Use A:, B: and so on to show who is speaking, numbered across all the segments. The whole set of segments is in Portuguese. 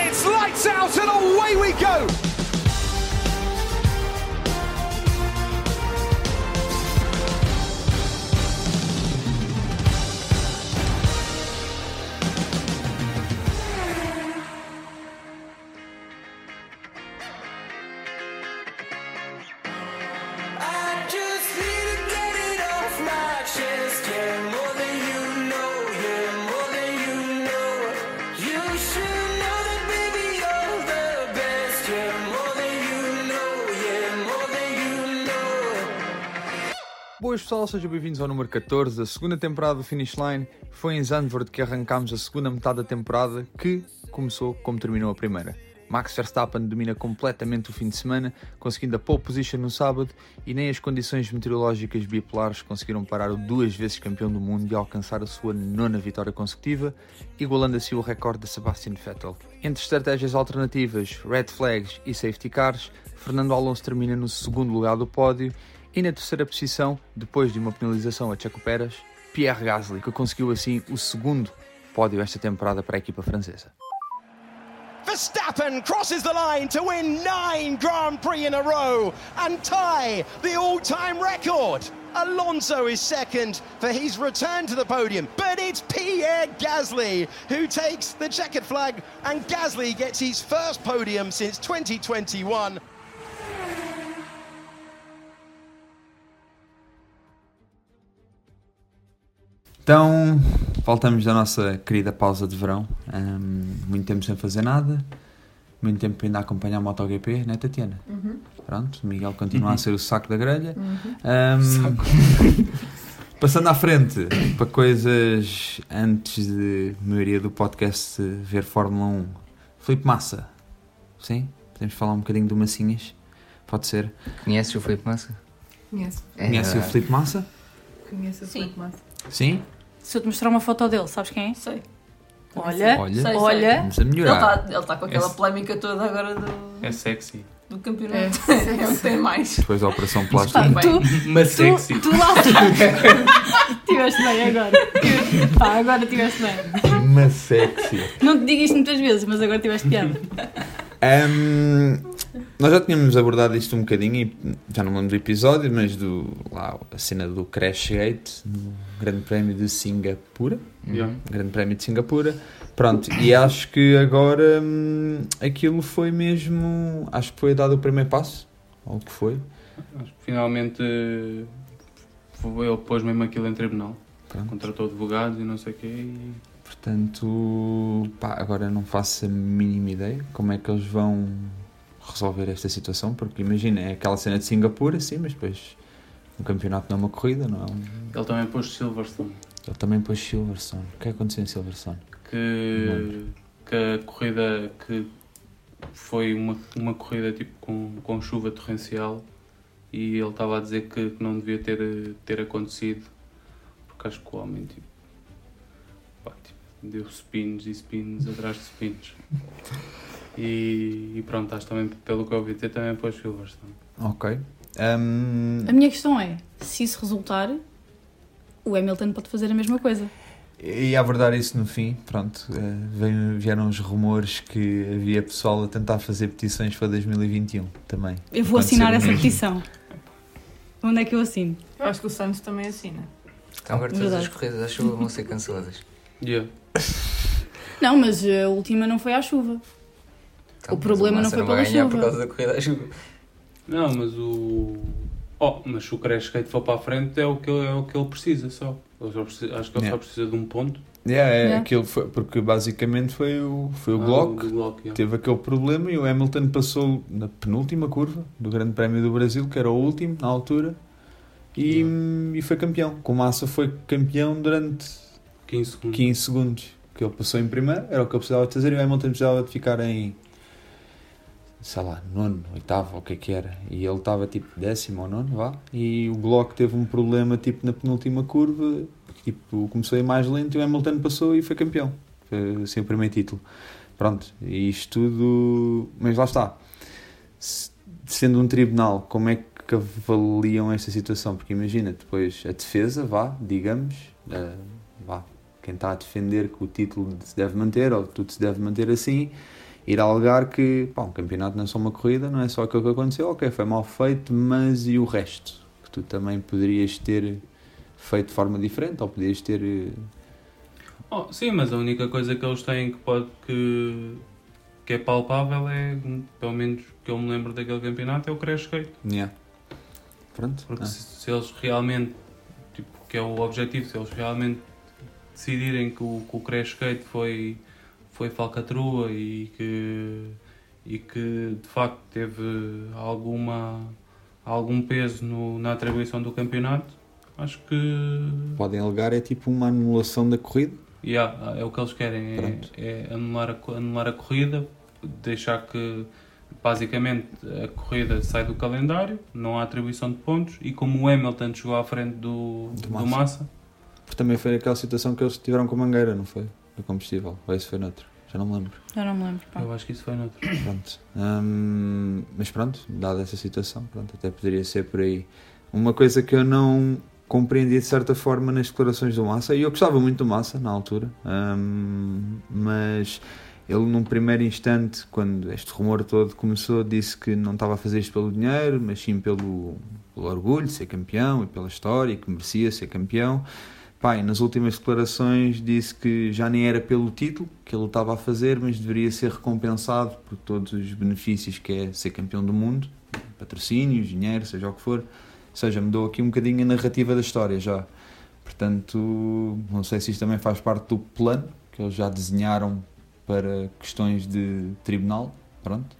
A: us out and away we go!
B: Boas pessoal, sejam bem-vindos ao número 14 da segunda temporada do Finish Line. Foi em Zandvoort que arrancámos a segunda metade da temporada, que começou como terminou a primeira. Max Verstappen domina completamente o fim de semana, conseguindo a pole position no sábado e nem as condições meteorológicas bipolares conseguiram parar o duas vezes campeão do mundo e alcançar a sua nona vitória consecutiva, igualando assim o recorde de Sebastian Vettel. Entre estratégias alternativas, red flags e safety cars, Fernando Alonso termina no segundo lugar do pódio e na terceira posição, depois de uma penalização a Checo Pérez, Pierre Gasly, que conseguiu assim o segundo pódio esta temporada para a equipa francesa.
A: Verstappen crosses the line to win nine Grand Prix in a row and tie the all time record. Alonso is second for his return to the podium, but it's Pierre Gasly who takes the checkered flag, and Gasly gets his first podium since 2021.
B: Então, voltamos da nossa querida pausa de verão. Hum, muito tempo sem fazer nada, muito tempo ainda a acompanhar a MotoGP, né, Tatiana?
C: Uhum.
B: Pronto, o Miguel continua a ser o saco da grelha. Hum, passando à frente para coisas antes de maioria do podcast ver Fórmula 1. Filipe Massa, sim? Podemos falar um bocadinho do Massinhas? Pode ser.
D: Conheces o Felipe Massa?
E: Conheço,
D: É
B: Conhece o
D: verdade.
B: Filipe Massa?
E: conheço o
C: Sim.
E: Filipe Massa.
B: Sim?
C: Se eu te mostrar uma foto dele, sabes quem é?
E: Sei.
C: Olha,
B: Olha.
C: olha, olha.
B: Vamos a
C: É? Ele
B: melhorar.
C: tá-
E: Ele está com aquela
F: Esse-
E: polémica toda agora do,
F: É sexy.
E: do campeonato.
C: É. Tá
E: É, o que tem mais.
B: Depois da Operação Plástica.
E: Está bem.
C: tu,
F: Mas sexy.
C: tu, tu lá Tiveste bem agora. Pá, agora tiveste bem.
B: Uma sexy.
C: Não te digo isto muitas vezes, mas agora tiveste piada.
B: Ahm, nós já tínhamos abordado isto um bocadinho, e já não me lembro do episódio, mas do, lá, a cena do Crash Gate, no Grande Prémio de Singapura.
D: Uhum.
F: Yeah.
B: Grande Prémio de Singapura. Pronto, e acho que agora hum, aquilo foi mesmo. Acho que foi dado o primeiro passo, ou o que foi.
F: Acho que Finalmente eh, ele pôs mesmo aquilo em tribunal.
B: Pronto.
F: Contratou advogados e não sei o quê. E...
B: Portanto, pá, agora não faço a mínima ideia como é que eles vão resolver esta situação, porque imagina, é aquela cena de Singapura, sim, mas depois o campeonato não é uma corrida, não é? um-
F: Ele também pôs Silverstone.
B: Ele também pôs Silverstone. O que é que aconteceu em Silverstone?
F: Que, que a corrida que foi uma, uma corrida tipo com, com chuva torrencial e ele estava a dizer que, que não devia ter, eh, ter acontecido porque acho que o homem tipo, pá, tipo, deu spins e spins atrás de spins. E, e pronto, acho também, pelo que eu ouvi dizer, também pôs Silverstone.
B: Ok. Hum,
C: A minha questão é, se isso resultar, o Hamilton pode fazer a mesma coisa.
B: e abordar isso no fim, pronto. eh, veio- vieram os rumores que havia pessoal a tentar fazer petições para 2021 também.
C: Eu vou
B: Pode ser
C: assinar
B: o
C: essa
B: mesmo.
C: petição. Onde é que eu assino?
E: Eu acho que o Santos também é assim, né? assina.
D: Então agora todas
C: Verdade.
D: as corridas à chuva vão ser canceladas.
F: Yeah.
C: Não, mas eh, a última não foi à chuva.
D: Então,
C: O problema
D: mas
C: não foi
D: vai
C: pela
D: ganhar
C: chuva.
D: por causa da corrida à chuva.
F: Não, mas o. Oh, mas se o crash skate for para a frente é o que, é o que ele precisa só. Ele só precisa- acho que ele
B: Yeah.
F: só precisa de um ponto.
B: Yeah, é,
C: Yeah.
B: Aquilo foi, porque basicamente foi o, foi o
F: Ah,
B: Glock Tipo,
F: do Glock, yeah.
B: Teve aquele problema e o Hamilton passou na penúltima curva do Grande Prémio do Brasil, que era o último na altura, e, e foi campeão. Com Massa foi campeão durante
F: 15 segundos.
B: 15 segundos, que ele passou em primeiro, era o que ele precisava de fazer, e o Hamilton precisava de ficar em, sei lá, nono, oitavo, o que é que era. E ele estava tipo décimo ou nono, vá. E o Glock teve um problema tipo na penúltima curva, que tipo, começou a ir mais lento e o Hamilton passou e foi campeão. Foi assim o primeiro título. Pronto, e isto tudo. Mas lá está. Se- Sendo um tribunal, como é que avaliam esta situação? Porque imagina, depois a defesa, vá, digamos, eh, vá, quem está a defender que o título se deve manter ou tudo se deve manter assim ir algar que, pá, um campeonato não é só uma corrida, não é só aquilo que aconteceu, ok, foi mal feito, mas e o resto? Que tu também poderias ter feito de forma diferente, ou poderias ter... eh,
F: Oh, sim, mas a única coisa que eles têm que pode que, que é palpável é, pelo menos que eu me lembro daquele campeonato, é o crash skate.
B: Yeah. Pronto.
F: Porque
B: ah.
F: se, se eles realmente, tipo, que é o objetivo, se eles realmente decidirem que o, que o crash skate foi, foi falcatrua e que, e que de facto teve alguma, algum peso no- na atribuição do campeonato, acho que
B: Podem alegar é tipo uma anulação da corrida.
F: Yeah, é o que eles querem, é,
B: Pronto.
F: é anular, a, co- anular a corrida, deixar que basicamente a corrida sai do calendário, não há atribuição de pontos e como o Hamilton chegou à frente do,
B: Do
F: do,
B: Massa.
F: Massa.
B: Porque também foi aquela situação que eles tiveram com a mangueira, não foi? Do combustível. Ou esse foi noutro? Já não me lembro.
C: Eu não me lembro, pá. É
F: eu acho que isso foi noutro.
B: Pronto. Hum, mas pronto, dada essa situação, pronto, até poderia ser por aí. Uma coisa que eu não compreendi de certa forma nas declarações do Massa, e eu gostava muito do Massa na altura, hum, mas ele num primeiro instante, quando este rumor todo começou, disse que não estava a fazer isto pelo dinheiro, mas sim pelo, pelo orgulho de ser campeão e pela história, e que merecia ser campeão. Pai, nas últimas declarações disse que já nem era pelo título que ele estava a fazer, mas deveria ser recompensado por todos os benefícios que é ser campeão do mundo, patrocínios, dinheiro, seja o que for. Ou seja, mudou aqui um bocadinho a narrativa da história já. Portanto, não sei se isto também faz parte do plano que eles já desenharam para questões de tribunal, pronto.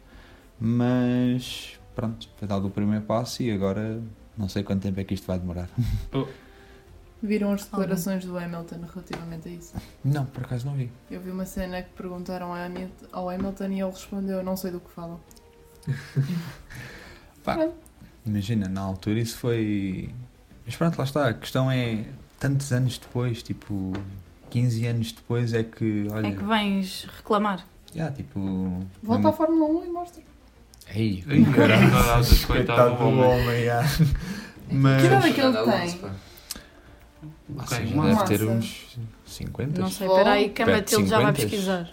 B: Mas, pronto, foi dado o primeiro passo e agora não sei quanto tempo é que isto vai demorar.
G: Viram as declarações do Hamilton relativamente a isso?
B: Não, por acaso não vi.
G: Eu vi uma cena que perguntaram ao Hamil- ao Hamilton e ele respondeu: Não sei do que falam.
B: Imagina, na altura isso foi. Mas pronto, lá está. A questão é tantos anos depois, tipo 15 anos depois, é que olha.
C: É que vens reclamar.
B: já, tipo.
G: Volta à Fórmula 1 e mostra.
B: Ei,
F: Ei, caralho,
B: coitado do homem, já. Mas.
G: Que idade é que
D: Chegada
G: ele
D: ao
G: tem?
D: onze, pá.
B: Ou
F: Ok,
B: seja,
F: uma-
B: Ah, deve ter
G: massa.
B: uns 50.
C: Não sei,
G: Bom,
C: espera aí que a
B: perto Então, de
C: Matilde já vai
B: 50s.
C: pesquisar.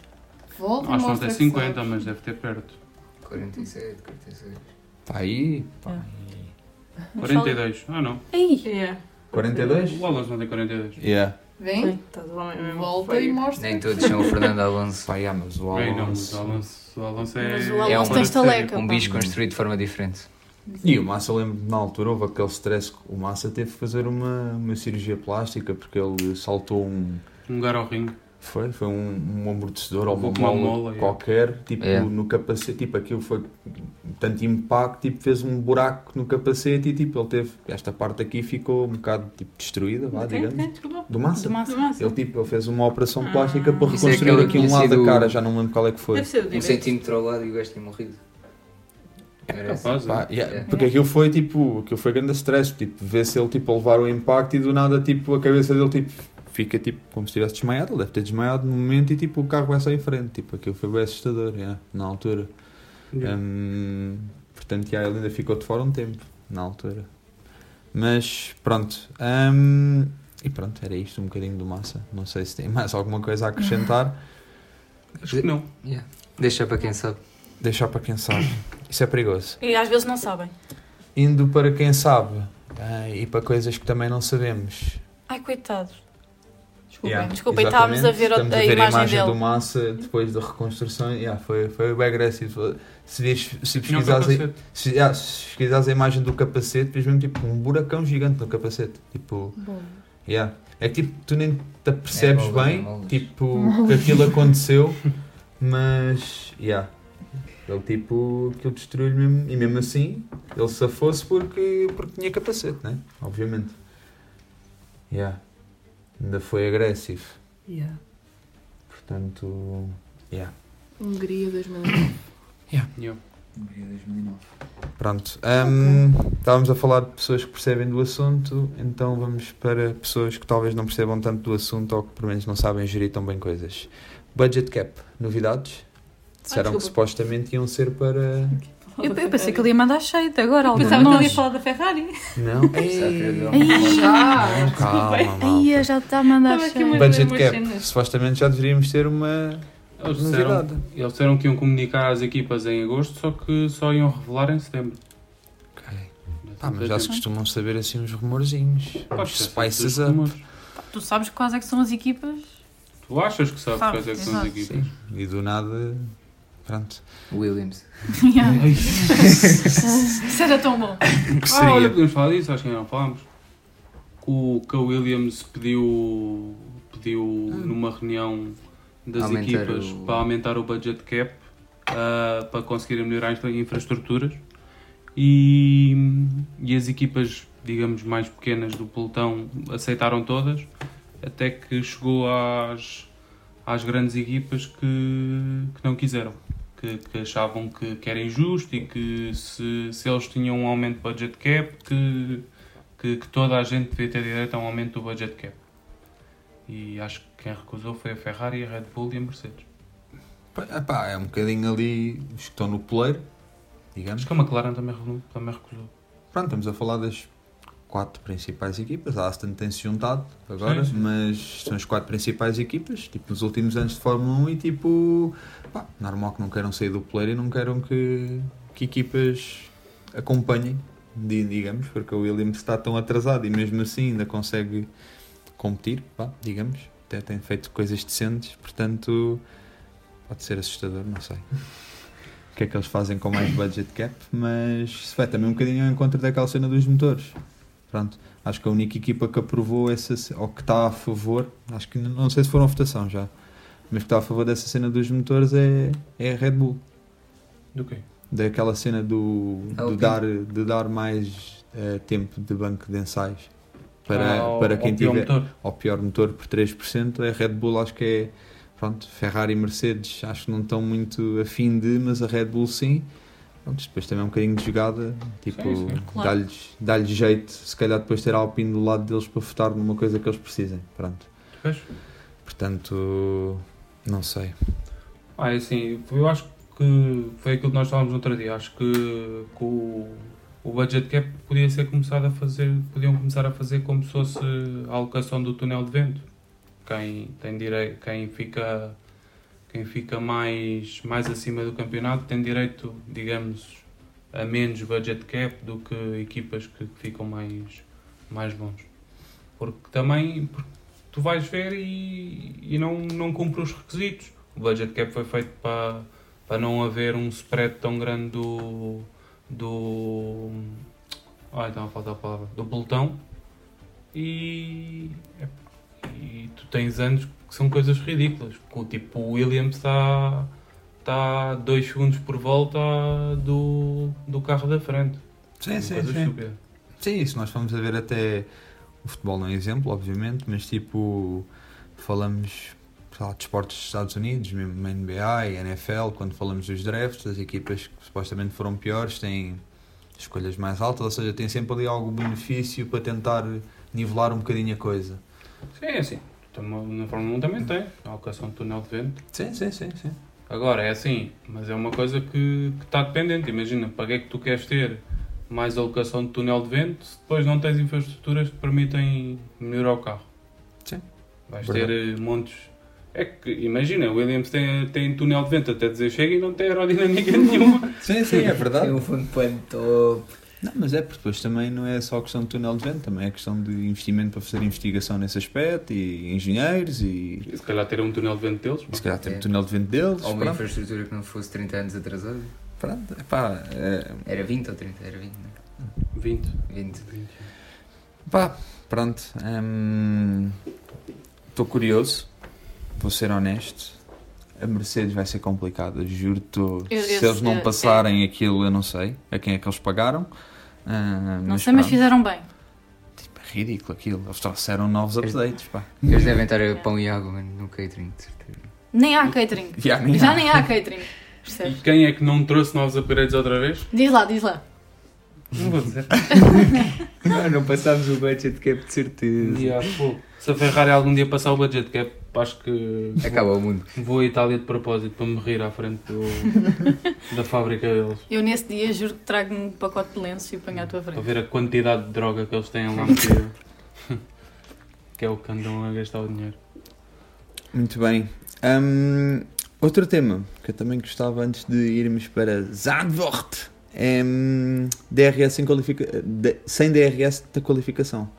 G: Volta e
F: Acho que não
G: mostra.
F: tem
G: que
F: 50,
G: sabe.
F: mas deve ter perto.
D: 47, 46.
B: Pá, aí. Pá,
C: É.
B: aí.
C: Mas fala-
F: 42, ah não,
C: Aí!
E: Yeah.
B: 42?
F: o Alonso não tem 42.
B: Yeah.
G: Vem,
E: Tá do homem mesmo.
G: volta
E: Foi.
G: e mostra.
D: Nem
G: que
D: todos
G: sabe.
D: são o Fernando Alonso.
B: Pá, yeah, Ah, mas o
F: Ei, não, mas
B: Alonso.
F: o Alonso, o Alonso é.
C: Mas o
D: É
C: Alonso
D: um-
C: tem
D: Um
C: estaleca. pá.
D: bicho construído de forma diferente.
B: E o Massa, eu lembro na altura, houve aquele stress que o Massa teve que fazer uma, uma cirurgia plástica porque ele saltou um.
F: Um garorrinho.
B: Foi, foi um, um amortecedor ou uma
F: Uma
B: mola,
F: mola, é.
B: qualquer, tipo,
D: É.
B: no capacete, tipo, aquilo foi tanto impacto, tipo, fez um buraco no capacete e, tipo, ele teve, esta parte aqui ficou um bocado, tipo, destruída,
C: Ah,
B: vá,
E: Tem,
B: digamos,
E: tem, desculpa.
B: do massa.
C: De massa.
B: Ele, tipo, ele fez uma operação plástica para
D: Isso é
B: reconstruir
D: aquela
B: aqui um
D: que tinha
B: lado da
D: sido-
B: cara, já não me lembro qual é que foi.
E: Deve ser o
D: Um
E: direito.
D: centímetro ao lado e o gajo tem morrido. Era essa.
F: Capaz,
B: Pá,
F: é.
B: yeah,
D: É.
B: Porque aquilo foi, tipo, aquilo foi grande stress, tipo, vê-se ele, tipo, a levar o impacto e do nada, tipo, a cabeça dele, tipo, fica, tipo, como se tivesse desmaiado, ele deve ter desmaiado no momento e, tipo, o carro vai sair em frente, tipo, aquilo foi bem assustador, yeah, na altura. Hum, portanto, já, ele ainda ficou de fora um tempo, na altura. Mas, pronto. hum, e pronto, era isto um bocadinho do Massa. Não sei se tem mais alguma coisa a acrescentar. eh,
F: Acho que não.
D: Yeah. Deixa para quem sabe.
B: Deixar para quem sabe. Isso é perigoso.
C: E às vezes não sabem.
B: Indo para quem sabe ah, e para coisas que também não sabemos.
C: Ai, coitados.
G: Desculpem.
B: Yeah,
C: Desculpem,
B: exatamente.
C: estávamos a ver a-
B: Estamos
C: a imagem dele.
B: do Massa depois da reconstrução. Yeah, foi, foi bem agressivo. Se, vires, se
F: Tinha um
B: pesquisares aí-
F: capacete.
B: Se, ah, se pesquisares a imagem do capacete, vês mesmo tipo um buracão gigante no capacete. Tipo,
G: Bom,
B: yeah. é que tipo, tu nem te apercebes
D: É molde, é
B: bem
D: molde.
B: tipo, que aquilo aconteceu, mas yeah. ele tipo, aquilo destruiu-lhe mesmo. E mesmo assim, ele safou-se porque, porque tinha capacete, né? Obviamente. Yeah. Ainda foi agressivo.
E: Yeah.
B: Portanto,
G: Hungria
C: Ah,
G: 2009.
F: Yeah.
B: Pronto, hum, estávamos a falar de pessoas que percebem do assunto, então vamos para pessoas que talvez não percebam tanto do assunto ou que pelo menos não sabem gerir tão bem coisas. Budget cap, novidades? Disseram
C: um
B: que
E: desculpa.
B: supostamente iam ser para.
C: Eu, eu pensei que ele ia mandar cheio de agora,
E: Eu
C: algum
E: pensava que ele ia
C: nós.
E: falar da Ferrari.
B: Não?
D: Está a querer dar
B: Ei,
D: uma volta.
G: Ah!
B: não, calma,
C: Ai, eu
B: malta.
C: já está a mandar
E: Estava aqui
C: cheio.
E: uma-
B: Budget
E: umas
B: cap,
E: cenas.
B: supostamente já deveríamos ter uma.
F: Eles disseram,
H: Novidade.
F: eles disseram que iam comunicar às equipas em agosto, só que só iam revelar em setembro.
B: Ok. Pá, mas já se costumam saber assim uns rumorzinhos.
F: Pá,
B: Uns
F: esquece
B: spices
F: esses
B: up.
F: rumores.
C: Tu sabes quais é que são as equipas?
F: Tu achas que sabes
C: Sabe,
F: quais é que são as
C: exato.
F: equipas?
B: E do nada. Pronto.
D: é Williams.
C: Yeah. Isso era tão bom.
B: Que
F: Ah, olha,
B: seria.
F: podemos falar disso, acho que ainda não falámos. Que o que a Williams pediu, pediu
B: Ah.
F: numa reunião das
D: Aumentar
F: equipas
D: o-
F: para aumentar o budget cap, ah, para conseguirem melhorar as infraestruturas. E, e as equipas, digamos, mais pequenas do pelotão aceitaram todas, até que chegou às, às grandes equipas que, que não quiseram. Que, que achavam que, que era injusto e que se, se eles tinham um aumento de budget cap, que, que, que toda a gente devia ter direito a um aumento do budget cap. E acho que quem recusou foi a Ferrari, a Red Bull e a Mercedes.
B: Pá, pá, é um bocadinho ali os que estão no poleiro, digamos.
F: Acho que a McLaren também, recusou- também recusou.
B: Pronto, estamos a falar das quatro principais equipas. A Aston tem-se juntado agora,
F: Sim, sim.
B: mas são as quatro principais equipas, tipo, nos últimos anos de Fórmula 1 e tipo, pá, normal que não queiram sair do poleiro e não queiram que, que equipas acompanhem, di- digamos, porque a Williams está tão atrasada e mesmo assim ainda consegue competir, pá, digamos. Até tem feito coisas decentes, portanto, pode ser assustador, não sei o que é que eles fazem com mais budget cap, mas se vai também um bocadinho ao encontro daquela cena dos motores. Pronto, acho que a única equipa que aprovou essa, ce- ou que está a favor, acho que n- não sei se foram a votação já, mas que está a favor dessa cena dos motores é, é a Red Bull,
F: Do quê?
B: daquela cena do, do
D: Alpine.
B: dar, de dar mais eh, tempo de banco de ensaios para,
F: Ao-
B: para quem
F: ao pior
B: tiver
F: motor.
B: ao pior motor por 3%, é Red Bull, acho que é pronto, Ferrari e Mercedes acho que não estão muito afim de, mas a Red Bull sim. Pronto, depois também é um bocadinho de jogada, tipo,
F: Sim, sim.
C: Claro.
B: dá-lhes dá jeito, se calhar depois ter a Alpine do lado deles para votar numa coisa que eles precisem. Pronto.
F: Pois.
B: Portanto, não sei.
F: Ah, é assim, eu acho que foi aquilo que nós estávamos no outro dia. Acho que, que o, o budget cap podia ser começado a fazer, podiam começar a fazer como se fosse a alocação do túnel de vento. Quem tem direito, quem fica, quem fica mais, mais acima do campeonato tem direito, digamos, a menos budget cap do que equipas que ficam mais, mais longe. Porque também porque tu vais ver e, e não, não cumpre os requisitos. O budget cap foi feito para, para não haver um spread tão grande do. do. Ai, estava a faltar a palavra. do pelotão. E. e tu tens anos que são coisas ridículas. Com, tipo, o Williams está. está 2 segundos por volta do, do carro da frente.
B: Sim,
F: Coisa estúpida.
B: Sim, isso nós fomos a ver até o futebol não é exemplo, obviamente, mas tipo falamos sei lá, de esportes dos Estados Unidos, mesmo NBA e NFL, quando falamos dos drafts, as equipas que supostamente foram piores têm escolhas mais altas, ou seja, têm sempre ali algum benefício para tentar nivelar um bocadinho a coisa.
F: Sim, é assim. Tam- Na Fórmula 1 também tem. A alocação do túnel de vento.
B: Sim, sim, sim, sim.
F: Agora, é assim, mas é uma coisa que está dependente. Imagina, para que é que tu queres ter mais alocação de túnel de vento se depois não tens infraestruturas que te permitem melhorar o carro?
B: Sim.
F: Vais
B: Verdade.
F: ter eh, montes. É que, imagina, o Williams tem, tem túnel de vento até dizer chega e não tem aerodinâmica nenhuma.
B: Sim, sim, é
D: Tem um fundo de pano top.
B: Não, mas é porque depois também não é só questão de túnel de vento, também é questão de investimento para fazer investigação nesse aspecto e engenheiros e,
F: E se calhar ter um túnel de vento deles.
B: e se calhar ter
D: É.
B: um túnel de vento deles.
D: Ou uma
B: pronto.
D: infraestrutura que não fosse 30 anos atrasada.
B: Pronto, epá, é,
D: Era 20 ou 30? Era 20, não
F: 20.
D: é? 20.
B: pá, pronto. Estou curioso, vou ser honesto. A Mercedes vai ser complicada, juro-te.
C: Eu- eu-
B: Se eles não
C: eu-
B: passarem
D: é.
B: aquilo, eu não sei a quem é que eles pagaram. Ah,
C: Não sei, mas
B: pronto,
C: fizeram bem.
B: tipo, é ridículo aquilo. Eles trouxeram
D: É-
B: novos updates, pá.
D: Eles devem estar a pão e água, é mano, no catering, de certeza.
C: Nem há catering.
B: Já nem
C: Já
B: há.
C: nem há catering.
F: E
C: Percebes?
F: quem é que não trouxe novos upgrades outra vez?
C: Diz lá, diz lá.
F: Não vou dizer.
D: Não, não passámos o budget cap de certeza.
F: E, ah, pô, se a Ferrari algum dia passar o budget cap, acho que
D: Acaba o mundo.
F: Vou à Itália de propósito para me rir à frente do- da fábrica deles.
C: Eu nesse dia juro que trago um pacote de lenços e ponho à tua
F: Para
C: frente.
F: ver a quantidade de droga que eles têm lá metida. que é o que andam a gastar o dinheiro.
B: Muito bem. Hum, Outro tema que eu também gostava antes de irmos para Zandvoort é hum, DRS sem, qualifica- de- sem DRS da qualificação.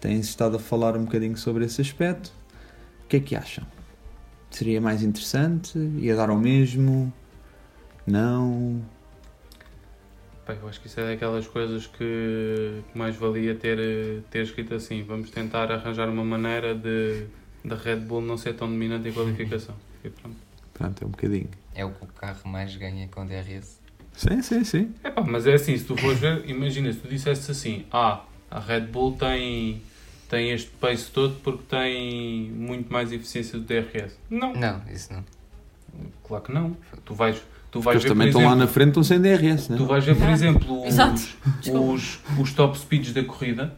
B: Tens estado a falar um bocadinho sobre esse aspecto. O que é que acham? Seria mais interessante? Ia dar ao mesmo? Não?
F: Pá, eu acho que isso é daquelas coisas que, que mais valia ter, eh, ter escrito assim. Vamos tentar arranjar uma maneira de, da Red Bull não ser tão dominante em qualificação. E pronto.
B: Pronto, é um bocadinho.
D: É o que o carro mais ganha com DRS.
B: Sim, sim, sim.
F: Epá, mas é assim, se tu fores ver, imagina, se tu dissesse assim, ah, a Red Bull tem, tem este pace todo porque tem muito mais eficiência do DRS. Não,
D: Não, isso não.
F: claro que não. Tu vais, tu vais
B: Porque eles
F: ver,
B: também
F: por
B: estão
F: exemplo,
B: lá na frente, estão sem DRS, né?
F: Tu vais ver, por exemplo,
C: Exato.
F: os, os, os top speeds da corrida.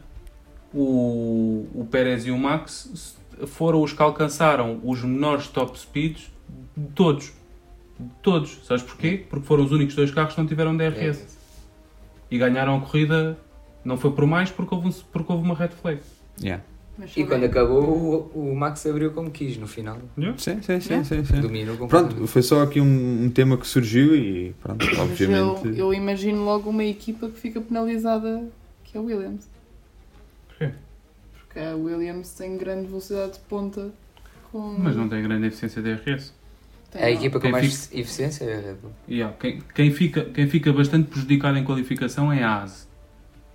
F: O, o Pérez e o Max s- foram os que alcançaram os menores top speeds de todos. De todos. Sabes porquê? Porque foram os únicos dois carros que não tiveram DRS. E ganharam a corrida, não foi por mais, porque houve, um, porque houve uma red flag.
B: Yeah.
G: Mas
D: E quando acabou, o, o Max abriu como quis no final.
B: Sim, sim, sim, sim, sim.
D: Dominou como
B: Pronto, foi só aqui um, um tema que surgiu e pronto,
G: Mas eu,
B: obviamente.
G: eu imagino logo uma equipa que fica penalizada, que é a Williams.
F: Porquê?
G: Porque a Williams tem grande velocidade de ponta. Com...
F: Mas não tem grande eficiência DRS.
G: tem
D: É a
G: não.
D: equipa com
F: Quem
D: mais eficiência é a Red Bull.
F: Yeah, Quem, quem, fica, quem fica bastante prejudicado em qualificação é a ASE.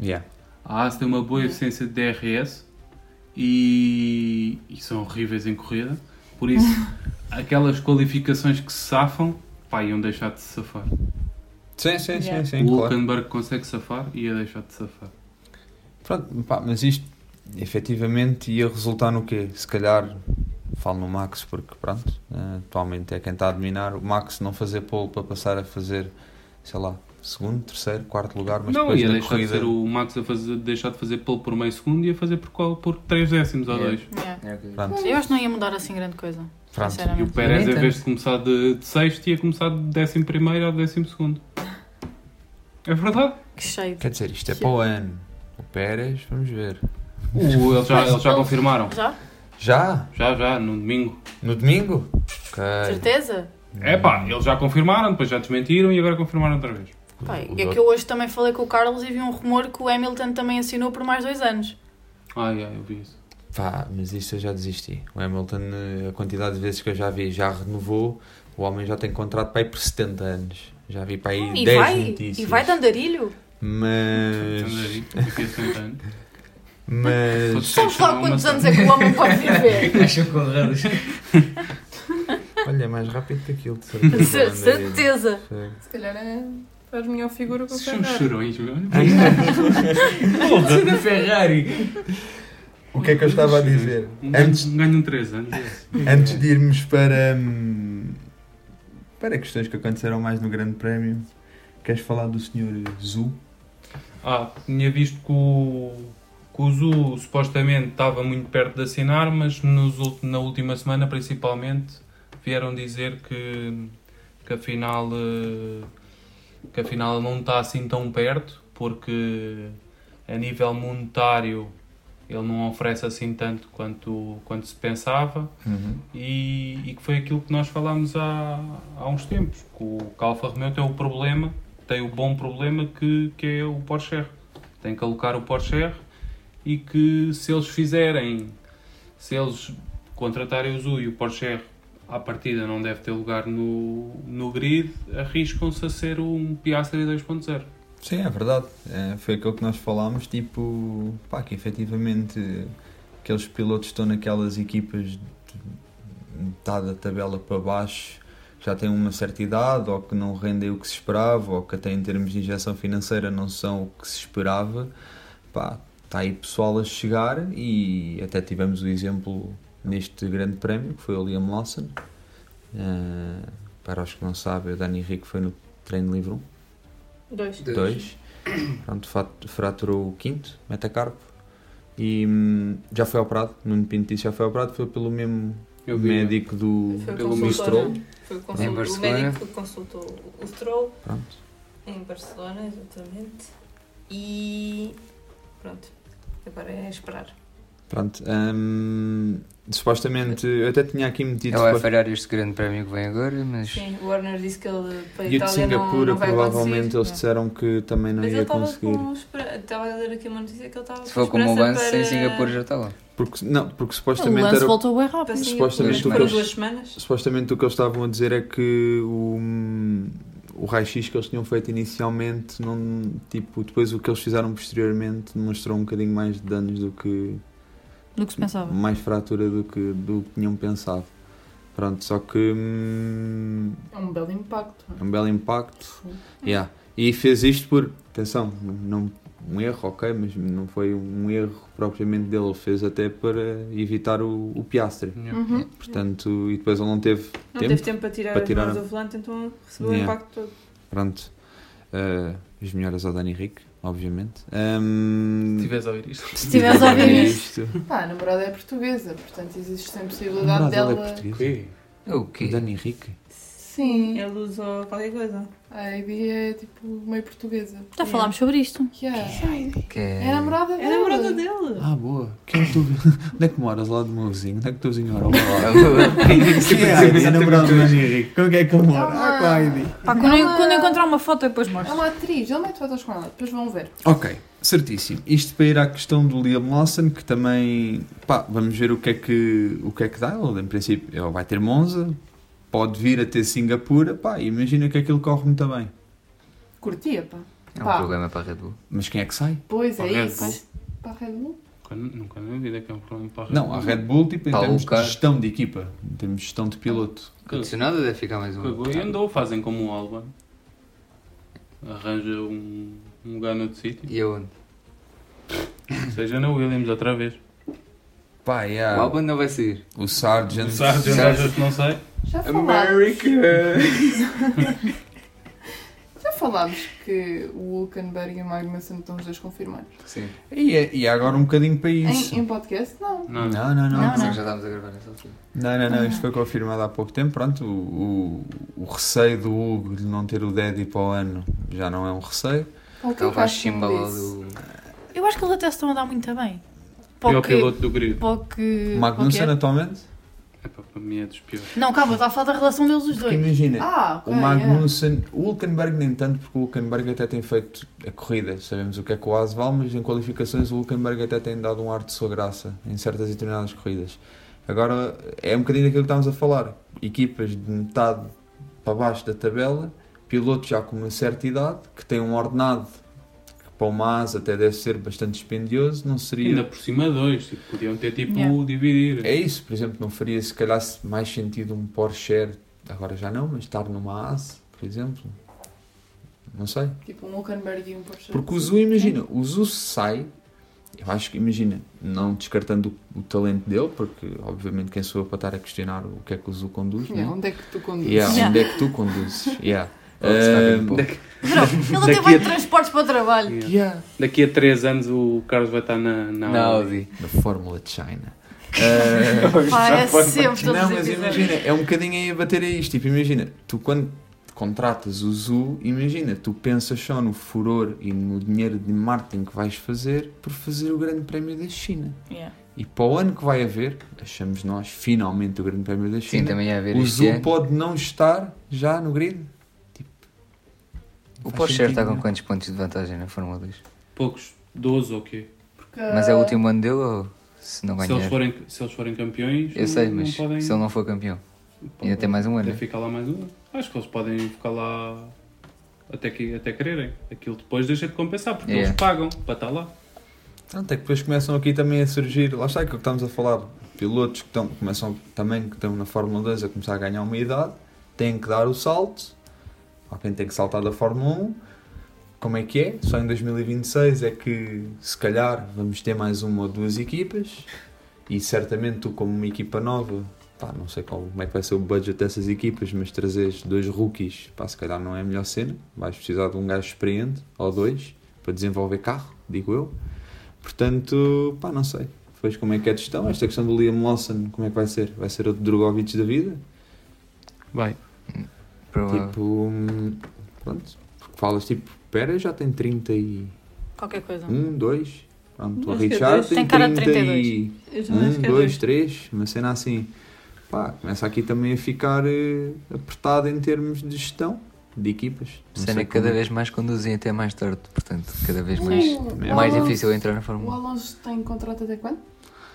B: Yeah.
F: A AS tem uma boa eficiência de DRS e, e são horríveis em corrida. Por isso, aquelas qualificações que se safam, pá, iam deixar de se safar.
B: Sim, sim,
C: Yeah.
B: sim, sim,
F: o
B: claro.
F: Hulkenberg consegue safar, ia deixar de safar.
B: Pronto, pá, mas isto efetivamente ia resultar no quê? Se calhar falo no Max porque pronto, eh, atualmente é quem está a dominar. O Max não fazer pole para passar a fazer, sei lá, segundo, terceiro, quarto lugar, mas
F: não,
B: depois
F: ia
B: na
F: deixar de
B: corrida.
F: ser o Max a fazer, deixar de fazer pole por meio segundo e ia fazer por, qual, por 3 décimos ou
D: É.
F: 2.
C: Yeah.
D: É o que-
B: Pronto,
C: Eu acho que não ia mudar assim grande coisa.
B: pronto.
F: E o
C: Sinceramente.
F: Pérez, em
D: Nem
F: vez
D: tanto.
F: de começar de, de sexto, ia começar de décimo primeiro ou décimo segundo. É verdade?
C: Que cheio.
B: Quer dizer, isto é para o ano. O Pérez, vamos ver.
F: O- eles, já, eles já confirmaram.
C: Já?
B: Já?
F: Já, já, no domingo.
B: No domingo? Ok.
C: Certeza?
F: É pá, eles já confirmaram, depois já desmentiram e agora confirmaram outra vez.
C: Pai,
B: O
C: é que eu hoje também falei com o Carlos e vi um rumor que o Hamilton também assinou por mais dois anos.
F: Ai, ai, eu vi isso.
B: Pá, mas isto eu já desisti. O Hamilton, eh, a quantidade de vezes que eu já vi, já renovou. O homem já tem contrato para ir por 70 anos. Já vi para aí
C: Hum, Ah, E
B: 10
C: vai,
B: notícias.
C: e vai de andarilho?
B: Eh,
F: Então,
B: Mas.
F: Mas...
B: Mas.
C: Só falar quantos anos é que o homem pode viver.
D: Achou com raros.
B: Olha, é mais rápido que aquilo, de
C: De
B: certeza.
C: cer- Certeza.
B: Fogo.
G: Se calhar é... faz melhor figura que o
F: São
G: Fernando.
F: chorões, meu.
D: da Ferrari.
B: O que é que eu estava a dizer?
F: Um
B: Antes,
F: ganho- Ganham 3 anos. é isso.
B: antes de irmos para. hum, Para questões que aconteceram mais no Grande Prémio, queres falar do Sr. Zu?
F: Ah, tinha visto que o, que o Zu supostamente estava muito perto de assinar, mas nos ult- na última semana principalmente vieram dizer que, que afinal eh, que afinal não está assim tão perto porque a nível monetário ele não oferece assim tanto quanto, quanto se pensava e, e que foi aquilo que nós falámos há, há uns tempos que o que a Alfa Romeo tem o problema tem o bom problema que, que é o Porsche tem que alocar o Porsche e que se eles fizerem se eles contratarem o Zui e o Porsche à partida não deve ter lugar no, no grid arriscam-se a ser um Piastri 2.0
B: Sim, é verdade. É, foi aquilo que nós falámos, tipo, pá, que efetivamente aqueles pilotos estão naquelas equipas de metade da tabela para baixo, que já têm uma certa idade, ou que não rendem o que se esperava, ou que até em termos de injeção financeira não são o que se esperava. Pá, está aí pessoal a chegar e até tivemos o exemplo neste grande prémio, que foi o Liam Lawson. Eh, para os que não sabem, o Dani Henrique foi no treino livre 1
C: Dois.
B: dois. Pronto, fat- fraturou o quinto, metacarpo. E hum, já foi operado. Nuno Pinto disse que já foi operado. Foi pelo mesmo
F: Eu vi, é.
B: médico do,
C: Foi o
F: Pelo
B: do
C: consultor,
B: Stroll.
C: né? Foi o,
D: Em
C: consultor, o
D: Barcelona.
C: médico que consultou o Stroll
B: Pronto.
C: em Barcelona, exatamente. E pronto, agora é esperar.
B: Pronto. hum, supostamente, eu até tinha aqui metido.
D: Ele vai
F: é
B: supo-
D: falhar este grande prémio que vem agora, mas.
C: Sim, o Warner disse que ele para
B: E
C: a
B: o de
C: Itália não,
B: Singapura,
C: não vai né?
B: provavelmente,
C: acontecer.
B: eles disseram que também não
E: Mas ele
B: ia
E: estava
B: conseguir.
E: com espera- Estava a ler aqui uma notícia que ele estava
D: Se for como o Lance, em Singapura já está lá.
B: Porque, não, porque
C: O
B: supostamente
C: lance
B: era-
C: voltou bem
E: para
C: rápido.
E: Singapura,
B: supostamente
D: tu
E: mas foram
D: queres-
E: duas semanas.
B: Supostamente o que eles estavam a dizer é que o, o raio-x que eles tinham feito inicialmente, não, tipo, depois o que eles fizeram posteriormente demonstrou um bocadinho mais de danos do que.
C: Do que se pensava.
B: mais fratura do que, do que tinham pensado. Pronto, só que. hum,
G: É um belo impacto.
B: é um belo impacto. Yeah. E fez isto por. atenção, não, um erro, ok, mas não foi um erro propriamente dele, ele fez até para evitar o, o piastre.
G: Uhum.
B: Portanto, e depois ele não teve
E: Hum. Não
B: tempo.
E: teve tempo para tirar
B: para
E: as
B: tirar
E: mãos
B: a-
E: do volante, então recebeu
B: Yeah.
E: o impacto todo.
B: Pronto. Eh, as melhoras ao Dani Henrique, obviamente. Ahm,
I: Se estiveres a ouvir isto.
C: Se estiveres a ouvir
B: é
C: isto.
B: isto.
G: Pá, a namorada é portuguesa, portanto existe sempre a
B: Namorado
G: possibilidade
B: dela é
G: dela.
B: português.
D: é O
B: O
D: quê?
B: Dani Henrique.
G: Sim,
E: Ele usou É qualquer coisa.
G: a Ivy é tipo meio portuguesa.
C: Já falámos sobre isto.
G: Yeah.
D: Que
G: É a namorada
E: É a
G: dela.
E: namorada dele.
B: Ah, boa. Quem é que tu... Onde é que moras? Lá do meu vizinho? Onde é que tu vizinho mora? é a namorada do Dani Henrique. Como é que ele
G: mora? Ah, com a Heidi.
C: Pá, quando, eu, quando eu encontrar uma foto, eu depois
G: É
C: mostro.
G: uma atriz, ele mete fotos com ela, depois vão ver.
B: Ok, certíssimo. Isto para ir à questão do Liam Lawson, que também, pá, vamos ver o que é que, o que, é que dá. Ele, em princípio, ele vai ter Monza, pode vir a ter Singapura, pá, imagina que aquilo corre muito bem.
G: Curtia, pá.
D: É um
G: Pá.
D: problema para a Red Bull.
B: Mas quem é que sai?
G: Pois
I: Para a
G: é
I: Red
G: isso.
I: Bull.
G: mas Para a Red Bull?
I: Nunca, nunca na minha vida que é um problema para a Red
B: Não,
I: Bull.
B: a Red Bull, tipo, em
D: Paulo
B: termos de
D: Car-
B: gestão de equipa, em termos de gestão de piloto.
D: Condicionado deve ficar mais um.
I: Cagou e andou, fazem como o Alban. Arranja um, um lugar noutro sítio.
D: E aonde?
I: Seja na Williams outra vez.
B: Pá,
D: Ah, O
B: yeah.
D: Albon não vai sair.
B: o Sargent.
I: Sabe, eu
D: Sabe.
I: não sei.
G: Já falámos,
D: America!
G: já falámos que o Hulkenberg e o Magnussen estão os dois confirmados.
D: Sim.
B: E, é- e é agora um bocadinho para isso.
G: Em, em podcast, Ah, não.
I: Não, não.
B: não, não.
C: Não,
D: Só que já estávamos a gravar nessa altura.
B: Não, não, não, isto foi confirmado há pouco tempo. Pronto, o, o, o receio do Hugo de não ter o Daddy para o ano já não é um receio.
G: Qual
D: Ele vai chimbalá do.
C: Eu acho que eles até se estão a dar muito bem.
I: Pior
C: Porque.
I: piloto do grid.
C: Porque.
B: O um Magnussen
C: qualquer-
B: atualmente?
I: Epá, para mim é dos piores.
C: Não, calma, está a falar da relação deles os
B: Porque
C: dois.
B: imagina,
G: Ah, ok.
B: o
G: é.
B: Magnussen, o Hulkenberg nem tanto, porque o Hulkenberg até tem feito a corrida. Sabemos o que é que o Haas vale, mas em qualificações o Hulkenberg até tem dado um ar de sua graça em certas e determinadas corridas. Agora, é um bocadinho daquilo que estávamos a falar. Equipas de metade para baixo da tabela, pilotos já com uma certa idade, que têm um ordenado que para o Haas até deve ser bastante dispendioso, não
I: E
B: seria...
I: ainda por cima dois, tipo, podiam ter tipo
C: Yeah.
I: dividir.
B: É isso, por exemplo, não faria se calhar mais sentido um Porsche, agora já não, mas estar numa AS, por exemplo. Não sei.
G: Tipo um Hulkenberg e um Porsche.
B: Porque o Zu, imagina, o Zu sai, eu acho que, imagina, não descartando o, o talento dele, porque obviamente quem sou eu para estar a questionar o que é que o Zu conduz,
G: Yeah,
B: né?
G: onde é que tu conduzes?
B: Yeah,
C: Yeah.
B: Onde é que tu conduzes? Yeah.
D: Volkswagen Polo.
C: Verão, ele até
I: Daqui
C: vai
I: a-
C: de transportes para o trabalho.
I: Yeah.
B: yeah.
I: Daqui a 3 anos o Carlos vai estar na, na
D: Na
I: Audi.
D: Audi.
B: Na Fórmula de China. Ah,
C: Pá, é sempre todos
B: Não,
C: os
B: mas
C: episódios.
B: imagina, é um bocadinho aí a bater a isto. Tipo, imagina, tu quando contratas o Zoo, imagina, tu pensas só no furor e no dinheiro de marketing que vais fazer por fazer o Grande Prémio da China.
C: Yeah.
B: E para o ano que vai haver, achamos nós, finalmente o Grande Prémio da
D: Sim,
B: China,
D: também ia haver
B: o
D: este
B: Zoo
D: ano.
B: pode não estar já no grid.
D: O
B: faz
D: Porsche está
B: sentido,
D: com
B: não.
D: quantos pontos de vantagem na Fórmula 2?
I: Poucos, 12 ou quê?
G: Porque,
D: Mas é o último ano dele ou se não
I: Se eles,
D: ganhar?
I: forem, se eles forem campeões,
D: Eu sei,
I: não-
D: mas
I: não podem,
D: se ele não for campeão,
I: podem-
D: ainda tem mais um ano.
I: podem
D: né?
I: ficar lá mais um. ano. Acho que eles podem ficar lá até, que, até quererem. Aquilo depois deixa de compensar, porque
D: Yeah.
I: eles pagam para estar lá.
B: Tanto é que depois começam aqui também a surgir, lá está aquilo que estamos a falar, pilotos que estão, começam também, que estão na Fórmula 2 a começar a ganhar uma idade, têm que dar o salto, alguém tem que saltar da Fórmula 1, como é que é? Só em 2026 é que se calhar vamos ter mais uma ou duas equipas e certamente tu como uma equipa nova, pá, não sei qual- como é que vai ser o budget dessas equipas, mas trazeres dois rookies, pá, se calhar não é a melhor cena, vais precisar de um gajo experiente ou dois para desenvolver carro, digo eu. Portanto, pá, não sei. Depois como é que é a gestão? Esta questão do Liam Lawson, como é que vai ser? Vai ser outro Drogovic da vida?
I: Vai.
D: Provável.
B: Tipo, hum, pronto. Porque falas tipo, pera, já tem 31,
C: Qualquer coisa.
B: 2, Pronto, o
E: Acho que é
B: Richard
E: dois.
B: tem,
C: Tem cara de
B: 32.
C: 32.
E: Eu também acho
B: Um,
E: que é
B: dois,
E: dois.
B: três, uma cena assim. Pá, começa aqui também a ficar eh, apertado em termos de gestão de equipas. Não
D: Sendo
B: sei
D: que cada
B: como é.
D: vez mais conduzem até mais tarde, portanto, cada vez mais,
B: Sim.
D: mais
G: Sim. É.
D: difícil entrar na
G: O
D: Fórmula
G: Alonso tem contrato até quando?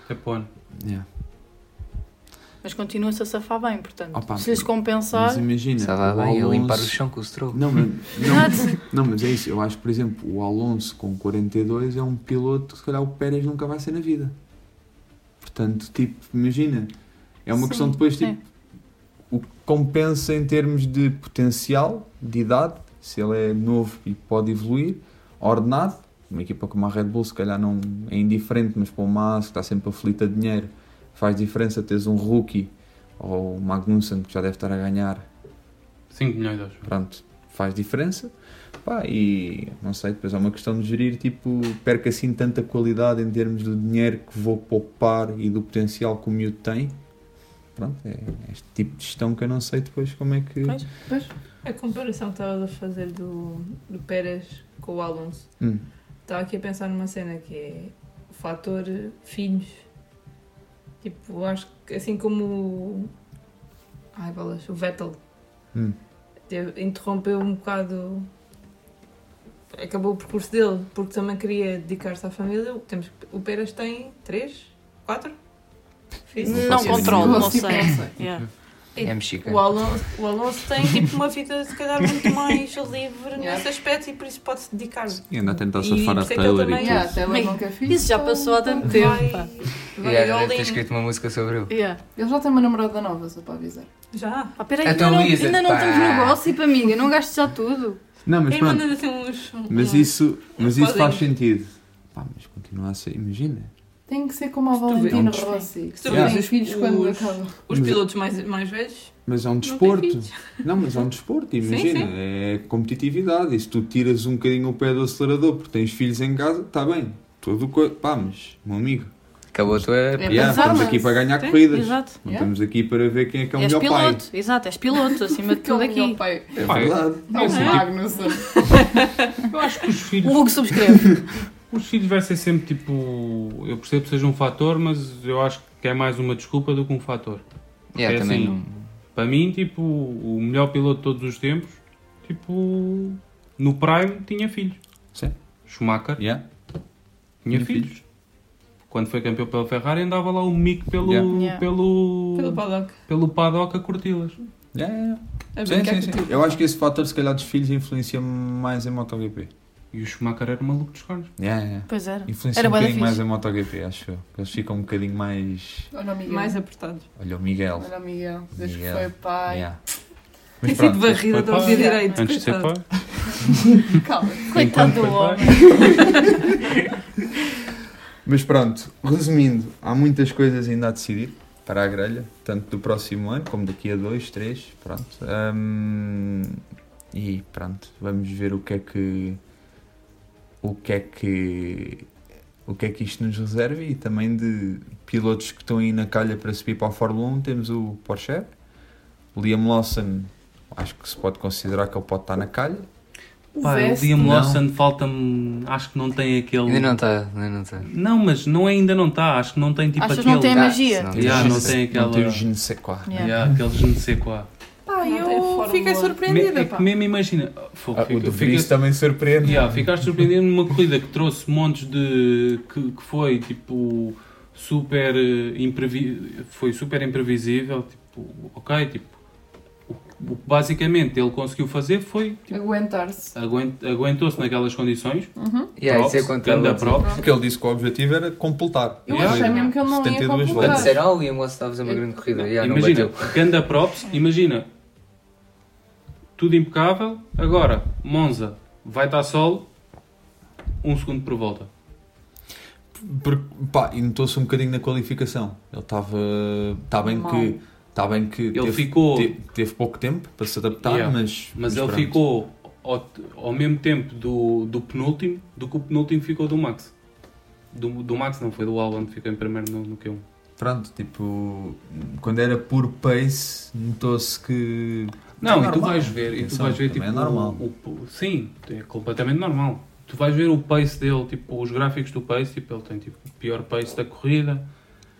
F: Até É para o ano.
B: Yeah.
C: Mas continua-se a safar bem, portanto.
B: Opa,
C: se lhes compensar.
B: Mas
D: 1.
B: imagina.
D: Estava
B: o
D: bem a limpar o
B: Alonso-
D: chão com o stroll.
B: Não, mas, não, não, mas é isso. Eu acho, por exemplo, o Alonso com 42 é um piloto que se calhar o Pérez nunca vai ser na vida. Portanto, tipo, imagina. É uma
C: Sim,
B: questão depois, tipo,
C: é.
B: o que compensa em termos de potencial, de idade, se ele é novo e pode evoluir, ordenado. Uma equipa como a Red Bull, se calhar não é indiferente, mas para o Massa, que está sempre aflita de dinheiro, faz diferença teres um rookie ou o Magnussen, que já deve estar a ganhar
F: 5 milhões de euros.
B: pronto, faz diferença. Pá, e não sei, depois é uma questão de gerir, tipo, perca assim tanta qualidade em termos do dinheiro que vou poupar e do potencial que o miúdo tem. Pronto, é este tipo de gestão que eu não sei depois como é que.
C: Pois.
E: A comparação que estavas a fazer do, do Pérez com o Alonso.
B: Hum,
E: Estava aqui a pensar numa cena que é o fator eh, filhos. Tipo, acho que assim como. o- Ai, bolas, o Vettel
B: hum.
E: teve- interrompeu um bocado. Acabou o percurso dele, porque também queria dedicar-se à família. O que Temos, o Pérez tem três, quatro filhos.
C: Não
D: faço
C: controlo,
D: ideia.
C: não sei. Yeah.
D: É mexicano.
E: O Alonso, o Alonso tem tipo uma vida se calhar muito mais livre nesse aspecto e por isso pode-se dedicar.
B: E anda a tentar
E: E
B: safar a
E: por isso é que ele
B: Taylor
E: também
B: e
E: é-
G: Yeah,
B: tudo.
G: até
C: Bem,
G: ele não quer filho.
C: Isso já passou há tanto tempo. pá.
E: vai
D: E era
E: all
D: deve ter
E: in.
D: escrito uma música sobre ele.
C: Yeah.
G: Ele já tem uma namorada nova, só para avisar.
E: Já.
C: Ah, peraí,
D: Então,
C: ainda não,
D: Luísa,
C: ainda não
D: pá.
C: temos negócio, amiga. Não gastes já tudo.
B: Não, mas
E: Ele
B: pronto,
E: manda assim uns.
B: mas isso, mas isso
E: Podem.
B: faz sentido. Pá, mas continua a ser, imagina.
G: Tem que ser como a
E: Se tu vês-
G: Valentina
E: Sim.
G: Rossi. Que
E: Se tu
G: yeah.
E: vês
G: tem é
E: os-
G: filhos quando
E: os-
G: acaba.
E: Os pilotos mais, mais velhos.
B: Mas é um
E: tem
B: desporto.
E: filhos.
B: Não, mas é um desporto, imagina.
E: sim.
B: É competitividade. E se tu tiras um bocadinho o pé do acelerador porque tens filhos em casa, está bem. Tudo co... Pá, mas, meu amigo,
D: Acabou a tua.
G: É
B: yeah,
G: pensar,
B: estamos
G: mas-
B: aqui para ganhar
C: É,
B: corridas.
C: Exato.
B: Não
G: Yeah.
B: estamos aqui para ver quem é que é o
C: És
B: melhor pai.
C: piloto, exato, és piloto, acima de tudo
G: Aquele
C: aqui.
G: meu pai.
B: É
F: Pai.
B: verdade.
G: Não,
F: sim,
G: o
F: tipo-
G: Magnussen.
F: Eu acho que os
C: O
F: filhos,
C: Hugo subscreve.
F: os filhos vai ser sempre tipo. Eu percebo que seja um fator, mas eu acho que é mais uma desculpa do que um fator.
D: Yeah,
F: É
D: também
F: assim.
D: não.
F: Para mim, tipo, o melhor piloto de todos os tempos, tipo, no Prime tinha filhos.
B: Sim.
F: Schumacher
B: Yeah.
F: tinha,
B: Tinha
F: filhos. Quando foi campeão pela Ferrari, andava lá o mico pelo,
B: Yeah.
C: Yeah.
F: pelo,
E: Pelo
F: pelo,
E: paddock.
F: paddock a curti-las.
B: Yeah, yeah,
E: A
B: yeah.
E: É brincar
B: Sim, sim,
E: com
B: sim. Eu acho que esse fator, se calhar, dos filhos influencia mais em MotoGP.
F: E o Schumacher era maluco dos cornos.
B: Yeah, yeah.
C: Pois era.
B: Influencia
C: Era
B: um
C: bué da
B: bocadinho mais
C: fixe.
B: em MotoGP, acho eu. Eles ficam um bocadinho mais.
G: Olha o Miguel.
E: mais apertados.
B: Olha o Miguel.
G: Olha o Miguel. Desde que
B: Miguel.
G: foi pai.
B: Yeah.
E: Tem
B: Mas
E: sido
B: pronto, é
E: varrida
F: foi
E: da
F: pai.
E: vida direito.
F: Antes de ser
E: coitado.
F: pai.
G: Calma.
C: Coitado do
F: Enquanto foi
C: homem.
B: Mas pronto, resumindo, há muitas coisas ainda a decidir para a grelha, tanto do próximo ano como daqui a dois, três, pronto. Hum, e pronto, vamos ver o que é que o que é que o que é que isto nos reserva e também de pilotos que estão aí na calha para subir para a Fórmula 1, temos o Porsche, Liam Lawson, acho que se pode considerar que ele pode estar na calha.
F: Pá, o
G: Veste.
F: Liam
B: Não.
F: Lawson falta-me. Acho que não tem aquele.
D: Ainda não está, ainda não tá. está.
F: Não, mas não é- ainda não está. Acho que não tem tipo
C: Achas que
F: aquele.
C: não tem a magia?
D: Não,
F: Yeah, não
B: Não
F: tem aquela.
B: tem o je ne sais quoi.
C: Yeah.
F: Yeah, aqueles não sei qual.
G: Pá,
E: Não tem
G: eu
E: fórmula.
G: fiquei surpreendida,
F: é
G: pá.
F: que mesmo imagina. Fogo,
B: Ah, o
F: fica-
B: de Vries
F: é fica-
B: também surpreende.
F: Yeah, ficaste surpreendido numa corrida que trouxe montes de. que, que foi tipo. super. eh, imprevi, foi super imprevisível. Tipo, ok, tipo. O, o que basicamente ele conseguiu fazer foi. Tipo,
G: Aguentar-se.
F: aguent- Aguentou-se naquelas condições.
D: Yeah,
F: Props,
D: isso é contra
F: ganda
D: Lawson.
F: props.
B: Porque ele disse que o objetivo era completar.
G: Eu
F: Yeah.
G: achei mesmo que ele não ia
B: 72
D: Quando
G: completar.
D: disseram, ah, o Liam Lawson estava a fazer uma grande corrida. Yeah, não
F: imagina,
D: bateu.
F: ganda props, imagina. Tudo impecável. Agora, Monza vai estar solo. Um segundo por volta.
B: Porque, pá, e notou-se um bocadinho na qualificação. Ele estava. Está bem
G: Mal.
B: que. Está bem que.
F: Ele ficou-
B: te- Teve, pouco tempo para se adaptar,
F: Yeah.
B: mas.
F: Mas ele
B: pronto.
F: ficou ao, ao mesmo tempo do, do penúltimo do que o penúltimo ficou do Max. Do, do Max não, foi do Albon que ficou em primeiro no, um. no Q1.
B: Pronto, tipo. Quando era por pace, notou-se que.
F: Não,
B: É
F: e tu
B: normal.
F: vais ver, e tu
B: Atenção,
F: vais ver
B: também
F: tipo.
B: é normal.
F: o- o- sim, é completamente normal. tu vais ver o pace dele, tipo, os gráficos do pace, tipo, ele tem tipo, o pior pace da corrida.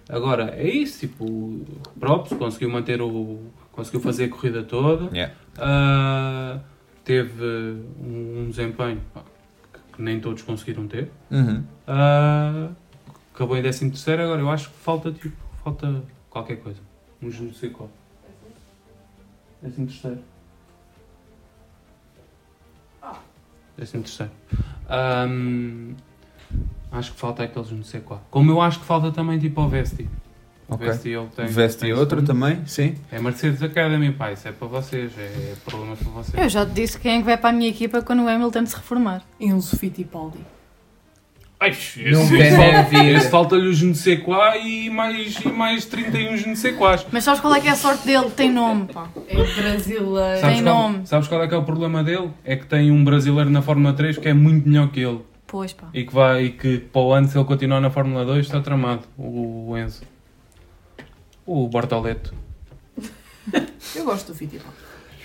F: Agora, é isso, tipo, props, conseguiu manter o. conseguiu fazer a corrida toda.
B: Yeah.
F: Ah, teve um, um desempenho pá, que nem todos conseguiram ter.
B: Uhum.
F: Ah, acabou em 13 terceiro, agora eu acho que falta tipo, falta qualquer coisa. Um Mas não sei qual. 13 terceiro. 13 terceiro. Ahm, acho que falta aqueles não sei qual. Como eu acho que falta também tipo ao Vesti. O
B: Ok.
F: Vesti ele tem.
B: Veste
F: tem
B: outro
F: segundo.
B: também, sim.
F: É Mercedes Academy, pá, isso é para vocês, é problema para vocês.
C: Eu já te disse quem é que vai para a minha equipa quando o Hamilton se reformar.
G: Enzo Fittipaldi.
F: Ai, esse,
D: Não
F: esse
D: quer
F: falta-
D: ver.
F: esse falta-lhe os não sei quá e mais, e mais 31 não sei quás.
C: Mas sabes qual é que é a sorte dele? Tem nome, pá.
G: É brasileiro.
C: Sabe-
F: Sabes
C: Tem
F: qual,
C: nome.
F: sabes qual é que é o problema dele? É que tem um brasileiro na Fórmula 3 que é muito melhor que ele
C: Pois, pá.
F: e que, vai, e que para o ano, se ele continuar na Fórmula 2, está tramado. O Enzo. O Bortoleto.
G: Eu gosto do Fittipaldi.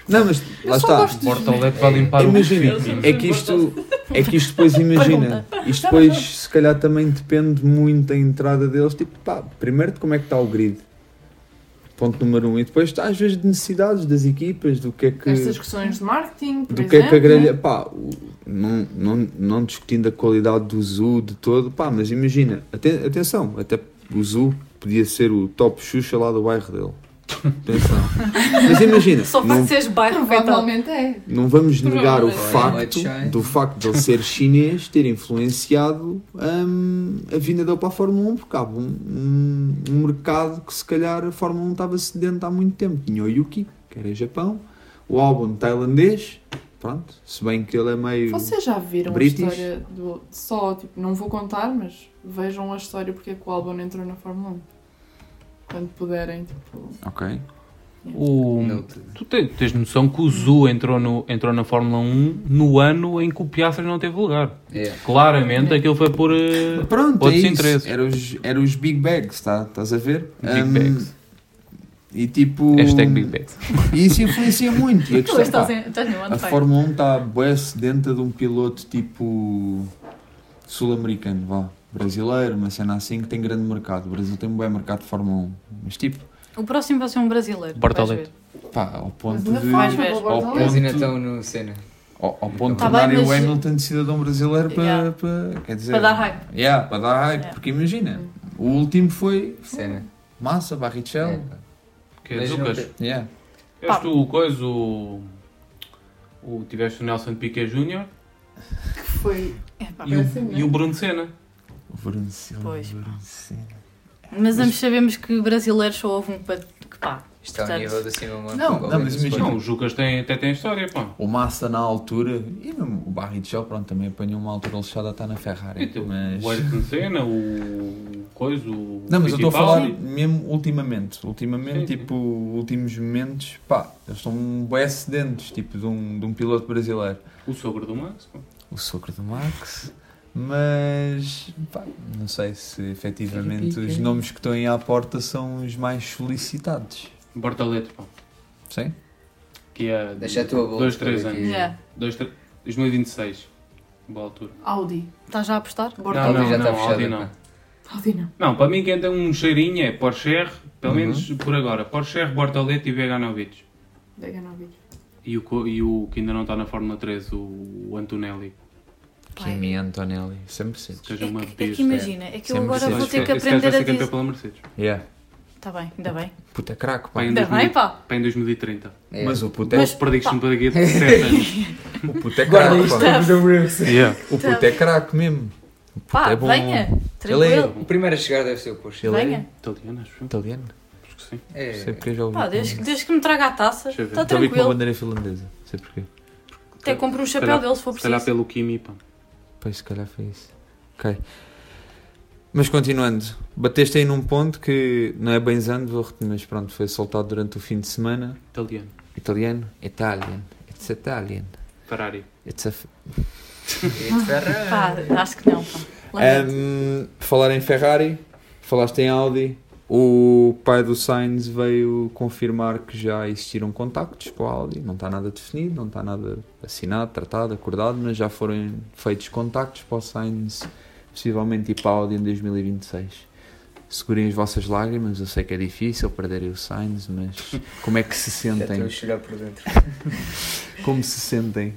B: Não, mas lá
G: só
B: está.
G: gosto
F: O Bortoleto vai limpar
B: Imagina,
F: o
B: é que isto é que isto depois imagina, isto depois se calhar também depende muito da entrada deles, tipo, pá, primeiro de como é que está o grid. Ponto número um, e depois está às vezes de necessidades das equipas, do que é que
G: Estas questões de marketing, por
B: do
G: exemplo.
B: que é que a grelha,
G: né?
B: pá, o- não, não, não discutindo a qualidade do Zoo de todo, pá, mas imagina, aten- atenção, até o Zoo podia ser o top Xuxa lá do bairro dele. Atenção. Mas imagina,
C: Só para
B: não,
C: seres bairro, coitado.
G: Provavelmente é.
B: não vamos negar o
D: Provavelmente.
B: facto do facto de ele ser chinês ter influenciado hum, a vinda dele para a Fórmula 1, porque há um, um, um mercado que se calhar a Fórmula 1 estava sedenta há muito tempo. Tinha o Yuki, que era Japão, o álbum tailandês, pronto, se bem que ele é meio.
G: Vocês já viram
B: British.
G: a história do. Só, tipo, não vou contar, mas vejam a história porque é que o Albon entrou na Fórmula 1. Quando puderem, tipo.
B: Ok.
F: O,
D: Não, tudo.
F: tu te- tens noção que o Zu entrou, no, entrou na Fórmula 1 no ano em que o Piastri não teve lugar.
D: É.
F: Claramente aquilo foi por. eh,
B: Pronto, é
F: Outros
B: isso.
F: interesses.
B: Era os, era os Big Bags, tá? estás a ver?
F: Big
B: Hum,
F: Bags.
B: E tipo.
F: Hashtag Big Bags.
B: E isso influencia muito. E a
C: Tu
B: questão, pá,
C: Então, estás em- estás no
B: A
C: ano
B: Fórmula 1 está bué sedenta de um piloto tipo sul-americano, vá. Brasileiro, uma cena assim que tem grande mercado. O Brasil tem um bom mercado de Fórmula 1. Mas tipo,
C: O próximo vai ser um brasileiro.
F: Bortoleto.
C: vais ver.
B: pá, ao ponto
G: Mas
B: de.
G: ainda faz,
C: Vais ver.
G: mas vou
B: Ao
D: Eles
B: ponto-
D: ainda estão no cena.
B: Ao, ao ponto de
C: Tá bem,
B: tornarem o
C: mas-
B: Hamilton de cidadão brasileiro para.
C: Yeah.
B: para- quer dizer,
C: Para dar hype.
B: Yeah, para dar hype.
C: Yeah.
B: Porque imagina, o último foi
D: Cena.
B: Massa, Barrichello.
D: É.
F: Que é
D: Mas não
F: Zucas.
D: tem-
B: Yeah.
F: És tu o coisa, o, o- Tiveste o Nelson Piquet Jr.
G: que foi.
C: Ah, é
F: e
C: assim,
G: parece,
F: o,
G: né?
F: e o Bruno Senna.
B: O Bruno Silva,
C: Pois, pá.
B: Bruno Silva.
C: Mas ambos sabemos que brasileiros só houve um que, que pá.
D: Isto é o
C: Portanto-
D: nível do Simon Marco.
B: Não, não, mas imagina-
F: Não, o Jucas tem, até tem história, pá.
B: O Massa na altura, e mesmo o Barrichello, pronto, também apanhou uma altura lixada, está na Ferrari.
F: Então,
B: Mas...
F: O Ayrton Senna, o coisa, o
B: Não, mas eu estou a falar
F: Fittipaldi.
B: mesmo ultimamente. Ultimamente,
F: Sim, sim.
B: tipo, últimos momentos, pá, eles estão bem acidentes, tipo, de um, de um piloto brasileiro.
F: O sogro do Max. pá.
B: O socro do Max, mas, pá, não sei se efetivamente os nomes que estão aí à porta são os mais solicitados.
F: Bortoleto, pá.
B: Sim?
F: Que é
D: Deixa a tua bola.
F: dois, três anos.
D: aqui.
C: Yeah.
F: Dois, tre- 2026. Boa altura.
G: Audi.
C: Estás já a apostar?
F: Não,
D: Talvez
F: não,
D: já
F: não,
D: está
F: Audi
D: fechado.
F: não.
D: pá.
G: Audi não.
F: Não, para mim quem tem um cheirinho é Porsche, pelo
B: Uhum.
F: menos por agora. Porsche, Bortoleto e Veganovic.
G: Dega não vídeo.
F: E o, co- e o que ainda não está na Fórmula 3, o, o Antonelli.
B: Kimi Antonelli, sempre cedo.
F: Que seja uma
C: É que, é que
F: besta.
C: imagina, é que eu
B: Sempre
C: agora
B: dizes
C: vou ter
F: Esse
C: que
F: gajo vai
C: aprender a
F: ser campeão
C: dizer.
F: pela Mercedes.
B: Yeah.
C: Está bem, ainda bem.
B: Puta craque, pá.
F: Pá, em
C: Ainda
F: 2000
C: bem, pá.
F: Pá, em 2030.
D: É.
B: Mas o puto é,
C: Mas-
F: Prediction para daqui a 7 anos.
B: o puto é craque, pá. O puto
C: Tá.
B: é craque mesmo. O puto
C: Pá,
B: é bom.
C: venha.
B: Ele
C: Tranquilo.
D: O primeiro a chegar deve ser o Porsche.
C: Venha.
F: Italiano, acho eu.
B: Italiano?
F: Acho que sim.
D: É.
B: Sei porque eu já ouvi.
C: Pá, desde, que- desde que me traga a taça,
F: Deixa eu ver.
C: está
B: já ouvi Então com uma
C: tranquilo.
B: bandeira finlandesa. Sei porquê.
C: Até compro um
F: Se
C: chapéu
F: calhar-
C: dele se for
F: Se calhar
C: preciso.
F: pelo Kimi, pá.
B: Pois, se calhar foi isso. Ok. Mas continuando, bateste aí num ponto que não é bem Zandvoort, mas pronto, foi soltado durante o fim de semana.
F: Italiano.
B: Italiano? Italian. It's Italian.
F: Ferrari.
B: It's a...
D: é
C: Pá, acho que não, pá. Lamento.
B: É. Ahm, falar em Ferrari, falaste em Audi, O pai do Sainz veio confirmar que já existiram contactos com a Audi, não está nada definido, não está nada assinado, tratado, acordado, mas já foram feitos contactos para o Sainz, possivelmente ir para a Audi em 2026. Segurem as vossas lágrimas, eu sei que é difícil perderem o Sainz, mas como é que se
D: Já estou a
B: sentem?
D: chorar por dentro.
B: Como se sentem?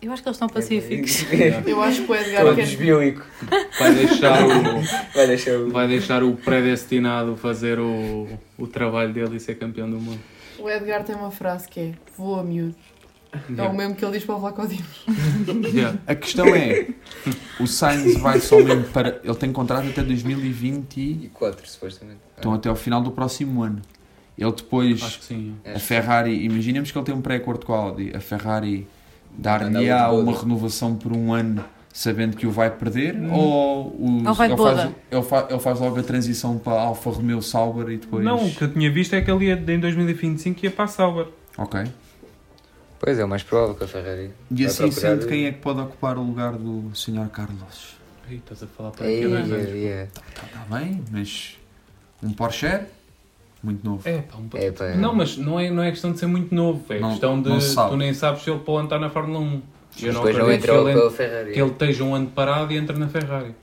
C: Eu acho que eles
D: É
C: estão pacíficos.
G: Eu acho que o Edgar
D: Todos
G: quer.
D: bílico.
F: Vai deixar o,
D: Vai deixar o.
F: vai deixar o predestinado fazer o, o trabalho dele e ser campeão do mundo.
G: O Edgar tem uma frase que é voa miúdo. É o
F: Yeah.
G: mesmo que ele diz para o Vlacodimos.
F: Yeah.
B: A questão é, o Sainz vai só mesmo para. Ele tem contrato até 2020 e
D: E 4, supostamente.
B: estão até ao final do próximo ano. Ele
F: Acho
B: depois,
F: que sim.
D: É.
B: a Ferrari, imaginemos que ele tem um pré-acordo com a Audi, a Ferrari dar-lhe
D: Manda o de
B: uma
D: boda.
B: renovação por um ano sabendo que o vai perder ou o,
C: Ou vai de
B: ele, faz,
C: boda.
B: ele, fa- ele faz logo a transição para Alfa Romeo Sauber e depois.
J: Não, o que eu tinha visto é que ele ia, em 2025 ia para a Sauber.
B: Ok.
D: Pois é, o mais provável que a Ferrari.
B: E
D: vai
B: assim
D: procurar- eh,
B: sendo quem é que pode ocupar o lugar do Sr. Carlos.
F: Ih, estás a falar para é?
D: Ei,
B: É.
F: aqui há dois anos.
D: ei, ei.
B: Está bem, mas um Porsche muito novo.
F: É, pá, um pa-
D: É, pá, é.
F: Não, mas não é, não é questão de ser muito novo, é
B: Não-
F: questão de
B: não se sabe.
F: tu nem sabes se ele pode entrar na Fórmula 1. Eu não
D: Depois não
F: acredito que
D: entra logo
F: ele,
D: pela
F: entre-
D: Ferrari.
F: que ele esteja um ano parado e entre na Ferrari.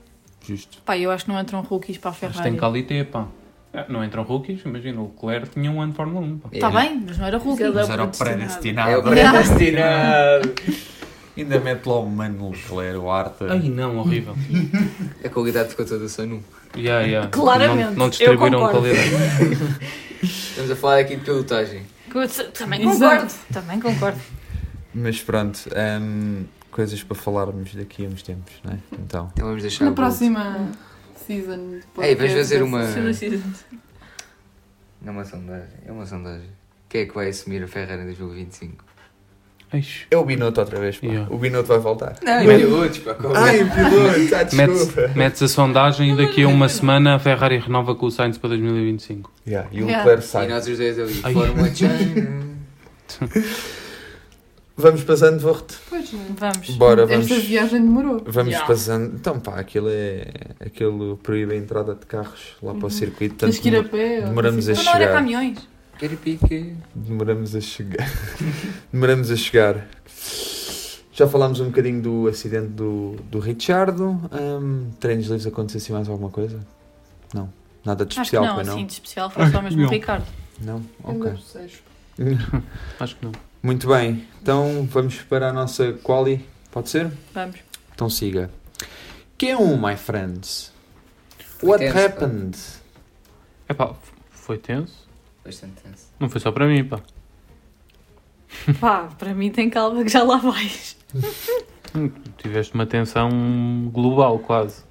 B: Justo.
C: Pá, eu acho que não entram rookies para a
F: Eles
C: Ferrari.
F: têm qualité, pá. Ah, Não entram rookies, imagina, o Leclerc tinha um ano de Fórmula 1, pá.
D: É.
C: Está Tá bem, mas não era rookie.
K: Mas
B: Mas era o predestinado.
D: É o predestinado.
B: Ainda mete lá o Mano Leclerc, o Arta.
F: Ai não, horrível.
D: A qualidade ficou toda só nu.
F: Yeah, yeah.
C: Claramente,
F: Não, não
C: eu
F: distribuíram
C: concordo.
F: qualidade.
D: Estamos a falar aqui de pilotagem.
C: Good. Também
G: Exato.
C: concordo. Também concordo.
B: Mas pronto, hum, coisas para falarmos daqui a uns tempos, não é? Então.
D: Então vamos deixar.
G: Na
D: o Bolt.
G: próxima season. é
D: Ei, vamos fazer uma.
K: Felicito.
D: Não é uma sondagem. É uma sondagem. Quem é que vai assumir a Ferrari em 2025?
F: Eish.
B: É o Binotto outra vez, pá.
F: Yeah.
B: O Binotto vai voltar.
D: Não, é pilotos,
F: tipo,
D: pá. como é?
B: piloto,
G: tá,
B: ah,
F: Mete- Metes a sondagem e daqui a uma semana a Ferrari renova com o Sainz para 2025.
B: Yeah, e o
C: Yeah.
B: Leclerc
D: E
B: sai.
D: nós os dois ali.
F: Ai.
D: Fórmula China.
B: Vamos passando, voto.
G: Pois, né?
C: Vamos.
B: Bora, vamos.
G: Esta viagem demorou.
B: Vamos passando. Então, pá, aquilo é. Aquilo proíbe a entrada de carros lá para o circuito.
G: Uhum. Tens
B: Tanto
G: que ir a pé. ou- assim.
B: demoramos a
C: Então não era
B: chegar.
C: caminhões.
D: Caripique.
B: Demoramos a chegar. Demoramos a chegar. Já falámos um bocadinho do acidente do, do Richardo. Hum, treinos livres aconteceu assim mais alguma coisa? Não. Nada de
C: Acho que
B: especial,
C: não,
B: pois não?
C: assim de especial foi só mesmo o Ricardo.
B: Não?
G: Ainda
B: Ok.
G: seis.
F: Acho que não.
B: Muito bem. Então vamos para a nossa quali. Pode ser?
C: Vamos.
B: Então siga. Quem é um, my friends? What
D: Tenso, pá.
B: happened?
F: É pá, foi tenso.
D: Bastante tenso.
F: Não foi só para mim, pá.
C: Pá, para mim tem calma que já lá vais.
F: Tiveste uma tensão global quase.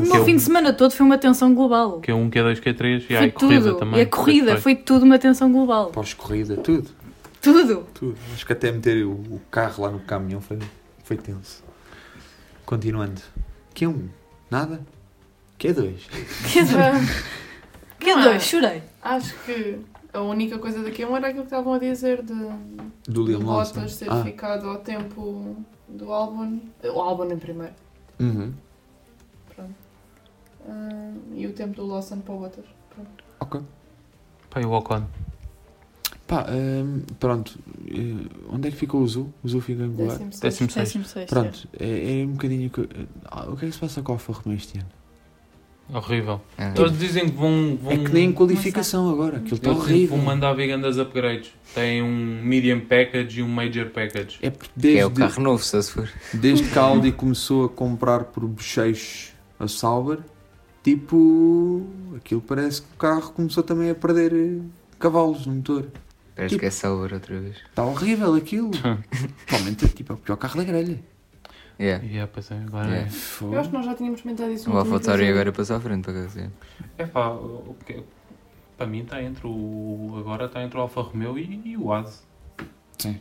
C: O meu
F: eu-
C: fim de semana todo foi uma tensão global.
F: Q1, Q2, Q3 e
C: foi
F: a corrida
C: tudo.
F: também.
C: E a corrida foi tudo uma tensão global.
B: Pós-corrida, tudo.
C: Tudo.
B: Tudo. Acho que até meter o, o carro lá no caminhão foi, foi tenso. Continuando. Q1. Nada? é Q2.
C: Quer dizer, quer
G: Não é?
C: dois, chorei.
G: Acho que a única coisa daqui a um era aquilo que estavam a dizer de
B: Do Liam Lawson.
G: Bottas ter
B: Ah,
G: ficado ao tempo do álbum. O álbum em primeiro.
B: uhum.
G: Pronto. Ah, e o tempo do Lawson para o Bottas. Pronto.
B: Ok.
F: Pá, e o Ocon.
B: Pá, hum, pronto. Eh, onde é que ficou o Zu? O Zu ficou em que lugar?
G: Décimo sexto.
F: Décimo sexto.
C: Décimo sexto.
B: Pronto. É, é um bocadinho que. ah, o que é que se passa com a Alfa Romeo este ano?
F: Horrível.
D: Ah.
F: Todos dizem que vão. vão
B: É que nem qualificação agora. Aquilo está
F: Eles dizem que
B: horrível.
D: tipo
F: vão
D: um
F: mandar vir grandes upgrades. Tem um medium package e um major package.
B: É porque
D: Que é o
B: desde,
D: carro novo, só se for.
B: Desde que a Audi começou a comprar por bochechos a Sauber, tipo, aquilo parece que o carro começou também a perder eh, cavalos no motor.
F: Tipo-
D: Parece que é Sauber outra vez.
B: Está horrível aquilo.
D: Tá.
B: Atualmente, tipo, é o pior carro da grelha.
D: Yeah.
F: E é, pois é, agora
D: Yeah.
G: Eu acho que nós já tínhamos comentado isso
D: O
G: último
D: Alfa e
G: episódio.
D: agora passou à frente para casa.
F: é. É pá, o que- para mim está entre o. Agora está entre o Alfa Romeo e, e o Aze.
D: Yeah.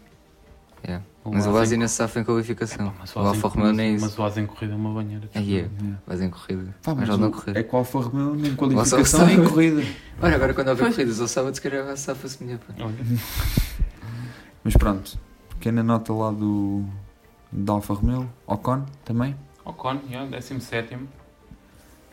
D: É. Mas o Vaz ainda se safa em qualificação.
F: Mas
D: O Alfa Romeo nem
F: Mas
D: isso.
F: o Aze em corrida é uma banheira.
D: Aí é, Vaz em corrida.
B: Pá,
D: Mas
B: mas
D: ele não
B: o- é
D: correr.
B: que o Alfa Romeo nem
D: Nossa,
B: qualificação nem
D: o-
B: corrida.
D: Olha, agora quando houver corridas ao sábado, se calhar vai safa-se melhor. pá.
F: Olha,
B: Mas pronto, pequena nota lá do da Alfa Romeo, Ocon também.
F: Ocon, yeah, 17.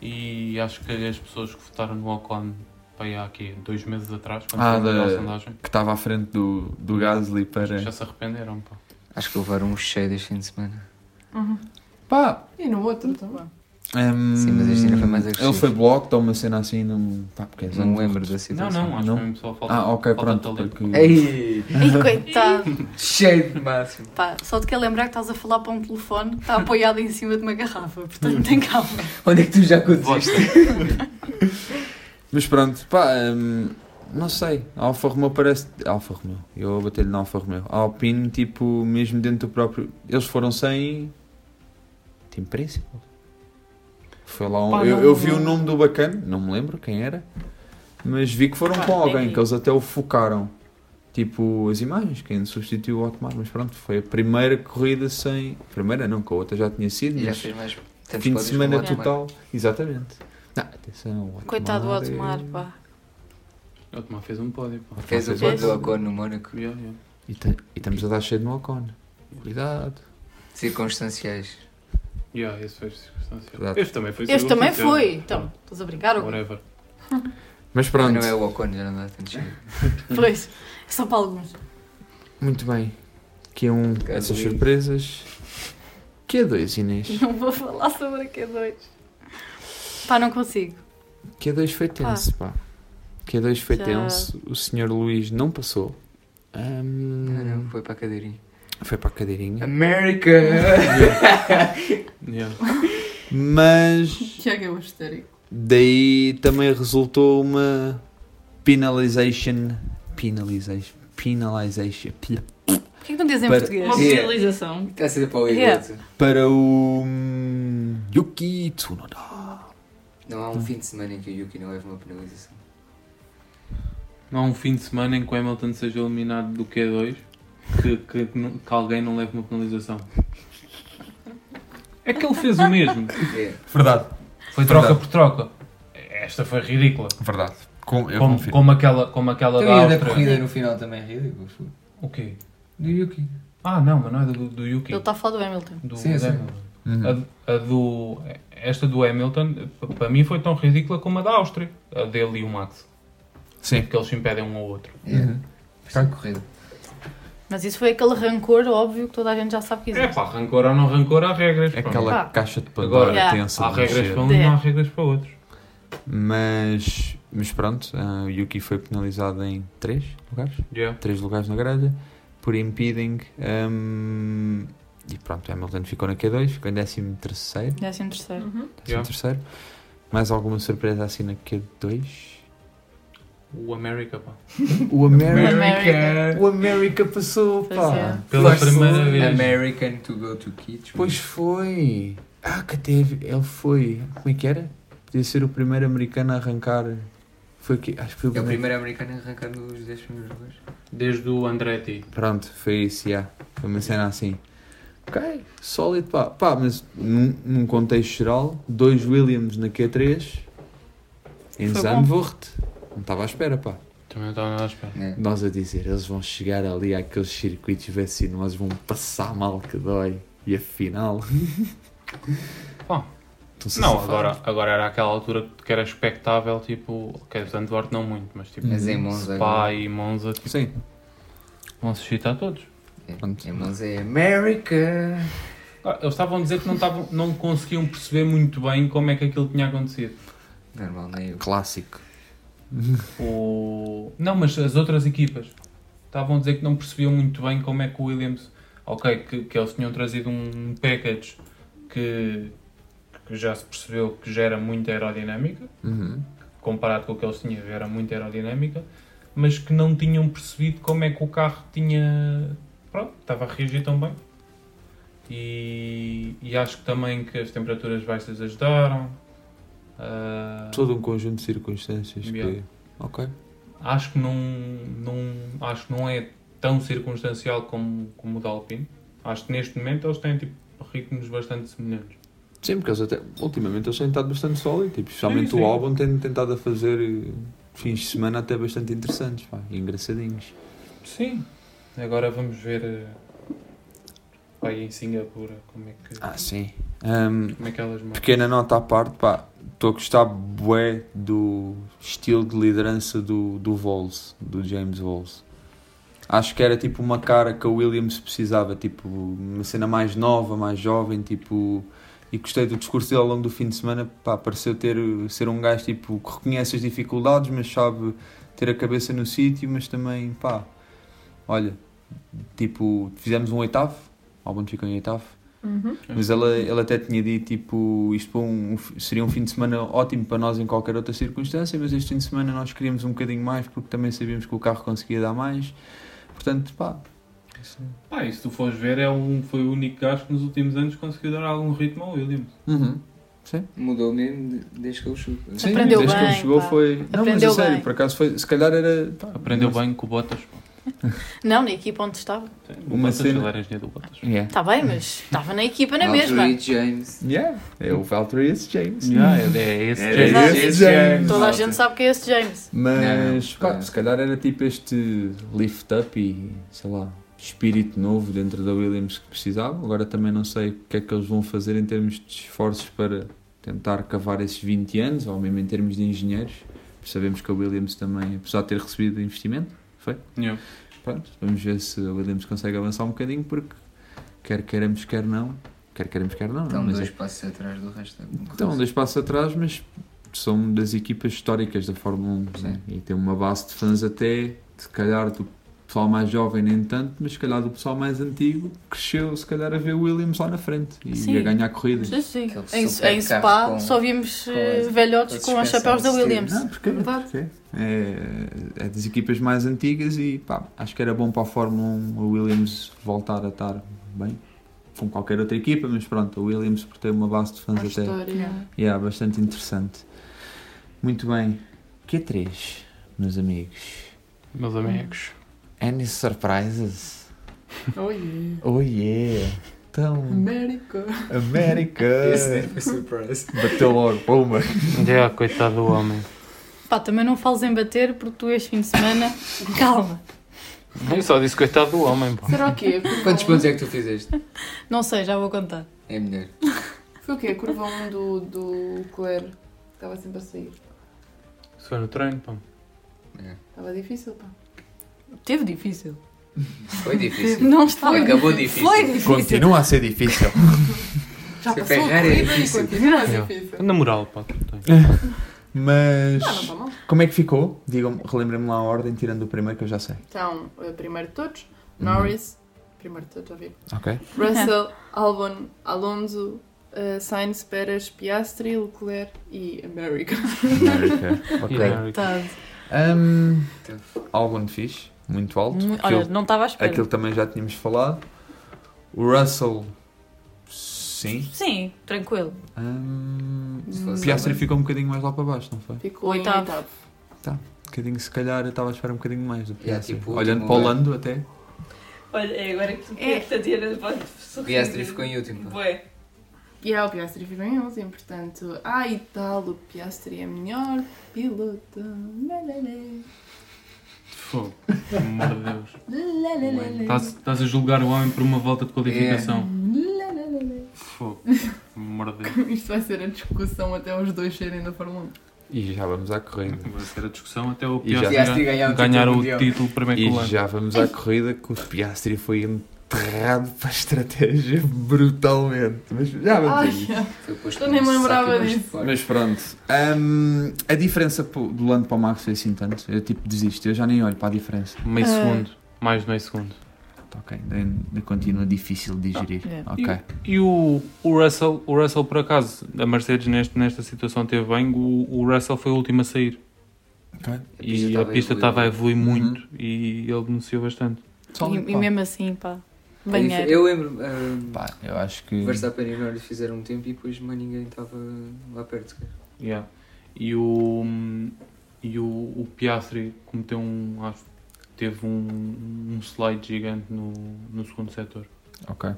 F: E acho que as pessoas que votaram no Ocon foi há aqui dois meses atrás, quando
B: Ah,
F: foi a melhor
B: da,
F: sondagem,
B: que estava à frente do, do Gasly para.
F: já se arrependeram. Pá.
D: Acho que levaram um cheio deste fim de semana.
B: Pá!
G: E no outro também.
B: hum,
D: Sim, mas este ainda foi mais agressivo.
B: Ele foi bloco, está uma cena assim, não. Pá, porque é
D: Não
B: Zandvoort.
D: lembro da situação.
F: Não, não, acho que mesmo só falta-
B: Ah, ok,
F: falta
B: pronto.
F: talento.
B: Porque...
D: Ei!
C: Ei, coitado.
D: Cheio de máximo.
C: Pá, só de que lembrar que estás a falar para um telefone que está apoiado em cima de uma garrafa. Portanto, tem calma.
D: Onde é que tu já conduziste?
B: Mas pronto, pá, hum, não sei. A Alfa Romeo parece. Alfa Romeo, eu vou bater-lhe na Alfa Romeo. A Alpine, tipo, mesmo dentro do próprio. Eles foram sem. Team Principal. Foi lá um.
L: Pá,
B: eu,
L: não-
B: eu vi o nome do bacana, não me lembro quem era, mas vi que foram
L: Pá,
B: com alguém,
L: nem
B: que eles até o focaram. Tipo, as imagens, quem substituiu o Otmar, mas pronto, foi a primeira corrida sem. Primeira não, que a outra já tinha sido,
D: E já
B: mas
D: fez mais tantos
B: fim de
D: pódios
B: semana
D: como o Otmar.
B: total. Exatamente. Não, atenção, o Otmar
C: Coitado do
B: é-
C: Otmar, pá.
F: O Tomás fez um pódio. Pá.
D: Fez o
B: Fez.
D: pódio do Ocon no Mónaco.
F: Yeah, yeah.
B: E, te- e estamos a dar cheio no Ocon. Cuidado.
D: Circunstanciais.
F: Yeah, esse foi circunstancial.
B: Exato.
F: Este também foi
C: Este também
F: circunstancial.
C: foi. Então, estás a brincar ou quê?
F: Whatever.
B: Mas
D: Mas
B: pronto,
D: Não é o Ocon, já não dá tanto cheio.
C: Pois, é só para alguns.
B: muito bem. Q1, essas
D: lindo.
B: surpresas. Q2, Inês.
C: Não vou falar sobre a Q2. Pá, não consigo.
B: Q2 foi é tenso, pá. Q2 foi
C: Já-
B: tenso. O senhor Luís não passou.
D: Não,
B: Ahm,
D: Ah, não, foi para a cadeirinha.
B: Foi para a cadeirinha.
D: America!
F: Yeah.
B: Mas
G: Tiago
C: um
G: é o histérico.
B: daí também resultou uma penalization. Penalization. Penalization.
C: Porquê que não dizem em
B: Para-
C: português?
E: Uma
D: Sim.
E: penalização.
D: Está a ser para o
C: Yeah.
D: Igor.
B: Para o hum, Yuki Tsunoda.
D: Não há um fim de semana em que o Yuki não leve uma penalização.
F: Não há um fim de semana em que o Hamilton seja eliminado do Q2 que, que, que não- que alguém não leve uma penalização. É que ele fez o mesmo.
D: É.
B: Verdade.
F: Foi troca por troca. Esta foi ridícula.
B: Verdade. Com, eu
F: Como,
B: confirmo.
F: como aquela, como aquela da
D: Então, e a da
F: Áustria.
D: corrida no final também é ridículo. foi.
F: O quê?
D: Do Yuki.
F: Ah, não, mas não é do, do Yuki.
C: Ele está a falar do Hamilton.
F: Do
D: Sim, sim.
F: Hamilton.
B: Uhum.
F: A, a do, esta do Hamilton, p- para mim, foi tão ridícula como a da Áustria. A dele e o Max.
B: Sim.
F: Porque eles se impedem um ao outro.
D: Yeah. Está corrida.
C: Mas isso foi aquele rancor óbvio que toda a gente já sabe que
F: É
C: existe.
F: pá, rancor ou não rancor, há regras.
B: É
F: pá.
B: aquela
C: Pá.
B: caixa de Pandora
C: Ah. Agora,
B: tensa.
F: Há
B: de
F: regras
B: mexer.
F: para uns, não há
C: É.
F: regras para outros.
B: Mas, mas pronto, ah, o Yuki foi penalizado em 3 lugares.
F: Yeah.
B: 3 lugares na grelha. Por impeding. hum, e pronto, o Hamilton ficou na Q2, ficou em 13 terceiro.
C: Décimo É assim terceiro.
E: Uhum.
F: Yeah.
B: terceiro. Mais alguma surpresa assim na Q2?
F: O América, pá.
B: O América.
C: America.
B: O América passou,
C: Pois
B: pá.
C: é.
F: Pela
B: Passou.
F: primeira vez.
D: American to go to kids. É
B: Pois foi. Ah, que teve. Ele foi. Como é que era? Podia ser o primeiro americano a arrancar. Foi aqui. Acho que foi
D: É o primeiro americano a arrancar nos 10 primeiros lugares.
F: Desde o Andretti.
B: Pronto, foi isso, já. Foi uma cena assim. Ok, sólido, pá. Pá, mas num, num contexto geral, dois Williams na Q3, em
C: Foi bom.
B: Zandvoort. Não estava à espera, pá.
F: Também não estava nada à espera.
D: É.
B: Nós a dizer, eles vão chegar ali àqueles circuitos vacinosos, vão passar mal que dói. E afinal.
F: Bom,
B: Estão-se a
F: Não,
B: safar.
F: agora, agora era aquela altura que era expectável, tipo, ok, Zandvoort não muito, mas tipo,
D: Mas em Monza.
F: Spa e Monza tipo,
B: Sim,
F: vão suscitar todos.
B: Pronto.
D: É. Em Monza é America.
F: Ah, Eles estavam a dizer que não, estavam, não conseguiam perceber muito bem como é que aquilo tinha acontecido.
D: Normal, não é eu.
B: clássico.
F: O... Não, mas as outras equipas estavam a dizer que não percebiam muito bem como é que o Williams. Ok, que, que eles tinham trazido um package que, que já se percebeu que gera muita aerodinâmica,
B: Uhum.
F: comparado com o que eles tinham, era muita aerodinâmica, mas que não tinham percebido como é que o carro tinha. Pronto, estava a reagir tão bem. E, e acho que também que as temperaturas baixas ajudaram. Ah,
B: Todo um conjunto de circunstâncias
F: Yeah.
B: que. Ok.
F: acho que não, não acho que não é tão circunstancial como, como o da Alpine. Acho que neste momento eles têm tipo ritmos bastante semelhantes.
B: Sim, porque eles até, ultimamente eles têm estado bastante sólidos, tipo, especialmente
F: sim.
B: o álbum tem tentado a fazer eh, fins de semana até bastante interessantes, pá, e engraçadinhos.
F: Sim. Agora vamos ver eh,
I: Pá, e em Singapura, como é que.
B: Ah, sim. Ahm,
I: Como é que elas morrem?
B: pequena nota à parte, pá, estou a gostar bué do estilo de liderança do, do Vols, do James Vols. Acho que era tipo uma cara que a Williams precisava, tipo, uma cena mais nova, mais jovem, tipo. E gostei do discurso dele ao longo do fim de semana, pá, pareceu ter, ser um gajo tipo, que reconhece as dificuldades, mas sabe ter a cabeça no sítio, mas também, pá, olha, tipo, fizemos um oitavo, o álbum ficou em oitavo,
G: Uhum.
B: mas ela, ela até tinha dito, tipo, isto foi um- um fi- seria um fim de semana ótimo para nós em qualquer outra circunstância, mas este fim de semana nós queríamos um bocadinho mais porque também sabíamos que o carro conseguia dar mais. Portanto, pá. isso-
I: Pá, e se tu fores ver, é um, foi o único gajo que nos últimos anos conseguiu dar algum ritmo ao Williams.
B: Uhum. Sim.
D: Mudou mesmo de- desde que ele chegou.
B: Sim, desde que ele chegou foi. Não, mas a
C: Aprendeu
B: sério,
C: bem.
B: por acaso foi. Se calhar era. pá,
I: Aprendeu
B: uma-
I: bem com o Bottas. pá.
C: Não, na equipa onde estava.
I: O
B: Uma
I: Bottas,
B: cena-
I: ele era engenheiro do Bottas.
B: Yeah.
C: Está bem, mas estava na equipa na
D: Valtteri
C: mesma.
D: James.
B: Yeah, é o Valtteri esse James.
I: Yeah, ele é esse
D: Era
I: James.
C: Exato.
B: esse James.
C: Toda a
D: Valtteri.
C: gente sabe que é esse James.
B: Mas
D: Não,
B: pá,
D: é.
B: se calhar era tipo este lift up e sei lá, espírito novo dentro da Williams que precisava. Agora também não sei o que é que eles vão fazer em termos de esforços para tentar cavar esses 20 anos, ou mesmo em termos de engenheiros. Sabemos que a Williams também, apesar de ter recebido investimento, foi.
I: Yeah.
B: Pronto, vamos ver se a Williams consegue avançar um bocadinho, porque quer queremos, quer não, quer queremos, quer não.
D: Estão
B: não, mas é
D: dois passos atrás do resto da concorrência.
B: Estão Então, dois passos atrás, mas são das equipas históricas da Fórmula 1 né? e tem uma base de fãs até, se calhar do pessoal mais jovem nem tanto, mas se calhar do pessoal mais antigo cresceu se calhar a ver o Williams lá na frente e
C: Sim.
B: a ganhar corridas.
C: Sim, sim.
D: Aquele
C: Em,
D: super
C: em
D: carro
C: Spa
D: com-
C: só vimos
D: com
C: eh,
D: a-
C: velhotes
D: com a
C: com os
D: suspensão
C: chapéus da
D: de steel.
C: Williams.
B: Não, porque é verdade. É, é das equipas mais antigas e pá, acho que era bom para a Fórmula 1 o Williams voltar a estar bem, com qualquer outra equipa, mas pronto, o Williams por ter uma base de fãs
G: A
B: até.
G: história.
B: Yeah, bastante interessante. Muito bem. Q3, meus amigos.
I: Meus amigos.
B: Any surprises?
G: Oh yeah.
B: Oh yeah! Então,
G: América.
B: América!
D: Esse nem foi surprise.
B: Bateu logo, puma!
I: Yeah, coitado do homem.
D: é?
C: Pá, também não fales em bater porque tu este fim de semana. Calma.
I: Eu só disse coitado do homem, pá.
G: Será que é?
D: Quantos pontos é que tu fizeste?
C: Não sei, já vou contar.
D: É melhor.
G: Foi o quê? A curva 1 do, do Leclerc. Estava sempre a sair.
I: Isso foi no treino, pá.
G: Estava difícil, pá.
C: Teve difícil.
D: Foi difícil.
C: Não estava.
D: Acabou difícil.
C: Foi difícil.
B: a ser difícil.
G: Já
D: Se a
G: passou a
D: Ferrari é
G: corrida e
D: difícil.
G: continua a ser
I: Yeah.
G: difícil.
I: Na moral, pá. tu tens.
B: Mas.
C: Tá,
G: Ah, não está mal.
B: Como é que ficou? Digam-me, relembrem-me lá a ordem, tirando o primeiro que eu já sei.
G: Então, eh, primeiro de todos,
D: Uhum.
G: Norris. Primeiro de todos, já vi.
B: Ok.
G: Russell, Albon, Alonso, eh, Sainz, Pérez, Piastri, Leclerc e América.
B: América.
I: E
B: Ok.
I: Derek.
B: Um, algum de fixe, muito alto.
C: Mu-
B: que eu-
C: Olha, não estava à espera.
B: Aquilo também já tínhamos falado. O Russell, sim.
C: Sim, tranquilo.
B: Hum,
D: Se fosse
B: Piastri
D: Albon.
B: ficou um bocadinho mais lá para baixo, não foi?
G: Ficou em
C: Oitavo.
G: oitavo.
B: Um bocadinho, se calhar, eu estava a esperar um bocadinho mais do
D: Yeah,
B: Piastri.
D: tipo,
B: Olhando
D: último
B: para o
D: lugar.
B: Lando até.
E: Olha, é agora que
C: É.
E: a Tatiana pode sorrir.
D: Piastri ficou em último. pá.
E: Bué.
G: E yeah, o Piastri ficou em último, portanto, ai tal, o Piastri é melhor piloto. Lalala.
I: Fogo. Pelo amor de Deus.
G: Lalala.
I: Estás- Estás a julgar o homem por uma volta de qualificação.
G: Lalala.
B: É.
I: Fogo. Pelo amor de Deus.
G: Isto vai ser a discussão até os dois serem da Fórmula 1.
B: E já vamos à corrida.
I: Vai ser a discussão até o
B: E já-
I: Piastri
D: Piastri
I: ganhar,
D: ganhar
I: ganhar o
D: o título mundial.
I: título primeiro
B: E
I: com o Lando.
B: já vamos à corrida que o Piastri foi enterrado para a estratégia brutalmente. Mas já vamos a
G: Ai,
B: isso.
D: Foi posto
G: Eu nem
D: num
G: me
D: saco
G: lembrava
D: e posto
G: disso.
D: fora.
B: Mas pronto, hum, a diferença pô, do Lando para o Max foi assim tanto. Eu tipo desisto, eu já nem olho para a diferença.
I: Meio
C: Ah.
I: segundo. Mais de meio segundo.
B: Tá, Ok, ainda continua difícil de digerir.
C: é.
B: Ok.
I: E o, o Russell, o Russell por acaso, a Mercedes neste, nesta situação teve bem, o, o Russell foi o último a sair.
B: Ok.
D: A pista
I: E a
D: estava
I: pista
D: evoluída.
I: estava a evoluir muito e ele denunciou bastante.
B: um
C: E, e mesmo assim, pá.
D: Foi dif-
C: Banheiro.
D: Eu lembro. ah,
B: Pá, eu acho que.
D: Verstappen e Norris fizeram um tempo e depois mais ninguém estava lá perto. cara.
I: Yeah. E o e o, o Piastri cometeu um acho, que teve um, um slide gigante no, no segundo setor.
B: Ok.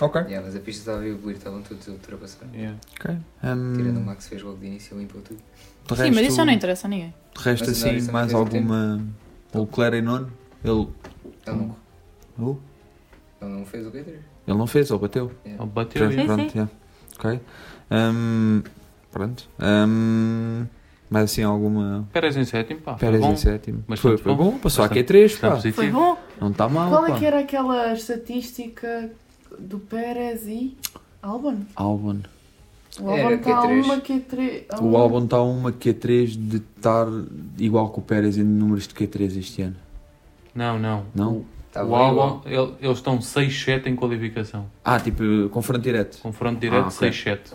B: Ok.
D: Yeah, mas a pista estava a evoluir, estavam todos a ultrapassar.
I: Yeah.
B: Ok. Hum,
D: Tirando o Max fez logo de início e limpou tudo.
B: de
C: Sim, mas
B: resto-
C: isso já não interessa a ninguém.
B: De resto,
D: Mas o Norris
B: assim,
D: também
B: mais
D: fez o
B: alguma. O Leclerc em nono? Ele.
D: Ele não,
B: Oh?
D: ele Ele não fez o Q3.
B: Ele não fez, ele bateu.
D: Yeah.
F: Ele bateu,
B: Sim,
F: yeah.
B: pronto,
F: Sim, sim.
B: yeah. Ok. Hum, pronto. Hum, mas assim, alguma.
F: Pérez em sétimo, pá, Ah, foi
B: Pérez
F: bom.
B: em sétimo. Ah,
F: Bastante
B: Foi, foi
F: bom.
B: bom, passou aqui
F: Bastante-
B: a 3,
F: está
B: pá.
F: positivo.
C: Foi bom.
B: Não está mal.
G: Qual é
B: pá.
G: que era aquela estatística do Pérez e Albon?
B: Albon.
G: O
D: Era
G: Albon está a
D: Q3.
G: uma Q3. a
B: O
G: uma-
B: Albon está a uma Q3 de estar igual que o Pérez em números de Q3 este ano.
F: Não, não.
B: Não?
D: Tá
F: o
D: bom,
F: álbum, ele- eles estão 6-7 em qualificação.
B: Ah, tipo, confronto direto.
F: Confronto direto
B: Ah, ok.
F: 6-7.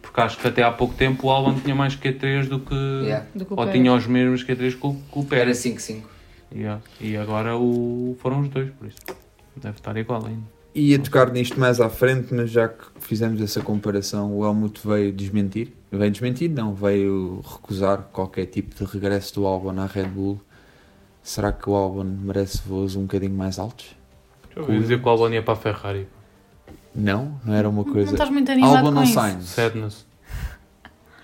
F: Porque acho que até há pouco tempo o Albon tinha mais Q3 do que.
D: Yeah.
E: Do que o
F: ou
E: Pérez.
F: tinha os mesmos Q3 que o, que o
D: Era assim.
F: Pérez.
D: 5-5.
F: Yeah. E agora o, foram os dois, por isso. Deve estar igual ainda.
B: Ia tocar nisto mais à frente, mas já que fizemos essa comparação, o Helmut veio desmentir. Veio desmentir, não, veio recusar qualquer tipo de regresso do Albon à Red Bull. Será que o Albon merece voos um bocadinho mais altos?
F: Eu ouvi dizer que o Albon ia para a Ferrari.
B: Não, não era uma coisa.
C: estás muito animado
B: Albon
C: com
B: ou
C: isso.
B: Sainz?
F: Sadness.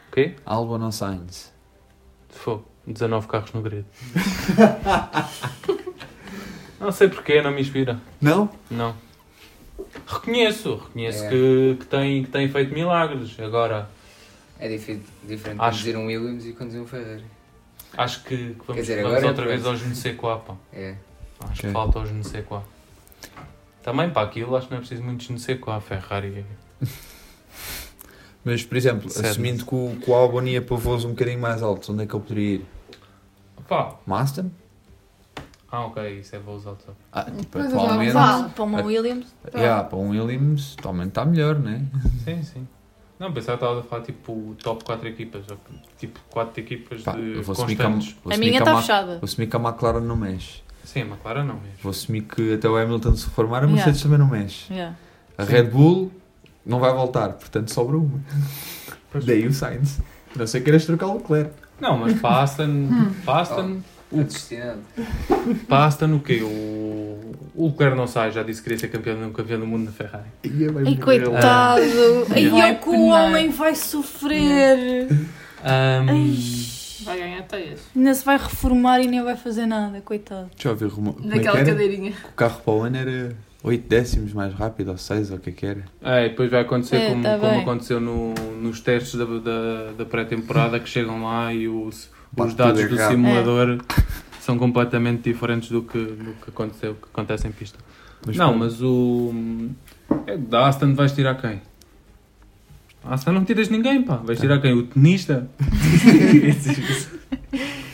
F: O quê?
B: Albon ou Sainz?
F: Fogo. 19 carros no grid. não sei porquê, não me inspira.
B: Não?
F: Não. Reconheço, reconheço
D: É.
F: que, que, tem, que tem feito milagres. Agora,
D: É difi- diferente
F: Acho-
D: conduzir um Williams e conduzir um Ferrari.
F: acho que, que vamos,
D: dizer,
F: vamos
D: agora é
F: outra vez
D: diferente.
F: aos não sei quá, pá.
D: É.
F: Acho
B: Ok.
F: que falta aos não sei quá. Também para aquilo, acho que não é preciso muitos não sei quá. Ferrari.
B: Mas, por exemplo,
F: Certo.
B: assumindo que o, que o Albon ia para voos um bocadinho mais altos, onde é que ele poderia ir?
F: Pá.
B: Master?
F: Ah, ok, isso é voos altos.
B: Ah, tipo,
G: Mas
B: atualmente.
C: Vá, para
B: É.
C: uma Williams.
B: Yeah, para um Williams, atualmente está melhor, né?
F: Sim, sim. Não, pensava que estavas a falar tipo top 4 equipas. ou, Tipo 4 equipas
B: Pá,
F: de
B: eu vou assumir que a,
F: constantes.
B: vou
C: A
B: assumir
C: minha tá
B: que a
C: está
B: Ma-
C: fechada.
B: Vou assumir que a McLaren não mexe.
F: Sim, a McLaren não mesmo.
B: Vou assumir que até o Hamilton se reformar, a
C: Yeah.
B: Mercedes também não mexe.
C: Yeah.
B: A Red Bull não vai voltar, portanto sobra uma. Daí o Sainz. A Não sei que queiras trocar o Leclerc.
F: Não, mas para a Aston, para a Aston,
B: Oh.
D: O destinado.
F: para a Aston o quê? O, o Leclerc não sai, já disse que queria ser campeão, campeão do mundo na Ferrari.
B: E é bem
C: Ai,
B: bom.
C: coitado.
B: É.
C: Ai,
G: Vai
C: o que o
G: penar.
C: homem vai sofrer.
F: Ahm,
C: Ai,
E: Vai ganhar até esse.
C: ainda se vai reformar e nem vai fazer nada, coitado.
B: Deixa eu ver rumo- como é que
E: Naquela
B: era?
E: cadeirinha.
B: Que O carro para o ano era 8 décimos mais rápido, ou 6, ou o que é que era.
F: é, e depois vai acontecer
C: É,
F: como,
C: tá
F: como
C: bem.
F: aconteceu no- nos testes da, da, da
C: Hum.
F: pré-temporada que chegam lá e os,
B: Pá,
F: os dados
B: tudo
F: do
B: errado.
F: simulador
C: É.
F: são completamente diferentes do que, do que aconteceu, que acontece em pista. não,
B: pronto.
F: mas o. É, da Aston vais tirar quem? A Aston não tiras ninguém, pá. Vais tirar quem? O tenista?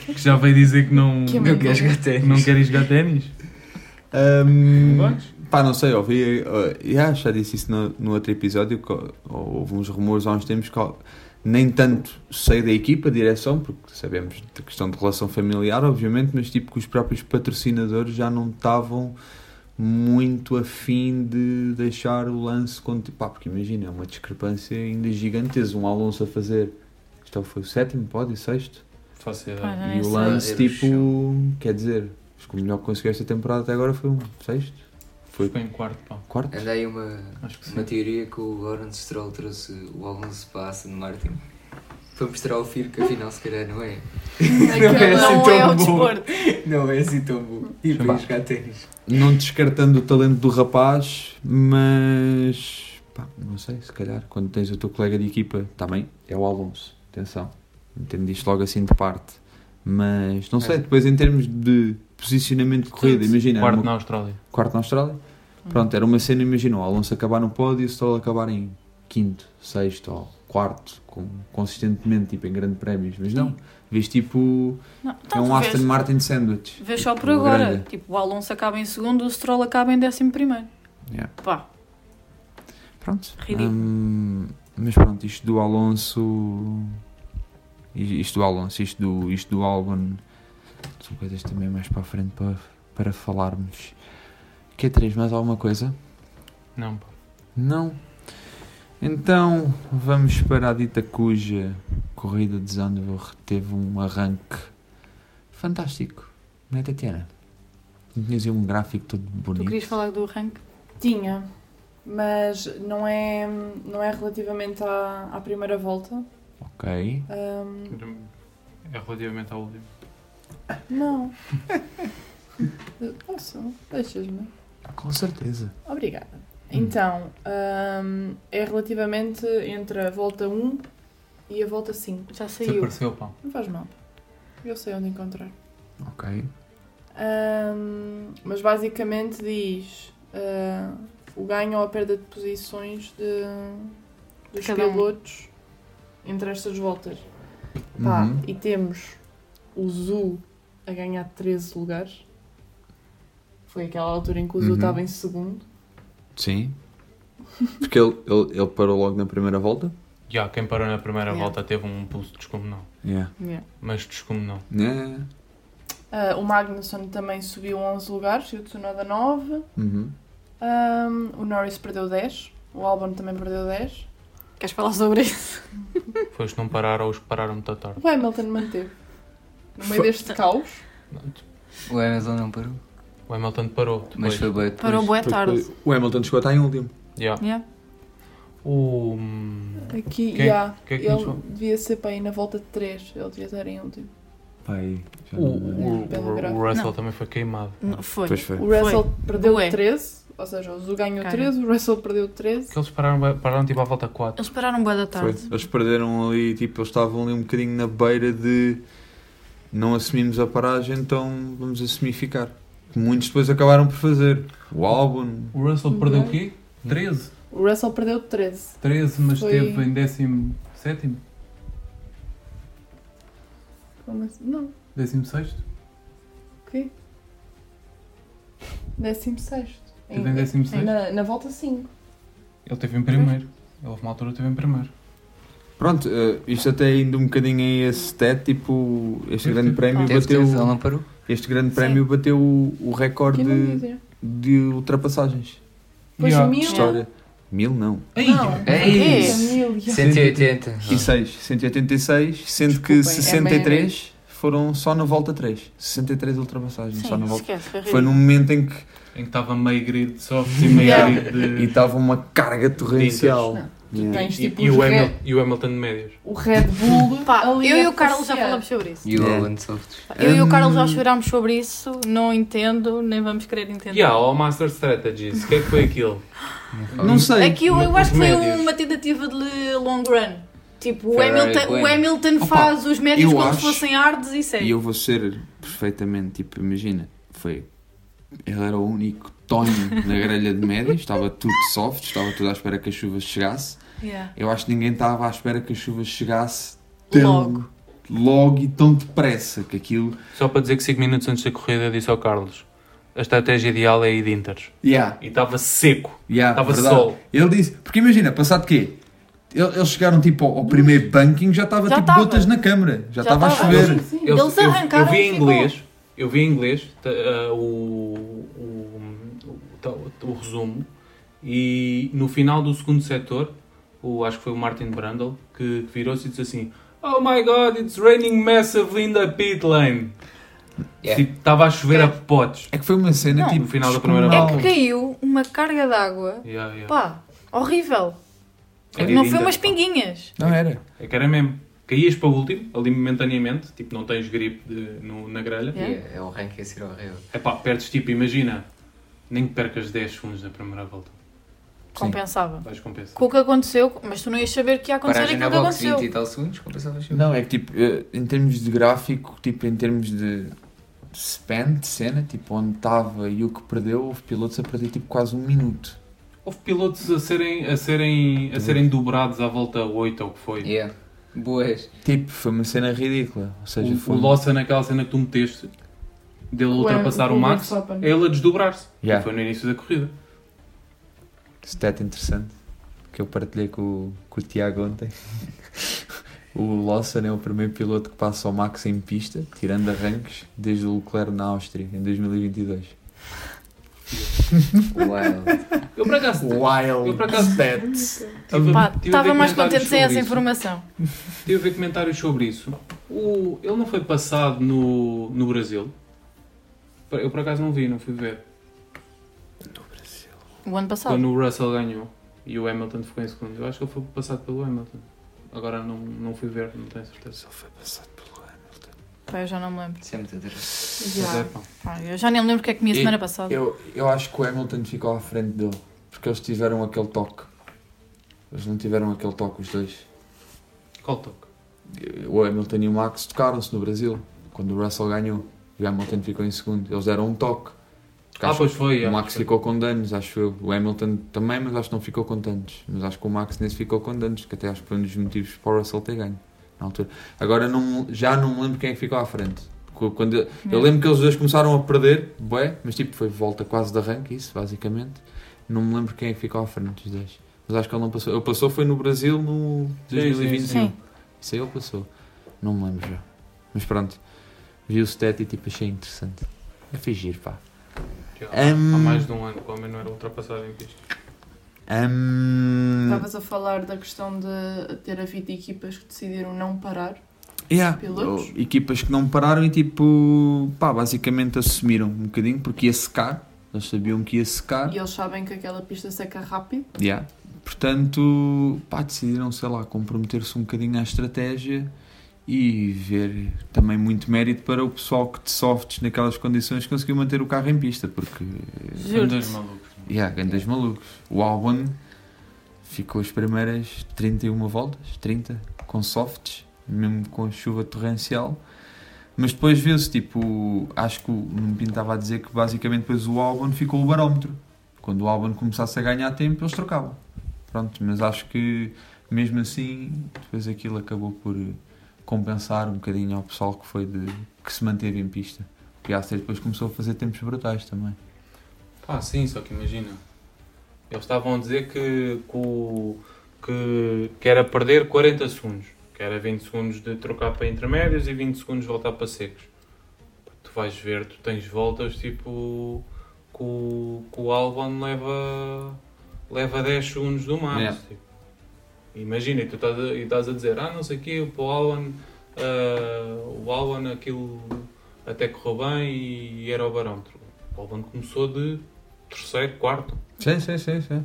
F: que já veio dizer que não,
G: Que é
D: Não queres jogar
F: que
D: ténis?
F: não quer ir jogar ténis.
B: Ahm,
F: Não vais?
B: pá, não sei, ouvi. eh, já- já disse isso no, no outro episódio. Que, ó, houve uns rumores há uns tempos que ó, nem tanto sei da equipa, direção, porque sabemos da questão de relação familiar, obviamente, mas tipo que os próprios patrocinadores já não estavam muito afim de deixar o lance com pá, porque imagina, é uma discrepância ainda gigantesca. Um Alonso a fazer. Isto foi o sétimo, pode, sexto.
F: Faço
C: Pá, é assim. já
F: ideia.
B: E
C: nem
B: o
C: sei.
B: lance,
D: Verdadeiro
B: tipo, quer dizer, acho que o melhor que conseguiu esta temporada até agora foi um sexto, foi
F: Ficou em quarto, pá.
B: quarto.
D: Anda aí uma,
F: Acho que sim.
D: uma teoria que o Lawrence Stroll trouxe o Alonso para a Aston Martin. Para mostrar ao filho que afinal se calhar não é.
G: Aquela-
C: Não
D: assim tão
C: é o
D: bom.
C: desporto.
D: Não é assim tão bom. E para ir jogar ténis.
B: Não descartando o talento do rapaz, mas pá, não sei, se calhar quando tens o teu colega de equipa também é o Alonso, atenção, entendo isto logo assim de parte, mas não sei, depois em termos de posicionamento de corrida, imagina, era
F: Quarto
B: uma-
F: na Austrália.
B: quarto na Austrália. Pronto, era uma cena, imagina, o Alonso acabar no pódio e o Stroll acabar em quinto, sexto ou quarto, com, consistentemente, tipo, em grande prémios. Mas não, vês tipo,
C: Não,
B: é
C: então
B: um
C: tu
B: Aston
C: vês-
B: Martin sandwich.
C: Vês só por
B: Uma
C: agora.
B: grelha.
C: Tipo, o Alonso acaba em segundo, o Stroll acaba em décimo primeiro.
B: Yeah.
C: Pá,
B: Pronto.
C: Ridículo.
B: Hum, mas pronto, isto do Alonso... Isto do Alonso, isto do, isto do Albon... São coisas também mais para a frente para, para falarmos. Q3, mais alguma coisa?
F: Não, pá.
B: Não. Então vamos para a dita cuja corrida de Zandvoort teve um arranque fantástico, não é, Tatiana? Não Tinhas aí um gráfico todo
C: tu querias
B: bonito.
C: falar do ranking?
G: Tinha, mas não é, não é relativamente à, à primeira volta.
B: Ok.
G: Ahm,
F: É relativamente ao último.
G: não. Posso? Deixas-me.
B: Com certeza.
G: Obrigada. Então, hum, é relativamente entre a volta 1 e a volta 5. Já
B: Desapareceu, pá.
G: Não faz mal. Eu sei onde encontrar.
B: Ok.
G: Hum, mas basicamente diz hum, o ganho ou a perda de posições de, dos
C: Cada um.
G: pilotos entre estas voltas.
C: Tá.
G: Pá,
B: Uhum.
G: E temos o Zu a ganhar 13 lugares. Foi aquela altura em que o Zu
B: Uhum.
G: estava em segundo.
B: Sim. Porque ele, ele, ele parou logo na primeira volta.
F: Já, quem parou na primeira
G: Yeah.
F: volta teve um pulso descomunal.
B: Yeah.
G: Yeah.
F: Mas descomunal.
B: Yeah.
G: Ah, o Magnusson também subiu 11 lugares e o Tsunoda 9.
B: Uhum.
G: Ahm, o Norris perdeu 10. O Albon também perdeu 10.
C: Queres falar sobre isso?
F: Foi os que não pararam ou os que pararam muito à tarde.
G: O Hamilton manteve. No meio deste caos.
F: O Hamilton não parou. O Hamilton parou. Depois.
D: Mas foi bué depois.
G: Parou
C: é
G: bué tarde.
B: O Hamilton chegou a estar em último.
F: Yeah.
G: Yeah.
F: O.
G: Aqui,
F: Quem-
G: já.
F: quem é que
G: ele
F: começou?
G: devia ser para aí na volta 3. Ele devia estar em último.
B: Pai,
F: O, o-
G: Pelo
F: o- o
G: gráfico.
F: Russell
G: Não.
F: também foi queimado.
C: Não, foi.
F: Pois foi.
G: O Russell
C: Foi.
G: perdeu
C: Bué.
G: 13. Ou seja, o Zu ganhou
C: Cara.
G: 13, o Russell perdeu 13.
F: Que eles pararam, bué- pararam tipo à volta 4.
C: Eles pararam boa da
B: Foi.
C: tarde.
B: Eles perderam ali, tipo, eles estavam ali um bocadinho na beira de não assumimos a paragem, então vamos assumir ficar. Que Muitos depois acabaram por fazer. O álbum.
I: O
G: Uhum.
I: Russell perdeu o quê?
F: Uhum.
I: 13?
G: O Russell perdeu 13.
I: 13, mas
G: Foi-
I: esteve em 17?
G: Como assim? Não.
I: 16?
G: O quê? 16.
I: Ele tem 16º?
G: Na, na volta 5.
I: Ele esteve em primeiro. Ele houve uma altura que esteve em primeiro.
B: Pronto, eh, isto até indo um bocadinho em esse teto, tipo, este grande prémio
D: Teve
B: bateu.
D: três, ele não parou.
B: Este grande prémio bateu o, o recorde
G: Quem não dizia?
B: de ultrapassagens.
G: Pois, É, Yeah. mil.
B: De História. Mil não.
G: Não.
C: É
D: Ei,
G: Mil, já.
D: 180.
B: 186, 186, sendo que 63 foram só na volta 3. 63 ultrapassagens,
C: Sim,
B: só na volta.
C: esquece, foi
B: foi num momento em que
I: Em que estava meio grid soft e meio grid de.
B: e estava uma carga torrencial.
G: Não.
B: Yeah.
G: Tens tipo
F: E, e
G: os
F: o
G: Red-
F: Hamil- e o Hamilton de médias.
G: o Red Bull.
C: Pá, eu
G: ali
C: e
G: a
C: o Carlos já
G: passear.
C: falamos sobre isso.
D: E o
F: Yeah.
D: Owen Soft.
C: Eu e o Carlos já
F: Hum.
C: chorámos sobre isso, não entendo, nem vamos querer entender.
F: Yeah, o Master Strategies. O que é que foi aquilo?
B: Não sei.
C: Aqui eu, eu acho É que foi
F: Médios.
C: uma tentativa de long run. Tipo, o
B: Ferrari
C: Hamilton,
B: Glenn.
C: o Hamilton faz os médios
B: eu
C: como
B: acho-
C: se fossem ardes e sério.
B: E eu vou ser perfeitamente, tipo, imagina, foi. Ele era o único tonho na grelha de médios, estava tudo soft, estava tudo à espera que a chuva chegasse.
C: Yeah.
B: Eu acho que ninguém estava à espera que a chuva chegasse tão logo, e tão depressa que aquilo.
F: Só para dizer que 5 minutos antes da corrida eu disse ao Carlos: a estratégia ideal é ir de Inters.
B: Yeah.
F: E estava seco.
B: Yeah,
F: Estava
B: verdade.
F: sol.
B: Ele disse, porque imagina, passado quê? Ele- Eles chegaram tipo ao, ao primeiro banking, já estava
C: Já
B: tipo
C: estava.
B: gotas na câmara, já
C: Já
B: estava a
C: estava.
B: chover.
C: Ah, sim, sim. Eles arrancaram
F: Eu vi
C: e
F: em
C: ficou.
F: inglês, eu vi em inglês t- ah, o, o, o, o resumo e no final do segundo setor, o, acho que foi o Martin Brundle, que, que virou-se e disse assim Oh my god, it's raining massively in the pit lane.
D: Yeah.
F: Tipo, Estava a chover a potes.
B: É que foi uma cena
C: Não. tipo,
F: No final da
B: Oh.
F: primeira
C: É
F: volta.
C: que caiu uma carga d'água.
F: Yeah, yeah.
C: Pá, horrível.
F: Era
C: não
F: de
C: foi
F: Inter,
C: umas
F: É pá.
C: pinguinhas.
B: Não era.
F: É que era mesmo. Caías para o último, ali momentaneamente, tipo, não tens gripe de- no- na grelha.
D: Yeah, É o ranking a ser horrível.
F: É pá, perdes tipo, imagina, nem que percas 10 segundos na primeira volta.
C: Compensava.
F: Vais compensar.
C: Com o que aconteceu, mas tu não ias saber que ia acontecer
D: Paragem
C: aquilo
D: na
C: que
D: box
C: aconteceu.
D: 20 e tal segundos, compensava sempre.
B: Não, é que tipo, eh, em termos de gráfico, tipo, em termos de span, de cena, tipo, onde estava e o que perdeu, houve pilotos a perder tipo quase um minuto.
F: Houve pilotos a serem, a serem, a serem dobrados à volta 8 ou o que foi.
D: Yeah. Boas.
B: Tipo, foi uma cena ridícula. Ou seja,
F: o,
B: foi. um
F: o Lawson, naquela cena que tu meteste, dele ultrapassar
G: o
F: o, Max,
G: Verstappen.
F: é ele a desdobrar-se.
B: Yeah.
F: E Foi no início da corrida.
B: stat interessante que eu partilhei com, com o Tiago ontem. o Lawson é o primeiro piloto que passa ao Max em pista, tirando arranques, desde o Leclerc na Áustria, em 2022.
D: Wild.
F: Eu por acaso.
B: Wild.
F: Eu por acaso. Tive-
C: Pá,
F: tive a
C: estava
F: ver
C: mais
F: comentários
C: contente sem essa
F: sobre isso.
C: informação.
F: Tive a ver comentários sobre isso. O, ele não foi passado no, no Brasil. Eu por acaso não vi, não fui ver.
C: O ano passado.
F: Quando o Russell ganhou e o Hamilton ficou em segundo. Eu acho que ele foi passado pelo Hamilton. Agora não, não fui ver, não tenho certeza.
B: Ele foi passado pelo Hamilton.
C: Pá, eu já não me lembro.
D: Isso é muito
C: Já. Pois é, pá. Pá, eu já nem me lembro o que é que comi a
B: E
C: semana passada.
B: Eu, eu acho que o Hamilton ficou à frente dele, porque eles tiveram aquele toque. Eles não tiveram aquele toque, os dois.
F: Qual toque?
B: O Hamilton e o Max tocaram-se no Brasil, quando o Russell ganhou. E o Hamilton ficou em segundo. Eles deram um toque. Porque
F: Ah,
B: acho
F: pois
B: que
F: foi, é,
B: O Max
F: foi.
B: ficou com danos, acho eu. O Hamilton também, mas acho que não ficou com danos. Mas acho que o Max nesse ficou com danos, que até acho que foi um dos motivos para o Russell ter ganho. Na altura. Agora não, já não me lembro quem é que ficou à frente. Porque Quando eu, eu
F: É.
B: lembro que eles dois começaram a perder, bué, mas tipo foi volta quase de arranque, isso basicamente. Não me lembro quem é que ficou à frente dos dois. Mas acho que ele não passou. Ele passou foi no Brasil no
F: Sim,
B: 2021.
F: sim, sim.
B: Isso aí ele passou. Não me lembro já. Mas pronto. Vi o stat e tipo achei interessante. É fingir, pá.
F: Já, Há
B: Hum.
F: mais de um ano que o homem não era ultrapassado em pista.
B: Hum,
G: Estavas a falar da questão de ter havido equipas que decidiram não parar.
B: Yeah.
G: Pilotos.
B: Oh, Equipas que não pararam e tipo, pá, basicamente assumiram um bocadinho porque ia secar. Eles sabiam que ia secar.
G: E eles sabem que aquela pista seca rápido.
B: Yeah. Portanto, pá, decidiram, sei lá, comprometer-se um bocadinho à estratégia e ver também muito mérito para o pessoal que de softs naquelas condições conseguiu manter o carro em pista, porque...
F: Juro-te. Grandes malucos.
B: Yeah, grandes malucos. O Albon ficou as primeiras 31 voltas, 30, com softs, mesmo com a chuva torrencial. Mas depois viu-se, tipo, acho que o Nuno Pinto estava a dizer que basicamente depois o Albon ficou o barómetro. Quando o Albon começasse a ganhar tempo, eles trocavam. Pronto, mas acho que mesmo assim, depois aquilo acabou por compensar um bocadinho ao pessoal que foi de que se manteve em pista. O Piastri depois começou a fazer tempos brutais também.
F: Pá, Ah, sim, só que imagina. Eles estavam a dizer que, que, o- que, que era perder 40 segundos. Que era 20 segundos de trocar para intermédios e 20 segundos de voltar para secos. Pá, Tu vais ver, tu tens voltas tipo. que o, que o Albon leva, leva 10 segundos do Max.
B: Yeah.
F: tipo. Imagina, e tu estás a, e estás a dizer, ah, não sei o quê, para o Albon, ah, o Albon aquilo até correu bem e era o barómetro. O Albon começou de terceiro, quarto.
B: Sim, sim, sim, sim.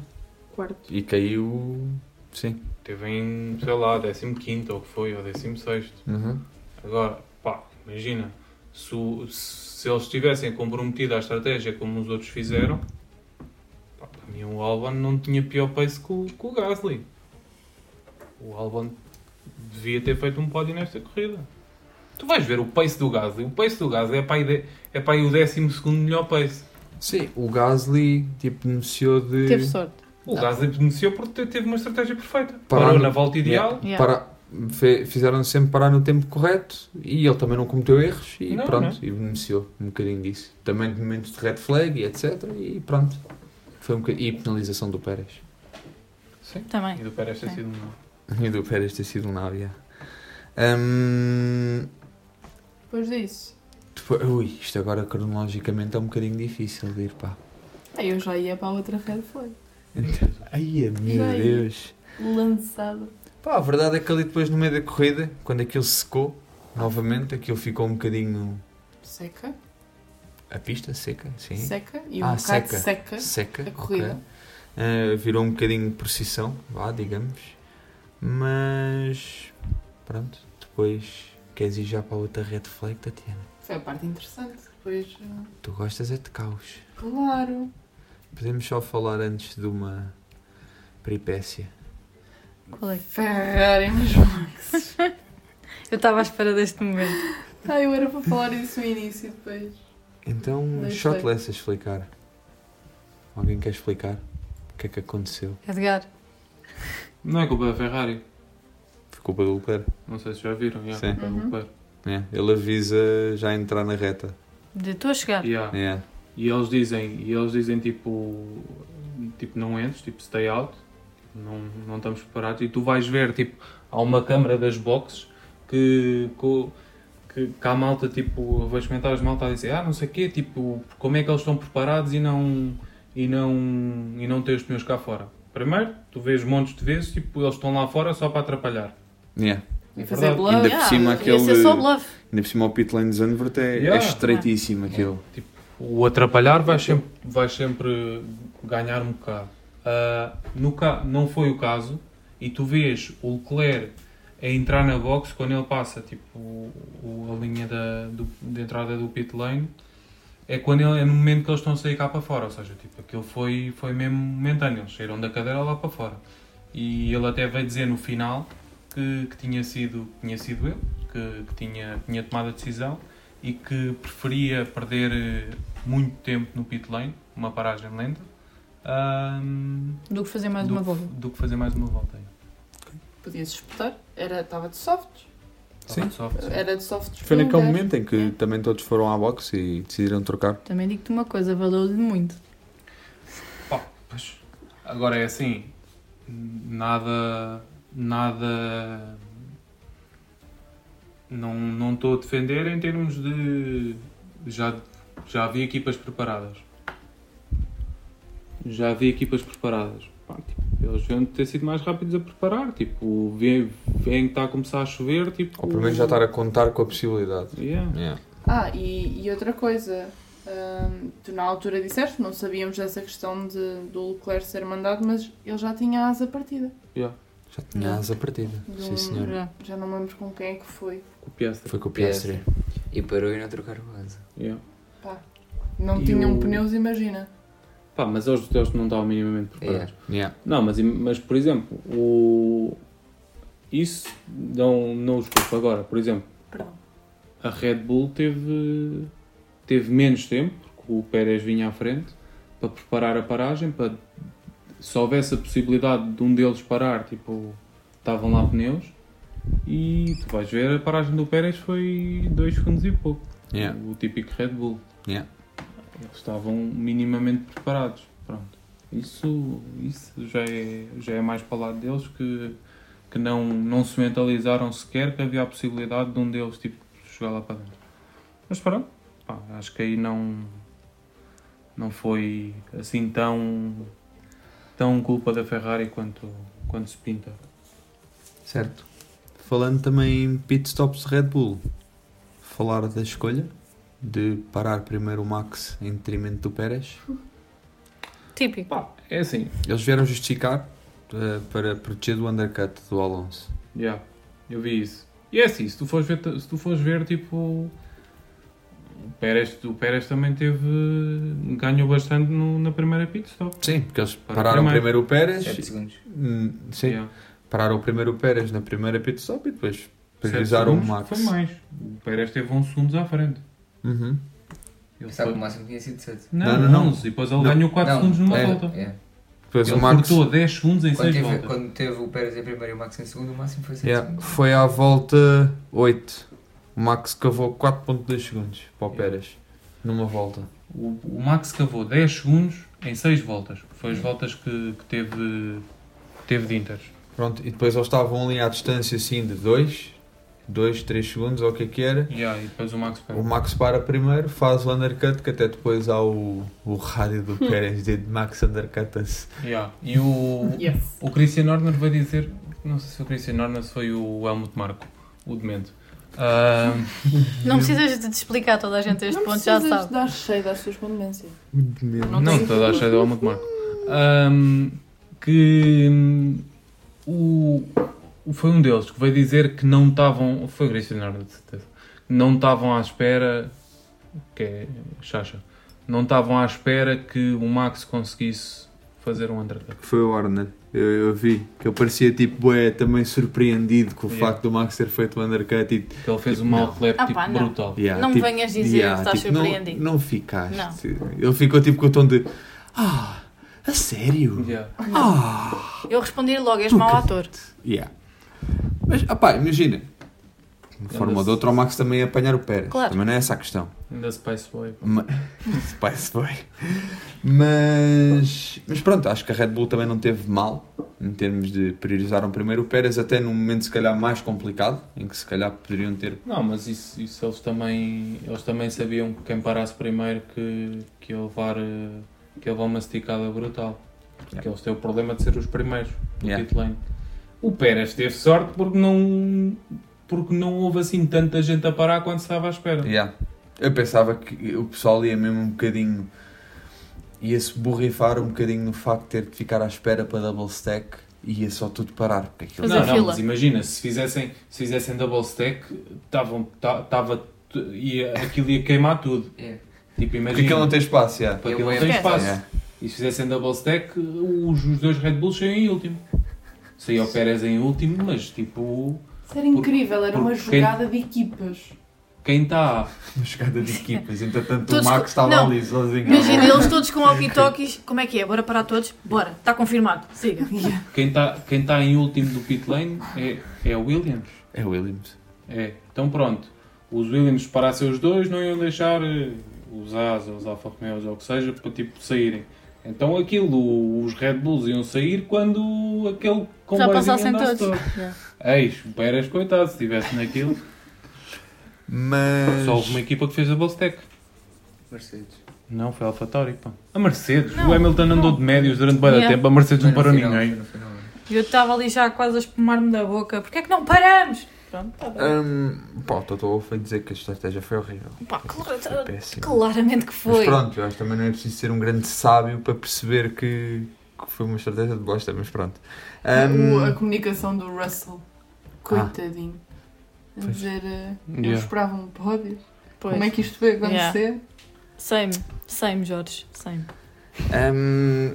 E: Quarto.
B: E caiu. Sim.
F: Teve em, sei lá, 15 ou o que foi, ou 16.
B: Uhum.
F: Agora, pá, imagina, se, o- se eles tivessem comprometido a estratégia como os outros fizeram, pá, para mim o Albon não tinha pior pace que o, que o Gasly. O Albon devia ter feito um pódio nesta corrida. Tu vais ver o pace do Gasly. O pace do Gasly é para aí, de- é para aí o 12 melhor pace.
B: Sim, o Gasly tipo beneficiou de.
F: Teve sorte. O Gasly beneficiou porque te- teve uma estratégia perfeita.
B: Parar
F: Parou
B: no-
F: na volta ideal.
B: Yeah, para- fe- Fizeram sempre parar no tempo correto e ele também não cometeu erros e
F: Não,
B: pronto,
F: não.
B: e beneficiou um bocadinho disso. Também de momentos de red flag e etc. E pronto. Foi um bocadinho. E penalização do Pérez.
F: Sim.
C: Também.
F: E do Pérez ter
C: Sim.
F: sido um
B: E do Pérez ter sido um nabo, yeah. Hum,
G: Depois disso.
B: depois- Ui, isto agora cronologicamente é um bocadinho difícil de ir, pá.
G: Aí eu já ia para a outra red flag.
B: Então, ai, meu
G: Já ia.
B: Deus.
G: Lançada.
B: Pá, a verdade é que ali depois no meio da corrida, quando aquilo secou, novamente, aquilo ficou um bocadinho.
G: Seca.
B: A pista seca, sim.
G: Seca e um bocado seca a corrida.
B: ok. Ah, virou um bocadinho de procissão, vá, digamos. Mas. Pronto, depois queres ir já para a outra red flag, Tatiana?
G: Foi a parte interessante. Depois. ah,
B: Tu gostas é de caos.
G: Claro.
B: Podemos só falar antes de uma peripécia.
C: Qual é?
G: Ferrari, mas Max.
C: eu estava à espera deste momento.
G: Ah, eu era para falar disso no início depois.
B: Então,
G: Não
B: shot
G: sei.
B: less a explicar. Alguém quer explicar o que é que aconteceu?
C: Edgar,
F: Não é culpa da Ferrari.
B: Foi culpa do Leclerc.
F: Não sei se já viram. já,
B: Sim.
F: culpa do
C: Uhum.
F: Leclerc.
B: É, ele avisa já entrar na reta. É,
C: de estou a chegar.
F: Yeah.
B: Yeah.
F: E eles dizem, e eles dizem tipo, tipo não entres, tipo stay out, não, não estamos preparados. E tu vais ver, tipo, há uma câmara das boxes que, que, o- que, que há malta, tipo, eu vejo comentários de malta a dizer, ah, não sei o quê, tipo, como é que eles estão preparados e não, e não, e não têm os pneus cá fora. Primeiro, tu vês montes de vezes, tipo, eles estão lá fora só para atrapalhar.
B: Yeah.
F: É
C: fazer
F: verdade.
C: bluff.
B: Ainda
C: Yeah,
B: por cima
C: ia
B: aquele.
C: ser só bluff.
B: Ainda por cima o pit lane de Zandvoort é,
F: Yeah.
B: é estreitíssimo aquele.
F: o atrapalhar vai sempre, vai sempre ganhar um bocado. Ah, no ca- não foi o caso, e tu vês o Leclerc é entrar na box quando ele passa, tipo, o- o- a linha da, do- de entrada do pit lane, é, quando ele, é no momento que eles estão a sair cá para fora, ou seja, tipo, aquilo foi, foi mesmo momentâneo, eles saíram da cadeira lá para fora. E ele até veio dizer no final que, que tinha sido, que tinha sido ele, que, que tinha, tinha tomado a decisão e que preferia perder eh, muito tempo no pit lane, uma paragem lenta, ahm,
C: Do que fazer mais
F: do
C: uma
F: que-
C: volta.
F: Do que fazer mais uma volta.
G: Podias espetar. Era, estava de soft.
B: Ah.
F: Sim.
C: É.
G: Era de soft.
B: Foi naquele
C: Sim,
B: momento em que também todos foram à boxe e decidiram trocar.
C: Também digo-te uma coisa, valeu-lhe muito.
F: Pois, agora é assim, nada, nada, não não estou a defender em termos de, já, já havia equipas preparadas, já havia equipas preparadas, Pá, tipo, eles deviam ter sido mais rápidos a preparar, tipo, vem, vem que está a começar a chover, tipo...
B: Ao primeiro já estar a contar com a possibilidade.
F: Yeah.
B: Yeah.
G: Ah, e, e outra coisa, hum, tu na altura disseste, não sabíamos dessa questão de, do Leclerc ser mandado, mas ele já tinha a asa partida.
B: Já tinha a asa partida.
G: De
D: Sim,
G: um-
B: Hum.
D: senhor.
G: Já. Já não me lembro com quem é que foi.
D: Foi com o
G: Piastri.
D: Piastri. E parou e não trocaram o asa.
G: Pá, não
F: E
G: tinham
F: o-
G: pneus, imagina.
F: Pá, mas eles, eles não estavam minimamente preparados.
B: Yeah.
F: Não, mas, mas por exemplo, o... isso não, não os culpo agora. Por exemplo, a Red Bull teve, teve menos tempo, porque o Pérez vinha à frente, para preparar a paragem, para se houvesse a possibilidade de um deles parar, tipo, estavam lá pneus, e tu vais ver, a paragem do Pérez foi dois segundos e pouco.
B: Yeah.
F: O típico Red Bull.
B: Yeah.
F: Eles estavam minimamente preparados. Pronto. Isso, isso já, é, já é mais para o lado deles que, que não, não se mentalizaram sequer que havia a possibilidade de um deles tipo, chegar lá para dentro. Mas pronto, pá, acho que aí não, não foi assim tão, tão culpa da Ferrari quanto, quanto se pinta.
B: Certo. Falando também em pit stops Red Bull, falar da escolha de parar primeiro o Max em detrimento do Pérez.
C: Típico.
F: É assim.
B: Eles vieram justificar eh, para proteger do undercut do Alonso.
F: Yeah, eu vi isso. E é assim, se tu fores ver, se tu fores ver tipo. O Pérez, o Pérez também teve. ganhou bastante no- na primeira pit stop.
B: Sim, porque eles pararam primeiro o Pérez.
D: Sete segundos.
B: Hum, Sim.
F: Yeah.
B: Pararam primeiro o Pérez na primeira pit stop e depois
F: Sete
B: priorizaram o
F: segundos
B: Max.
F: Foi mais. O Pérez teve 11 segundos à frente.
B: Uhum.
F: Ele
D: Pensava
F: foi-
D: que o máximo tinha sido 7.
F: Não, não, não. E depois ele ganhou 4 segundos numa volta.
B: Depois
F: ele
B: o Max-
F: cortou 10 segundos
D: é,
F: em
D: Quando
F: 6
D: teve,
F: voltas.
D: quando teve o Pérez em primeiro e o Max em segundo, o máximo
F: assim,
D: foi 7
B: Yeah.
D: segundos.
B: Foi à volta 8. O Max cavou 4.2 segundos para o Pérez numa volta.
F: O, o Max cavou 10 segundos em 6 voltas. Foi
D: Hum.
F: as voltas que, que teve, que teve de Inters.
B: Pronto, e depois eles estavam ali à distância assim de 2, 2, 3 segundos, ou o que é que era.
F: Yeah, e depois o Max para.
B: O Max para primeiro, faz o undercut, que até depois há o, o rádio do Pérez de Max undercut-se.
F: Yeah. E o,
G: Yes.
F: o Christian Horner vai dizer, não sei se o Christian Horner se foi o Helmut Marco, o demente. Ah,
C: Não precisas de te explicar toda a gente a este
G: não
C: ponto, já
G: precisas
C: sabe.
G: dar cheio das suas condimências.
F: não, toda a cheia do Helmut Marco. Ahm, que hum, o, o- foi um deles que veio dizer que não estavam, foi o Christian Horner de certeza, não estavam à espera, que é chacha, não estavam à espera que o Max conseguisse fazer um undercut.
B: Foi o Horner, eu, eu vi, que eu parecia tipo, é também surpreendido com o
F: Yeah.
B: facto do Max ter feito o undercut e
F: Que ele fez uma outlap
C: Ah,
F: tipo,
C: pá, não.
F: brutal.
B: Yeah, tipo,
C: Não me venhas dizer que estás
B: não-
C: surpreendido.
B: Não, ficaste. Ele ficou tipo com o tom de Ah, a sério?
F: Yeah.
B: Ah,
C: Eu respondi logo, és mau ator.
B: yeah. Mas, opá, imagina. De forma ou de outra, o Max também ia apanhar o Pérez.
C: Claro.
B: Também não é essa a questão.
F: Ainda Spice Boy.
B: Ma- Pai, se foi. Mas, mas pronto, acho que a Red Bull também não teve mal em termos de priorizaram primeiro o Pérez, até num momento se calhar mais complicado, em que se calhar poderiam ter
F: Não, mas isso, isso eles, também, eles também sabiam que quem parasse primeiro que, que ia levar, eh, que ia levar uma esticada brutal. Porque eles têm o problema de ser os primeiros no
B: Yeah.
F: pit lane. O Pérez teve sorte porque não, porque não houve assim tanta gente a parar quando se estava à espera.
B: Yeah. Eu pensava que o pessoal ia mesmo um bocadinho. ia se borrifar um bocadinho no facto de ter de ficar à espera para double stack ia só tudo parar. Porque aquilo
F: não, não, mas imagina, se fizessem, se fizessem double stack, tavam, ta- tava, tu- ia, aquilo ia queimar tudo.
D: É.
F: Tipo, imagina,
B: aquilo não tem espaço, já.
F: Porque aquilo
B: É
F: não tem
B: bué.
F: espaço.
B: É.
F: E se fizessem double stack, os, os dois Red Bulls saíam em último. Saía o Pérez em último, mas tipo,
G: Isso era incrível, era uma
F: porque quem-
G: jogada de equipas.
F: quem tá, está.
B: Uma chegada de equipas, entretanto
C: Todos
B: o Max
C: co-
B: estava
C: não.
B: ali sozinho.
C: Imagina, eles todos com walkie-talkies. Como é que é? Bora parar todos? Bora, está confirmado. Siga.
F: Quem está quem tá em último do pit lane é, é o Williams.
B: É o Williams.
F: É, então pronto. Os Williams parassem os dois, não iam deixar eh, os As, os Alfa Romeos ou o que seja, para tipo saírem. Então aquilo, o- os Red Bulls iam sair quando aquele
C: Já
F: comboiozinho
C: passassem
F: andasse
C: todos.
F: todo. Eis, o Pérez, coitado, se estivesse naquilo.
B: Mas.
F: Só houve uma equipa que fez a Bolstec.
D: Mercedes.
F: Não, foi a AlphaTauri, pá. A Mercedes.
C: Não,
F: o Hamilton andou de médios durante bem
C: Yeah.
F: tempo, a Mercedes não
D: Foi no
F: parou
D: final,
F: ninguém.
C: Eu estava ali já quase a espumar-me da boca. Porquê é que não paramos? Pronto, está bem.
B: Hum, pá, o Toto Wolff foi dizer que a estratégia foi horrível.
C: Pá, clara-
B: Foi péssimo.
C: claramente que
B: Mas
C: foi.
B: pronto, eu acho que também não é preciso ser um grande sábio para perceber que, que foi uma estratégia de bosta, mas pronto. Hum,
G: O- a comunicação do Russell. Coitadinho. A
B: Pois.
G: dizer, eh, eu
B: Yeah.
G: esperava um pódio.
C: Pois.
G: Como é que isto vai acontecer?
C: Sem-me, sem-me, Jorge, sem-me.
B: Hum,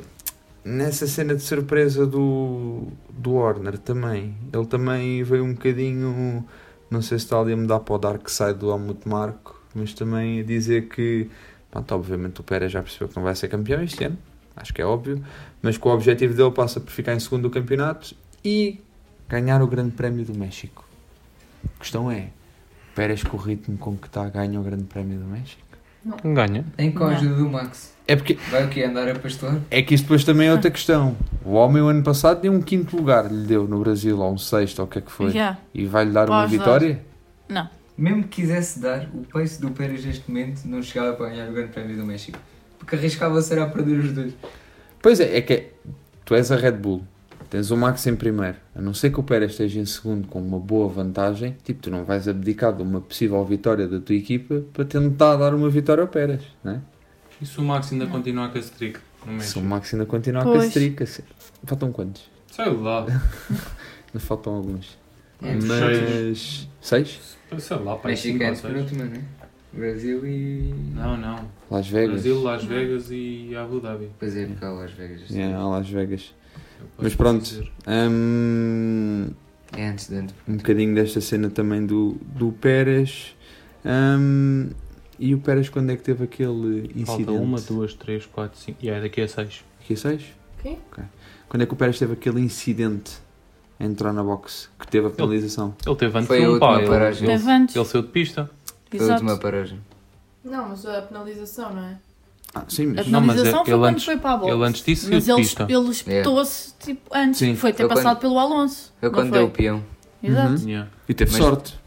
B: nessa cena de surpresa do, do Warner também, ele também veio um bocadinho, não sei se está ali a mudar para o Dark Side do Helmut Marco, mas também a dizer que, pronto, obviamente o Pérez já percebeu que não vai ser campeão este ano, acho que é óbvio, mas que o objetivo dele passa por ficar em segundo do campeonato e ganhar o Grande Prémio do México. A questão é, Pérez com o ritmo com que está ganha o Grande Prémio do México?
F: Ganha.
D: Nem com a ajuda do Max.
B: É porque
D: Vai o quê? Andar a pastorar?
B: É que isto depois também é outra questão. O homem, o ano passado, deu um quinto lugar, lhe deu no Brasil, ou um sexto, ou o que é que foi.
C: Yeah.
B: E vai-lhe dar uma
C: Pode dar.
B: vitória?
C: Não.
D: Mesmo que quisesse dar, o pace do Pérez neste momento não chegava para ganhar o Grande Prémio do México. Porque arriscava-se era a perder os dois.
B: Pois é, é que é- tu és a Red Bull, tens o Max em primeiro, a não ser que o Pérez esteja em segundo com uma boa vantagem, tipo, tu não vais abdicar de uma possível vitória da tua equipa para tentar dar uma vitória ao Pérez, não é?
F: E se o Max ainda continuar com a streak? No mês?
B: Se o Max ainda continuar com a
F: Pois.
B: streak, a ser- faltam quantos?
F: Sei lá.
B: Ainda faltam alguns.
D: É,
B: Mas. Seis?
F: Sei lá, pá,
D: México é
F: cinco ou
D: de
F: seis.
D: penúltima, não é? Brasil e.
F: Não, não.
B: Las Vegas.
F: Brasil, Las Vegas e Abu Dhabi.
D: Pois é, porque há Las Vegas.
B: É, a Las Vegas.
F: posso
B: Mas pronto,
F: dizer.
B: hum,
D: É antes de
B: um bocadinho desta cena também do, do Pérez. hum, e o Pérez quando é que teve aquele incidente?
F: Falta uma, duas, três, quatro, cinco. E é daqui a seis.
B: Aqui é seis?
G: Ok.
B: Ok. Quando é que o Pérez teve aquele incidente a entrar na box que teve a penalização?
F: Ele teve antes
D: Foi a
F: de um
D: última
F: pá. Ele,
D: paragem.
F: ele-
C: Teve antes.
F: ele saiu de pista.
D: Foi a última paragem.
G: Não, mas a penalização, não é?
B: Ah, sim,
C: A
B: mas...
F: Não, mas
C: penalização
F: ele
C: foi quando
F: antes-
C: foi para a bola.
F: ele antes disso saiu
C: Mas
F: de
C: ele,
F: pista.
C: ele espetou-se tipo, antes.
B: Sim.
C: Foi ter
D: É. Foi
C: passado
D: quando-
C: pelo Alonso.
D: Foi
C: não
D: quando
C: foi?
D: deu o peão.
C: Exato.
B: Uhum.
F: Yeah.
B: E teve
D: Mas-
B: sorte.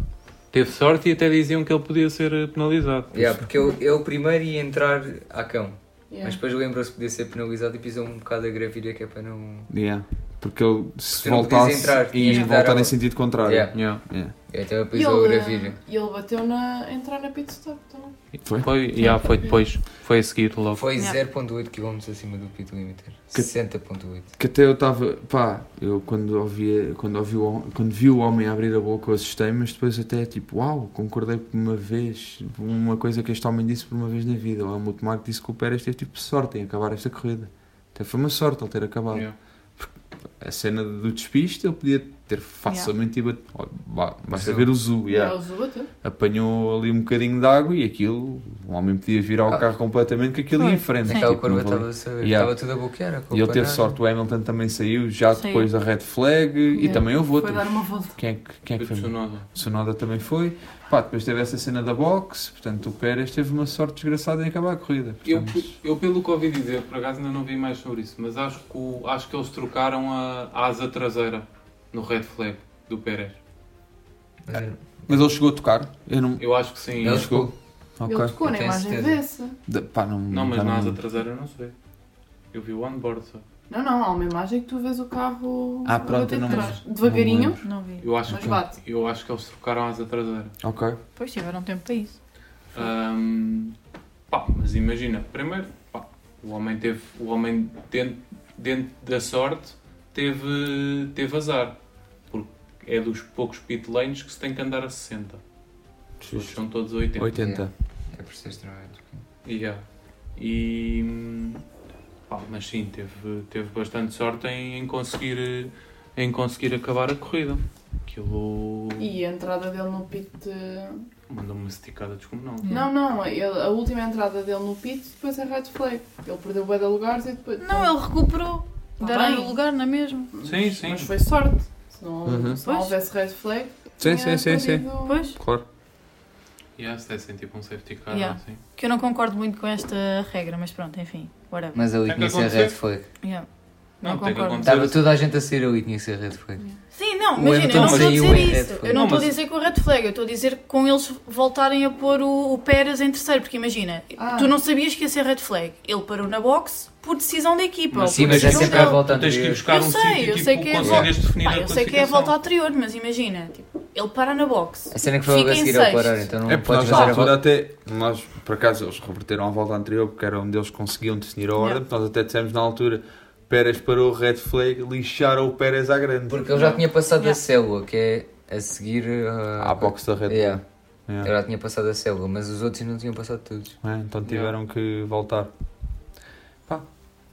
F: Teve sorte e até diziam que ele podia ser eh, penalizado.
D: Yeah, porque eu, eu primeiro ia entrar a cão.
G: Yeah.
D: Mas depois lembrou-se que podia ser penalizado e pisou um bocado a gravilha que é para não.
B: Yeah. Porque ele se
D: Tu não podias
B: voltasse
D: entrar,
B: e
D: tinhas que dar
B: voltar
D: a-
B: em sentido contrário.
D: Yeah.
F: Yeah.
B: Yeah.
D: Então ele
G: E
D: pisou a
G: ele, eh,
D: gravilha.
G: e ele bateu na entrar na pit stop então. também.
B: Foi?
F: Foi, yeah, foi depois. Foi a seguir logo.
D: Foi
G: Yeah.
D: 0.8 km acima do pit limiter. 60.8.
B: Que até eu estava, pá, eu quando ouvia, quando ouvi o, hom- quando vi o homem abrir a boca eu assustei, mas depois até tipo, uau, concordei por uma vez, uma coisa que este homem disse por uma vez na vida, o Helmut Marko disse que o Pérez teve tipo sorte em acabar esta corrida. Até foi uma sorte ele ter acabado.
F: Yeah.
B: Porque a cena do despiste ele podia ter facilmente ido, ó, ba- basta ver o Zu, yeah.
G: Ah, o Zu bateu.
B: apanhou ali um bocadinho de água e aquilo, o homem podia virar o carro completamente que aquilo ia em frente.
D: Aquela
B: tipo, não
D: curva
B: valia.
D: estava a-
B: Yeah.
D: estava tudo a bloquear. a
B: E ele teve
D: companhia.
B: sorte, o Hamilton também saiu já
C: Saiu.
B: depois da red flag e
G: É.
B: também houve
G: Foi
B: outros.
G: dar uma volta.
B: Quem é que, quem é que
F: Foi
B: foi?
F: de Tsunoda.
B: Sonoda também foi. Pá, depois teve essa cena da boxe, portanto o Pérez teve uma sorte desgraçada em acabar a corrida.
F: Eu,
B: portanto.
F: eu, pelo que ouvi dizer, por acaso ainda não vi mais sobre isso, mas acho que, o- acho que eles trocaram a, a asa traseira no red flag do Pérez.
B: Mas ele chegou a tocar? Eu não.
F: Eu acho que sim.
B: Ele chegou. Ok.
G: Ele tocou na
D: Tenho
G: imagem
D: certeza.
G: dessa.
B: De- pá, não,
F: Não, mas
B: pá,
F: na asa traseira não sei. Eu vi o onboard só.
G: Não, não, há uma imagem que tu vês o carro
B: Ah,
G: a
B: pronto,
G: bater
B: eu não
G: de
B: me-
G: trás. Devagarinho.
B: não
C: Não vi.
F: Eu acho,
G: Mas
F: que,
G: bate.
F: eu acho que eles trocaram a asa traseira.
B: Ok.
C: Pois tiveram tempo para isso.
F: Ahm, pá, mas imagina, primeiro, pá, o homem teve, o homem dentro, dentro da sorte
I: teve, teve azar. Porque é dos poucos pit lanes que se tem que andar a 60. Os outros são todos a 80.
D: 80. É por ser extremamente pequeno.
I: Yeah. E. hum, pá, mas sim, teve, teve bastante sorte em, em conseguir, eh, em conseguir acabar a corrida. Aquilo.
G: E a entrada dele no pit. eh,
C: É.
I: Mandou-me uma esticada descomunal.
G: Não, não, ele- a última entrada dele no pit depois é red flag. Ele perdeu bué de lugares e depois.
C: Não, ele recuperou.
G: Tá
C: Deram-lhe
G: bem.
C: o lugar, não é mesmo?
I: Sim, sim.
G: Mas foi sorte. Se não,
I: Uhum.
G: se não
C: Pois.
G: houvesse red flag.
B: Sim, sim,
G: tinha
B: sim, sim.
G: perdido-
C: Pois.
B: Claro.
I: Yeah, se dessem tipo um safety car,
C: Yeah.
I: assim.
C: Que eu não concordo muito com esta regra, mas pronto, enfim. Whatever.
D: Mas ali
I: Tem que
D: tinha que ser
I: acontecer.
D: red flag.
C: Yeah. Não,
I: Não, tem que
C: concordo.
I: acontecer.
D: Estava toda a gente a sair ali, tinha que ser red flag.
C: Sim, não,
D: O
C: imagina, eu
D: Hamilton
C: não estou a
D: saiu
C: dizer
D: em red
C: isso.
D: flag.
C: Eu não
D: Não,
C: estou a
D: mas-
C: dizer com o red flag, eu estou a dizer com eles voltarem a pôr o, o Pérez em terceiro, porque imagina,
D: Ah.
C: tu não sabias que ia ser red flag. Ele parou na box por decisão da equipa. ou
D: Sim,
C: por
D: mas é
C: decisão
D: sempre
C: dele.
D: a volta
I: Tens que ir
D: anterior.
I: buscar
C: eu
I: um
C: sei,
I: sítio,
C: eu
I: tipo,
C: sei que é a volta.
I: consegues definir
C: Pá,
I: a
C: eu sei que é a
I: classificação.
C: volta anterior, mas imagina, tipo, ele para na box.
D: A cena que foi logo
C: fica
D: a
C: em
D: seguir ao
C: sexto.
D: parar, então não
B: É porque
D: podes
B: nós na
D: fazer a
B: altura
D: volta.
B: até, nós por acaso eles reverteram a volta anterior porque era onde eles conseguiam definir a ordem,
C: Yeah.
B: porque nós até dissemos na altura Pérez parou, red flag, lixaram o Pérez à grande.
D: Porque ele já tinha passado a célula, que é a seguir uh,
B: À box da red
D: Yeah.
B: Ah, Yeah.
D: Ele já tinha passado a célula, mas os outros não tinham passado todos.
B: É, então tiveram que voltar. Pá,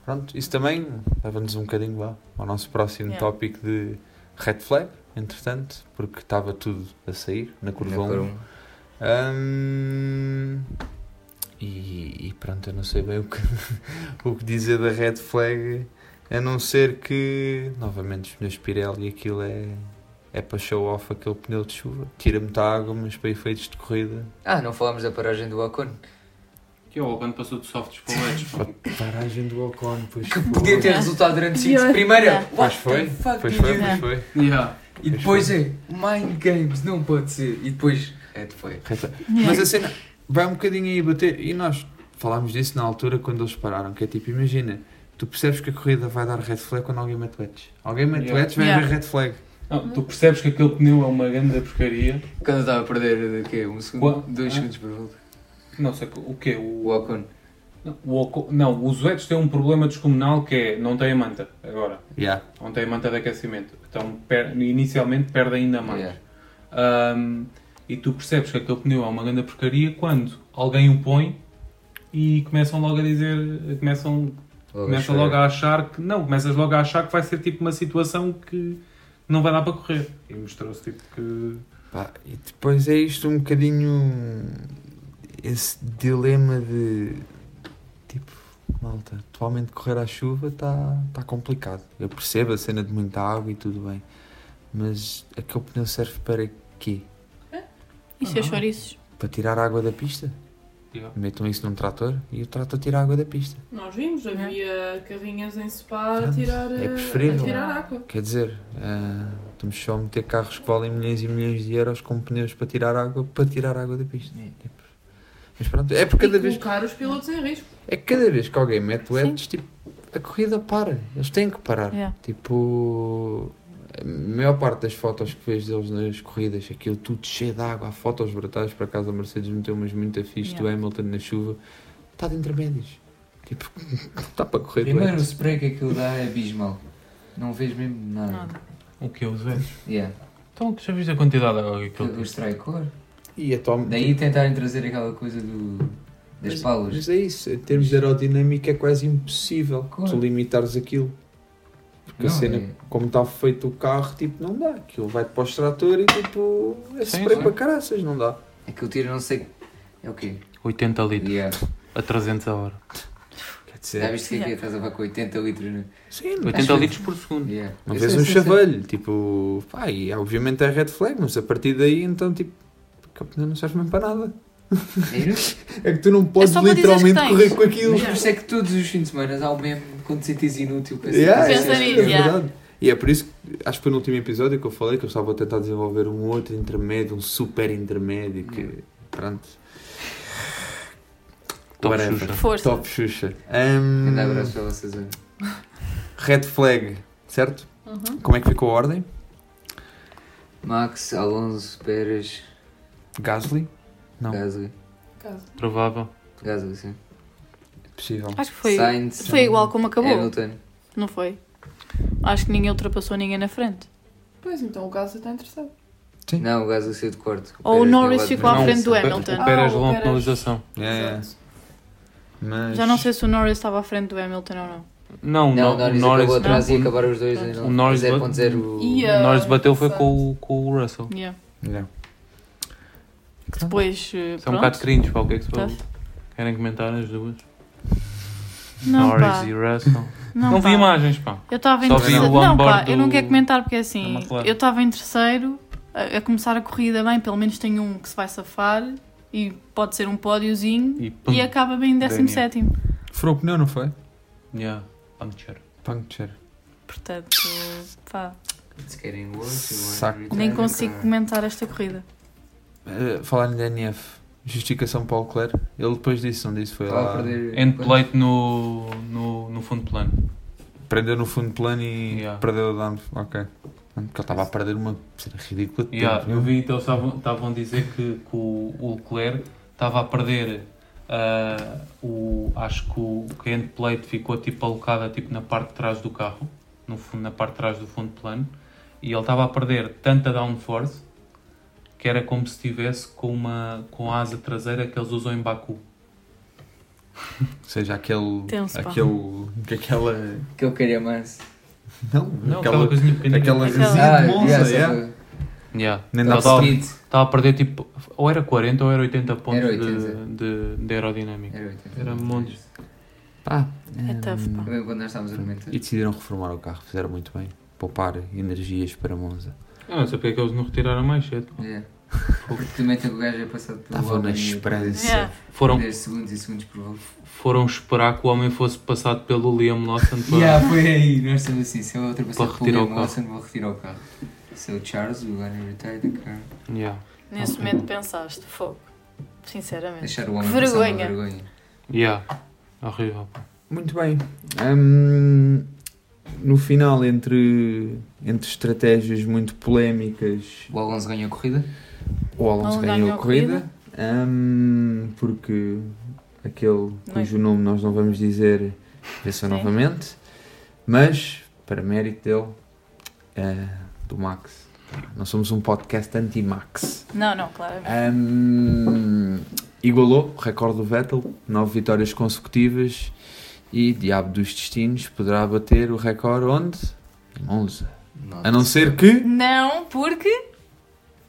B: pronto, isso também leva-nos um bocadinho lá ao nosso próximo
C: Yeah.
B: tópico de red flag, entretanto, porque estava tudo a sair na curva
D: Na curva
B: 1.
D: um.
B: Hum, e, e pronto, eu não sei bem o que, o que dizer da red flag, a não ser que, novamente, os pneus Pirelli, aquilo é, é para show off aquele pneu de chuva. Tira muita água, mas para efeitos de corrida.
D: Ah, não falámos da paragem do Ocon.
I: Que é o Alban passou de softs para leites. pá.
B: Paragem do Ocon, pois É.
D: Que
B: foi.
D: podia ter resultado durante 5 de primeira.
B: Pois
D: What
B: foi,
D: the fuck
B: pois
D: did
B: foi,
D: you
B: pois
D: do?
B: foi.
I: Yeah.
D: E depois é Mind Games, não pode ser. E depois é de foi.
B: Mas a cena vai um bocadinho aí bater. E nós falámos disso na altura quando eles pararam. Que é tipo, imagina, tu percebes que a corrida vai dar red flag quando alguém mete wets. Alguém mete
I: Yeah.
B: wets, vai
C: Yeah.
B: haver red flag.
F: Não, tu percebes que aquele pneu é uma grande porcaria.
D: Quando eu estava a perder o quê? Um segundo?
F: Qua-
D: Dois
F: Ah.
D: segundos por volta.
F: Não sei o quê?
D: O
F: O,
D: Ocon.
F: não, o, Oco- não, os Wets têm um problema descomunal que é não têm manta agora.
B: Yeah.
F: Não têm manta de aquecimento. Então per- inicialmente perdem ainda mais.
D: Yeah.
F: Ahm, e tu percebes que aquele pneu é uma grande porcaria quando alguém o põe e começam logo a dizer, começam
D: Logo
F: Começa
D: chorar.
F: logo a achar que. Não, começas logo a achar que vai ser tipo uma situação que não vai dar para correr. E mostrou-se tipo que.
B: Pá, e depois é isto um bocadinho. Esse dilema de. Tipo, malta, atualmente correr à chuva está tá complicado. Eu percebo a cena de muita água e tudo bem. Mas aquele pneu serve para quê?
C: Isso é chouriços.
B: Para tirar a água da pista?
I: Yeah.
B: Metam isso num trator e o trator tira a água da pista.
G: Nós vimos,
C: é?
G: havia carrinhas em Spa a
B: Pronto,
G: tirar,
B: é
G: eh,
B: preferível.
G: a tirar água.
B: Quer dizer, ah, estamos só a meter carros que valem milhões e milhões de euros com pneus para tirar água, para tirar água da pista. Tipo, Mas pronto, é porque cada
G: e
B: vez,
G: colocar os pilotos em risco.
B: é que cada vez que alguém mete LEDs, tipo, a corrida para. Eles têm que parar.
C: Yeah.
B: Tipo, a maior parte das fotos que vês deles nas corridas, aquilo tudo cheio de água, há fotos brutais, por acaso a Mercedes meteu umas muito fixe do
C: Yeah.
B: Hamilton na chuva, está de intermédios. Tipo, está para correr de
D: Primeiro o
B: LEDs.
D: spray que aquilo dá é abismal. Não vês mesmo nada.
F: O que é os Wets?
D: Yeah.
F: Então tu já viste a quantidade de água que ele
D: O strike-cor.
B: E é atualmente.
D: Daí tentarem trazer aquela coisa do, das
B: Mas-
D: palas.
B: Mas é isso, em termos de aerodinâmica é quase impossível
D: Claro.
B: tu limitares aquilo. Porque a
D: Não,
B: cena,
D: é-
B: como está feito o carro, tipo, não dá. Aquilo vai-te para o extrator e tipo, é
F: Sim,
B: spray
F: sim.
B: para caraças, não dá.
D: Aquilo tira não sei. É o quê?
I: 80 litros
D: Yeah.
I: a 300 a hora.
B: Quer
D: Já
B: dizer,
D: viste o que é que é? Estás a ver com 80 litros, né?
B: sim,
I: 80 litros por segundo.
D: Yeah.
B: não
D: Eu
B: vês
D: sei,
B: um
D: sei, sei.
B: chavalho, tipo, pá, e obviamente é red flag, mas a partir daí então, tipo, a pneu não serve mesmo para nada.
D: É isso?
B: É que tu não podes
C: só para dizeres que
B: literalmente
C: tens.
B: correr com aquilo.
D: Mas por isso é que todos os fins de semana há o mesmo quando te sentes inútil. pensas-
B: Yeah,
D: pensas-
C: Pensa
B: é,
C: nisso,
B: é
C: yeah.
B: verdade. E é por isso que acho que foi no último episódio que eu falei que eu estava a tentar desenvolver um outro intermédio, um super intermédio que. Pronto.
I: Top
B: Whatever.
I: Xuxa.
C: Força.
B: Top Xuxa. Hum,
D: Grande abraço para vocês. olha.
B: red flag, certo?
C: Uhum.
B: Como é que ficou a ordem?
D: Max, Alonso, Pérez,
B: Gasly? Não.
D: Gasly.
I: Provável.
D: Gasly, sim.
B: Possível.
C: Acho que foi,
D: Sainz, É
C: foi igual como acabou,
D: Hamilton.
C: não foi? Acho que ninguém ultrapassou ninguém na frente.
G: Pois então o Gasly está em terceiro.
D: Não, o Gasly saiu de quarto.
C: Ou o
D: Pérez
C: Norris
D: deu
C: ficou à
D: lado de
C: frente do
D: fora.
C: Hamilton.
F: O Pérez levou a penalização.
B: É, Mas...
C: Já não sei se o Norris estava à frente do Hamilton ou não.
D: Não,
F: Não, não,
D: o
F: o
D: Norris
F: Norris,
D: acabou atrás
F: não,
D: e
F: o-
D: acabaram os dois em
F: o Norris, bate-
D: 0.0.
C: E
F: o
C: a-
F: Norris bateu foi com, o- com o Russell.
C: Yeah.
B: Yeah.
C: Que depois. eh,
F: Isso é um
C: pronto.
F: bocado cringe, pá, o que é que se
C: Tá.
F: fala? Querem comentar as duas?
C: Não,
F: Norris
C: pá.
F: e Russell.
C: Não,
F: Não,
C: pá.
F: vi imagens, pá.
C: Eu estava em
F: Só vi
C: terceiro.
F: o
C: Não,
F: onboard
C: pá, eu não
F: do-
C: quero comentar porque é
F: da
C: assim.
F: McLaren.
C: Eu estava em terceiro, a, a começar a corrida bem, pelo menos tenho um que se vai safar e pode ser um pódiozinho
F: E
C: e,
F: pum,
C: acaba bem em
F: Daniel.
C: 17.
B: Furou o pneu, não foi?
F: Yeah, puncture.
B: Puncture.
C: Portanto, pá,
D: um. Se é, querem hoje,
B: Saco.
C: nem consigo comentar esta corrida.
B: Eh, falar em DNF, justificação para o Leclerc. Ele depois disse, não disse, foi
D: Estava
B: lá.
D: a perder-
F: Endplate no, no, no fundo plano.
B: Prendeu no fundo de plano e
F: Yeah.
B: perdeu o dano. Ok. Porque ele estava a perder uma cena ridícula de
F: Yeah,
B: tempo.
F: eu vi, então estavam- estavam a dizer que, que o, o Leclerc estava a perder. ah, o, acho que o, que a endplate ficou tipo alocada tipo, na parte de trás do carro, no fundo, na parte de trás do fundo plano, e ele estava a perder tanta downforce que era como se estivesse com, uma, com a asa traseira que eles usam em Baku.
B: Ou seja, aquele.
C: Tenso, pá.
B: aquele que aquela.
D: Que eu queria mais.
B: Não,
F: Não, aquela coisinha pequenina.
B: Aquela
F: Aquela-
B: resina
D: Ah,
B: de Monza,
D: yeah, só
B: yeah.
D: foi-
F: Yeah.
B: Nem
F: Ele
B: dá
F: estava,
B: para-
F: estava a perder tipo, ou era 40 ou era 80 pontos
D: Era
F: de-
D: 80.
F: De, de aerodinâmica.
D: Era 80.
F: Era montes.
B: Pá, eh,
C: É tough, pá.
D: Também quando nós estávamos a comentar.
B: E decidiram reformar o carro, fizeram muito bem. Poupar energias para Monza.
F: Eu não sei porque é que eles não retiraram mais cedo.
D: Yeah. Ultimamente o gajo é passado pelo
B: Estava na
D: Albon e-
B: esperança.
C: Yeah.
F: Foram,
D: 10 segundos e segundos por volta.
F: foram esperar que o homem fosse passado pelo Liam Lawson para.
D: Yeah, foi aí, nós estamos assim, se eu ultrapassar
F: Para
D: pelo
F: retirar o
D: Liam
F: carro.
D: Lawson, vou retirar o carro. Se é o Charles, we're gonna retire the car.
F: Yeah.
C: Nesse momento pensaste, fogo. Sinceramente.
D: Deixar o homem
C: que
D: passar uma
C: vergonha.
D: vergonha.
F: Yeah. Horrível. pá.
B: Muito bem. Hum, no final, entre, entre estratégias muito polémicas,
D: O Alonso ganhou a corrida.
B: o Alonso
C: Ele
B: ganhou a corrida. Hum, porque aquele cujo nome nós não vamos dizer venceu
C: Sim.
B: novamente. Mas, para mérito dele, eh, do Max. Não somos um podcast anti-Max.
C: Não, não, claro.
B: Hum, igualou o recorde do Vettel, nove vitórias consecutivas e, diabo dos destinos, poderá bater o recorde onde? Em Monza. A não ser que
C: Não, porque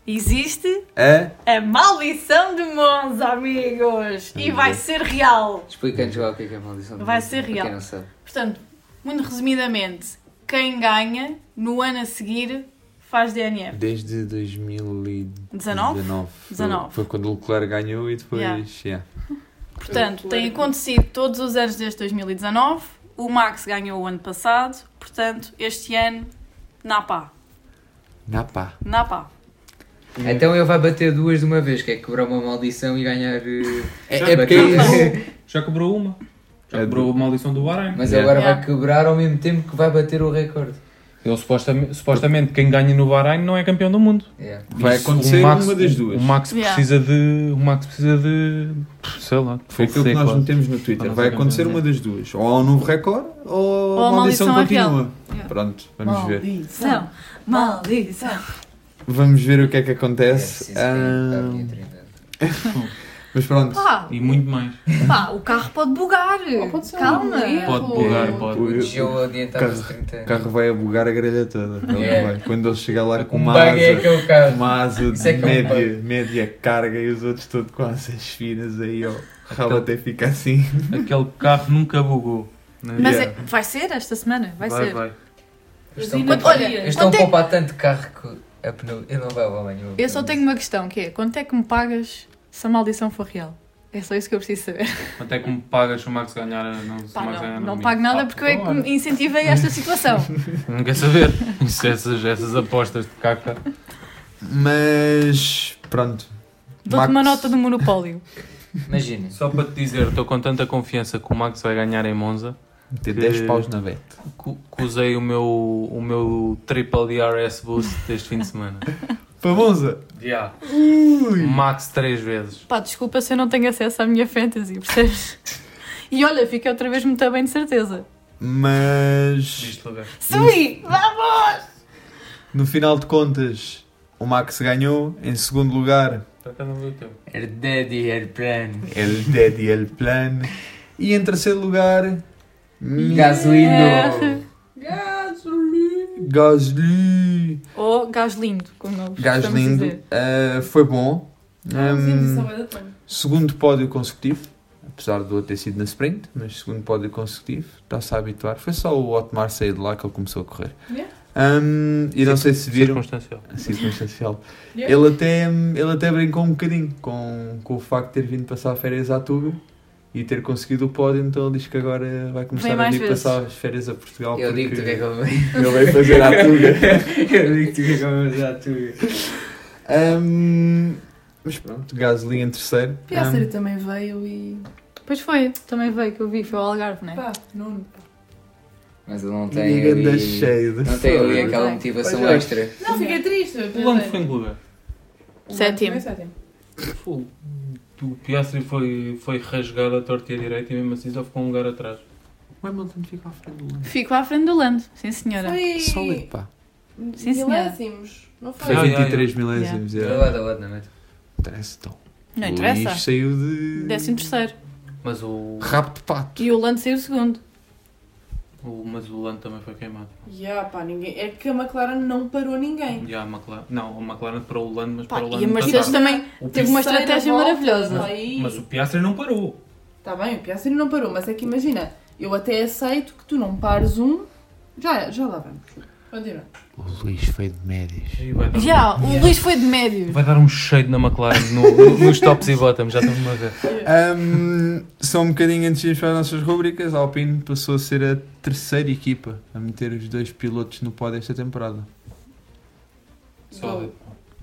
C: existe
B: a...
C: a maldição de Monza, amigos! E vai ser real!
D: Explica-nos lá o que é que é a maldição. do
C: Vai
D: mundo,
C: ser
D: para
C: real.
D: Quem não sabe.
C: Portanto, muito resumidamente, quem ganha no ano a seguir faz DNF.
B: Desde 2019
C: 19?
B: Foi-
C: 19.
B: Foi quando o Leclerc ganhou e depois...
C: Yeah.
B: yeah.
C: Portanto, tem acontecido todos os anos desde 2019. O Max ganhou o ano passado. Portanto, este ano, na pá.
B: Na Ah, pá.
C: Na pá.
D: Então ele vai bater duas de uma vez, que é quebrar uma maldição e ganhar. eh,
F: Já
D: bater-
F: quebrou- Já quebrou uma. Já
B: É
F: quebrou a maldição do Bahrein.
D: Mas
B: Yeah.
D: agora vai
C: Yeah.
D: quebrar ao mesmo tempo que vai bater o recorde.
F: Ele supostamente, supostamente quem ganha no Bahrein não é campeão do mundo.
D: Yeah.
B: Vai
F: Isso,
B: acontecer
F: o Max-
B: uma das duas.
F: O Max
C: Yeah.
F: precisa de. O Max precisa de. Sei lá.
B: Foi aquilo que
F: sei
B: nós
F: quase.
B: metemos no Twitter. Vai acontecer uma das duas. Ou há um novo recorde ou,
C: Ou
B: a
C: a
B: maldição,
C: maldição é
B: continua.
C: real.
B: Pronto, vamos ver.
C: Maldição! Maldição!
B: Vamos ver o que é que
D: É
B: acontece.
D: preciso ganhar
B: Ah,
D: a minha trindade.
B: mas pronto.
C: Pá,
F: E muito mais.
C: pá, o carro pode bugar.
G: Ou pode ser um
C: Calma.
G: erro.
F: Pode bugar, pode.
B: O-
D: O
B: o-
D: Joe adiantava-se 30
B: O
D: anos.
B: carro vai a bugar a grelha toda. Ele
D: Yeah.
B: vai. Quando ele chegar lá com uma
D: Bug é que
B: asa,
D: é o carro.
B: uma asa de
D: Isso é que é um
B: média, média carga e os outros todos com asas finas aí, ó. O rabo até fica assim.
F: Aquele carro nunca bugou. né?
C: Mas
B: Yeah.
C: é- vai ser esta semana? Vai,
F: vai,
C: ser.
F: vai.
D: Eles estão
C: Quanto-
D: a-
C: olha,
D: eles estão a
C: quanto é-
D: poupar tanto carro que a pneu. Ele não vai ao banho.
C: Eu só tenho uma questão, que é, quanto é que me pagas se a maldição for real? É só isso que eu preciso saber.
F: Até que me pagas se o Max ganhar. Não, se o
C: Pá,
F: Max ganhar
C: não,
F: no
C: não
F: mínimo.
C: pago nada
F: Ah,
C: porque eu é que
F: então,
C: me incentivei esta situação.
F: Não quer saber. Isso, essas, essas apostas de caca.
B: Mas pronto.
C: Dou-te uma nota do monopólio.
D: Imagina.
F: Só para te dizer, estou com tanta confiança que o Max vai ganhar em Monza
B: Tem
F: que-
B: 10 paus na vete.
F: que, que usei o meu, o meu triple DRS boost deste fim de semana.
B: Para Monza.
F: Já. Max três vezes.
C: Pá, desculpa se eu não tenho acesso à minha fantasy, percebes? E olha, fica outra vez muito bem de certeza.
B: Mas
C: Sui, vamos!
B: no final de contas, o Max ganhou. Em segundo lugar,
F: Por acaso não vi o teu.
D: Herdade, herplano.
B: El Dead e El Plan. E em terceiro lugar,
C: É.
D: Gasolino.
B: Gasly.
C: Ou gás lindo, como nós
B: Gás
C: gostamos de
B: lindo.
C: dizer.
B: Ah, foi bom.
G: Sim, é
B: Ahm,
G: só vai dar pano.
B: Segundo pódio consecutivo, apesar do outro ter sido na sprint, mas segundo pódio consecutivo, está-se a habituar. Foi só o Otmar sair de lá que ele começou a correr.
G: Yeah.
B: Hum, e não sei se
F: um
B: viram.
F: Circunstancial.
B: Circunstancial.
G: Yeah.
B: Ele, até, ele até brincou um bocadinho com, com o facto de ter vindo passar férias à Tuga e ter conseguido o pódio, então ele diz que agora vai começar a
C: mais
B: vir
C: vezes.
B: passar as férias a Portugal.
D: Eu digo-te o que é que eu
B: porque ele vai fazer à Tuga.
D: Eu digo-te o que é que eu já tu.
B: Hum, mas pronto, Gasly em terceiro.
G: Piacer
B: Hum,
G: também veio e.
C: Pois foi, também veio que eu vi, foi o Algarve, não é?
G: pá, Nuno.
D: Mas ele não
B: e
D: tem
B: ganda
D: ali...
B: cheia de
D: Não tem ali aquela
B: fogo.
C: Não tem.
D: motivação
B: Pois é.
D: extra.
G: Não, fiquei triste.
F: O Lando foi em que lugar?
C: Sétimo.
F: Fogo. O Piastri foi, foi rasgado à torta e à direita e mesmo assim só ficou um lugar atrás.
B: O Hamilton fica à frente do Lando.
C: Fico à frente do Lando, sim senhora.
G: Foi.
B: Sólido, pá.
C: Sim, senhora.
G: milésimos. Não foi?
B: Foi
F: Ah,
B: 23 milésimos.
D: Ele
B: Yeah.
D: lado a lado, não é?
B: Interessa então.
C: Não
B: O
C: interessa.
B: Luís saiu de.
C: Décimo terceiro.
F: Mas o,
B: Rabo de pato.
C: E o Lando saiu segundo.
F: o, mas o Lando também foi queimado.
G: Yeah, pá, ninguém. É que a McLaren não parou ninguém.
F: E a McLaren, não, a McLaren para o Lando, mas
C: Pá,
F: para o Lando
C: e a
F: não
C: Mercedes
F: tanto.
C: também
F: O é
C: teve uma
G: Terceira
C: estratégia
G: volta,
C: maravilhosa.
G: aí.
F: Mas o Piastri não parou.
G: Tá bem, o Piastri não parou, mas é que imagina, eu até aceito que tu não pares um. Já, já lá vamos. Continua.
B: O Luís foi de médias.
F: Aí vai dar,
C: Já, o Luís foi de médio.
F: vai dar um cheio na McLaren no- no- nos tops e bottoms, já estamos a ver.
B: só um bocadinho antes de irmos para as nossas rubricas, a Alpine passou a ser a terceira equipa a meter os dois pilotos no pódio esta temporada.
F: Sólido.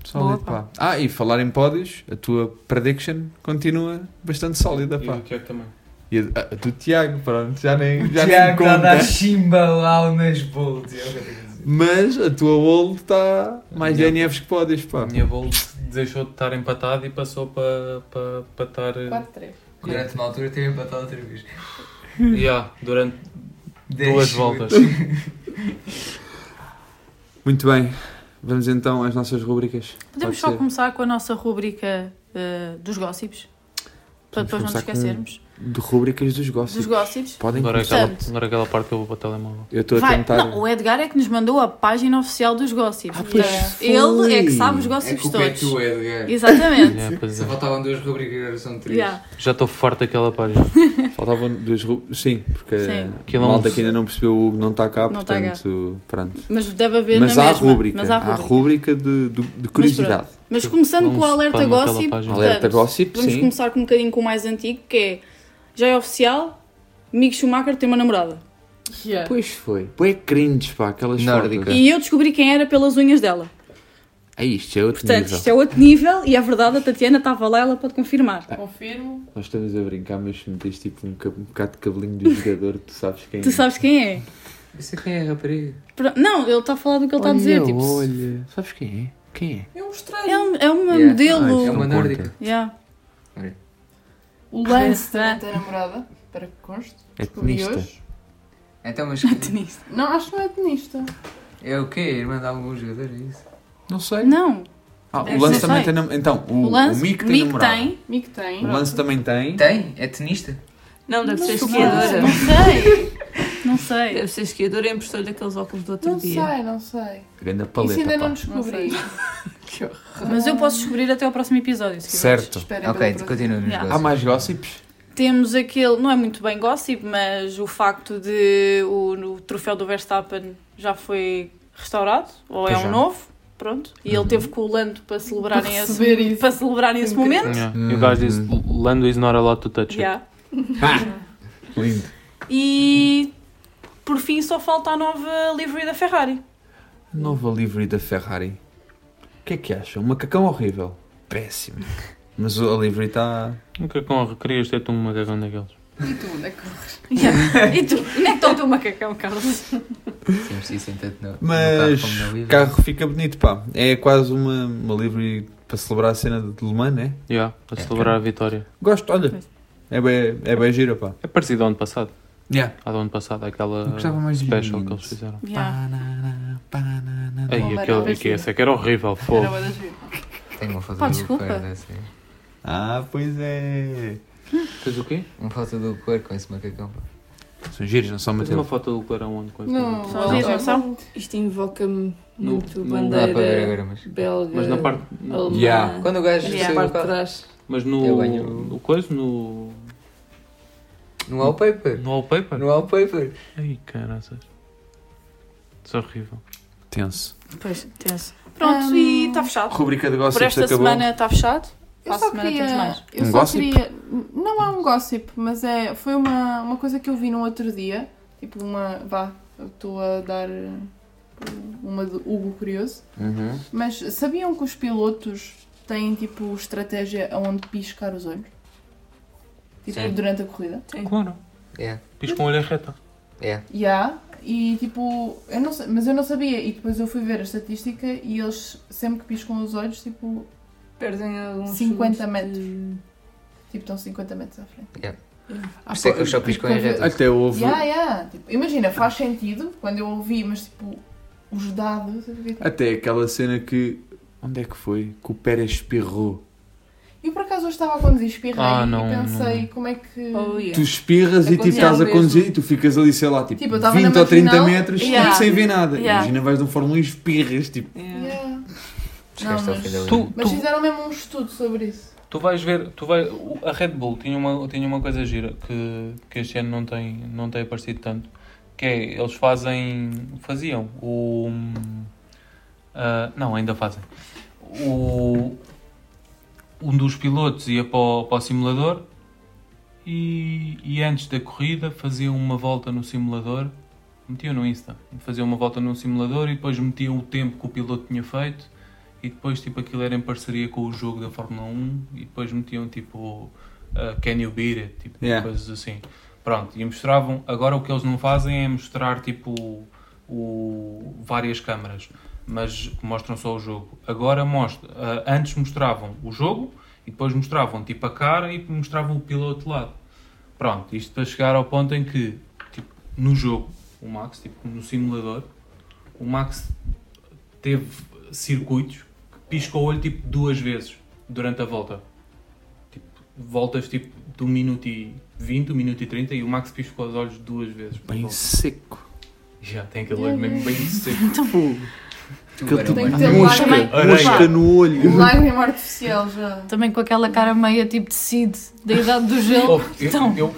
B: Sólido, pá. Ah, e falar em pódios, a tua prediction continua bastante sólida,
F: E o
B: pá.
F: Tiago também.
B: E a, a do Tiago, pronto, já nem, já nem
F: tá
D: Tiago está a dar
B: conta.
D: chimbalau nas bolsas.
F: é
B: Mas a tua old está mais
F: Minha-
B: DNFs que pódios,
F: A
B: pá.
F: minha Volt deixou de estar empatada e passou para, para, para estar. eh,
G: 4-3.
D: Durante uma altura teve empatado outra vez.
F: Yeah, durante duas
D: Dez
F: voltas.
B: Muito bem, vamos então às nossas rubricas.
C: Podemos
B: Pode
C: só
B: ser.
C: começar com a nossa rúbrica eh, dos gossips, para
B: Podemos
C: depois não nos
B: começar com-
C: esquecermos.
B: De rubricas dos gossips.
C: Dos gossips.
B: Podem
F: Agora é
B: começar.
F: aquela,
C: Portanto.
F: agora aquela parte que eu vou para o telemóvel.
B: Eu estou a
C: Vai,
B: tentar.
C: não, o Edgar é que nos mandou a página oficial dos gossips.
B: Ah, pois
C: Portanto,
B: foi.
C: ele é que sabe os
D: A
C: gossips
D: culpa é
C: todos.
D: tua, Edgar.
C: Exatamente.
F: Yeah, pois
D: Só
F: é.
D: faltavam duas rubricas, agora são três.
C: Yeah.
F: Já estou farto daquela página.
B: Faltavam duas rubricas. Sim, porque
C: Sim.
B: a
F: Aquilo é um-
B: malta que ainda não percebeu o Hugo não está cá,
C: Não está cá.
B: portanto, pronto.
C: Mas deve haver
B: Mas
C: na
B: há, a
C: mesma.
B: rubrica,
C: Mas
B: há
C: há
B: a
C: rubrica.
B: rubrica de, de- de curiosidade.
C: Mas começando com o
F: Vamos
C: alerta
F: spam naquela
C: gossip,
F: página.
B: Alerta
C: portanto,
B: gossip,
C: vamos
B: sim.
C: começar com um bocadinho com o mais antigo, que é já é oficial, Mick Schumacher tem uma namorada.
G: Yeah.
B: Pois foi. Bué cringe, pá, aquelas
D: Nórdica.
B: fotos.
C: E eu descobri quem era pelas unhas dela.
B: É isto, é outro
C: Portanto,
B: nível.
C: isto é outro nível e a verdade a Tatiana estava lá, ela pode confirmar.
G: Tá. Confirmo.
B: Nós estamos a brincar, mas se metes tipo um, ca- um bocado de cabelinho do jogador, tu sabes quem
C: Tu sabes quem é?
D: Eu sei quem é a rapariga.
C: Pro- Não, ele está a falar do que ele está a dizer. Tipo,
B: Olha, sabes quem é? Quem é?
G: Eu mostrei.
C: é, um, é uma
D: Yeah.
C: modelo.
D: É
B: Não
D: uma
B: conta.
D: nórdica.
C: Yeah.
G: O Lance
C: tá.
G: também tem namorada, para que conste.
B: É
G: Descobri
B: tenista.
G: hoje.
D: Então, mas
C: é Tenista.
G: Não, acho que não é tenista.
D: é o quê? A irmã de algum jogador, é isso?
B: Não sei.
C: Não,
B: Ah,
C: Deve
B: o Lance
C: ser.
B: também
C: Não sei.
B: tem nam- Então, o,
C: o lance.
B: o Mick tem
C: Mick
B: namorado.
C: tem.
G: Mick tem.
B: O Lance também tem.
D: Tem? É tenista?
M: Não, deve ser
C: Ah,
M: esquiadora.
C: Não sei. Não sei.
M: Deve ser esquiadora e emprestou-lhe aqueles óculos do outro
G: Não
M: dia.
G: sei, não sei.
B: Grande
G: Isso ainda
B: paleta,
G: não
B: pá.
G: descobri.
C: Mas eu posso descobrir até ao próximo episódio. Se quiser.
B: Certo.
G: Espera
D: Ok, continua nos
C: Yeah.
B: Há
D: gostos.
B: mais gossips?
C: Temos aquele, não é muito bem gossip, mas o facto de o, o troféu do Verstappen já foi restaurado, ou é
B: Pois
C: um
B: já. Uhum.
C: novo, pronto, e ele teve com o Lando para celebrarem
G: Para
C: esse,
G: receber isso.
C: para celebrarem esse momento.
F: Yeah. E o gajo disse:
N: Hum.
F: Lando is not allowed to touch it.
C: Yeah.
B: Lindo.
C: E por fim só falta a nova livery da Ferrari.
B: Nova livery da Ferrari. O que é que acham? Um macacão horrível. Péssimo. Mas a tá- livery está.
F: Nunca com querias ter-te um macacão daqueles.
G: E tu, onde é que
C: Yeah. E tu, onde é que está o teu macacão, Carlos?
D: Sim, sim, sim, tanto no- no carro
B: Mas
D: como na
B: o
D: vida.
B: carro fica bonito, pá. É quase uma, uma livery para celebrar a cena de Le Mans, né?
N: É,
F: Yeah, a celebrar a vitória.
B: Gosto, olha. É bem, é bem gira, pá.
F: É parecido ao ano passado. Yeah. A do ano passado, aquela
N: Eu gostava mais dos
F: special que
N: meninos.
F: eles fizeram.
N: Banana,
F: Aí, aquele, que essa que era horrível, fogo.
D: Tenho
C: foto Pá, do desculpa. Leclerc
B: Ah, pois é.
F: Fez o quê?
D: Uma Um foto do Leclerc com esse macacão.
B: São giros, não são
F: Fez
B: Matilde.
F: uma foto do Leclerc aonde? com esse
E: Não,
F: cabelo?
E: não, não, Isto invoca-me
F: No-
E: muito
F: no-
E: bandeira
F: dá para ver agora, mas-
E: belga.
F: mas na parte-
E: alemã.
F: Yeah.
D: Quando o gajo
E: Na
D: saiu
E: parte
D: do
E: de trás.
F: Mas no.
D: Eu ganho- um.
F: No coisa, no.
D: No wallpaper.
F: No wallpaper?
D: No wallpaper.
F: Ai, caraças. Isso é horrível.
B: Tenso.
C: Pois, tenso. Pronto, e está fechado.
B: Rubrica de gossips
C: Por esta
B: acabou.
C: semana está fechado.
G: Eu
C: Para a
G: só
C: semana temos
G: queria.
C: mais.
G: Eu
B: Um
G: só
B: gossip?
G: queria. Não é um gossip, mas é, foi uma, uma coisa que eu vi no outro dia. Tipo, uma. Vá, eu estou a dar eh, uma de Hugo Curioso.
B: Uhum.
G: Mas sabiam que os pilotos têm, tipo, estratégia aonde piscar os olhos? Tipo,
F: Sim.
G: durante a corrida? Sim.
F: Claro.
D: É.
F: Pis com a olha reta.
D: É.
G: Yeah, e tipo, eu não, sei- mas eu não sabia. E depois eu fui ver a estatística e eles sempre que piscam os olhos, tipo.
E: Perdem alguns
G: 50 metros. Tipo, estão 50 metros à frente.
D: Yeah.
G: Ah,
D: Por isso é que
G: pô,
D: os shoppings com
G: porque-
D: retas.
B: Até houve.
G: Yeah, yeah. Tipo, imagina, faz sentido quando eu ouvi, mas tipo, os dados. eu fiquei, tipo,
B: Até aquela cena que. Onde é que foi? Que o Pérez espirrou.
G: Eu por acaso hoje estava a conduzir, espirrei
B: Ah, não,
G: e pensei como é que.
C: Hum. Oh,
B: Tu espirras e tipo,
G: Aconteceu
B: estás a
G: mesmo.
B: conduzir e tu ficas ali, sei lá, tipo,
G: Tipo, eu tava na
B: 20 ou 30
G: marginal,
B: metros
G: yeah.
B: sem ver nada.
G: Yeah.
B: Imagina, vais de um Fórmula 1 e espirras, tipo.
G: Yeah. Não,
B: Chegaste ao fim da
G: mas,
B: linha.
G: mas fizeram mesmo um estudo sobre isso.
F: Tu vais ver, tu vai, o- a Red Bull tinha uma, tinha uma coisa gira que, que este ano não tem, não tem aparecido tanto, que é, eles fazem, faziam o... hum, ah, não, ainda fazem. O, um dos pilotos ia para o, para o simulador e, e antes da corrida faziam uma volta no simulador, metiam no Insta, faziam uma volta no simulador e depois metiam o tempo que o piloto tinha feito e depois tipo aquilo era em parceria com o jogo da Fórmula 1 e depois metiam tipo uh, Can You Beat It, tipo
B: Yeah.
F: coisas assim. Pronto, e mostravam, agora o que eles não fazem é mostrar tipo o, várias câmaras, mas mostram só o jogo. Agora mostra, ah, antes mostravam o jogo e depois mostravam tipo a cara e mostravam o piloto de lado. Pronto, isto para chegar ao ponto em que tipo, no jogo, o Max, tipo, no simulador, o Max teve circuitos que piscou o olho tipo duas vezes durante a volta. Tipo, voltas tipo de 1 minuto e 20, 1 minuto e 30 e o Max piscou os olhos duas vezes. por
B: Bem
F: volta.
B: seco.
F: Já tem aquele olho mesmo bem seco.
B: Aquele tipo
F: Tem que
B: de
G: um
F: ter
B: mosca,
F: lágrima.
B: mosca no olho.
G: Lágrima artificial já.
C: Também com aquela cara meia tipo de Cid, da idade do gelo.
F: Oh, eu-
C: Então,
F: eu-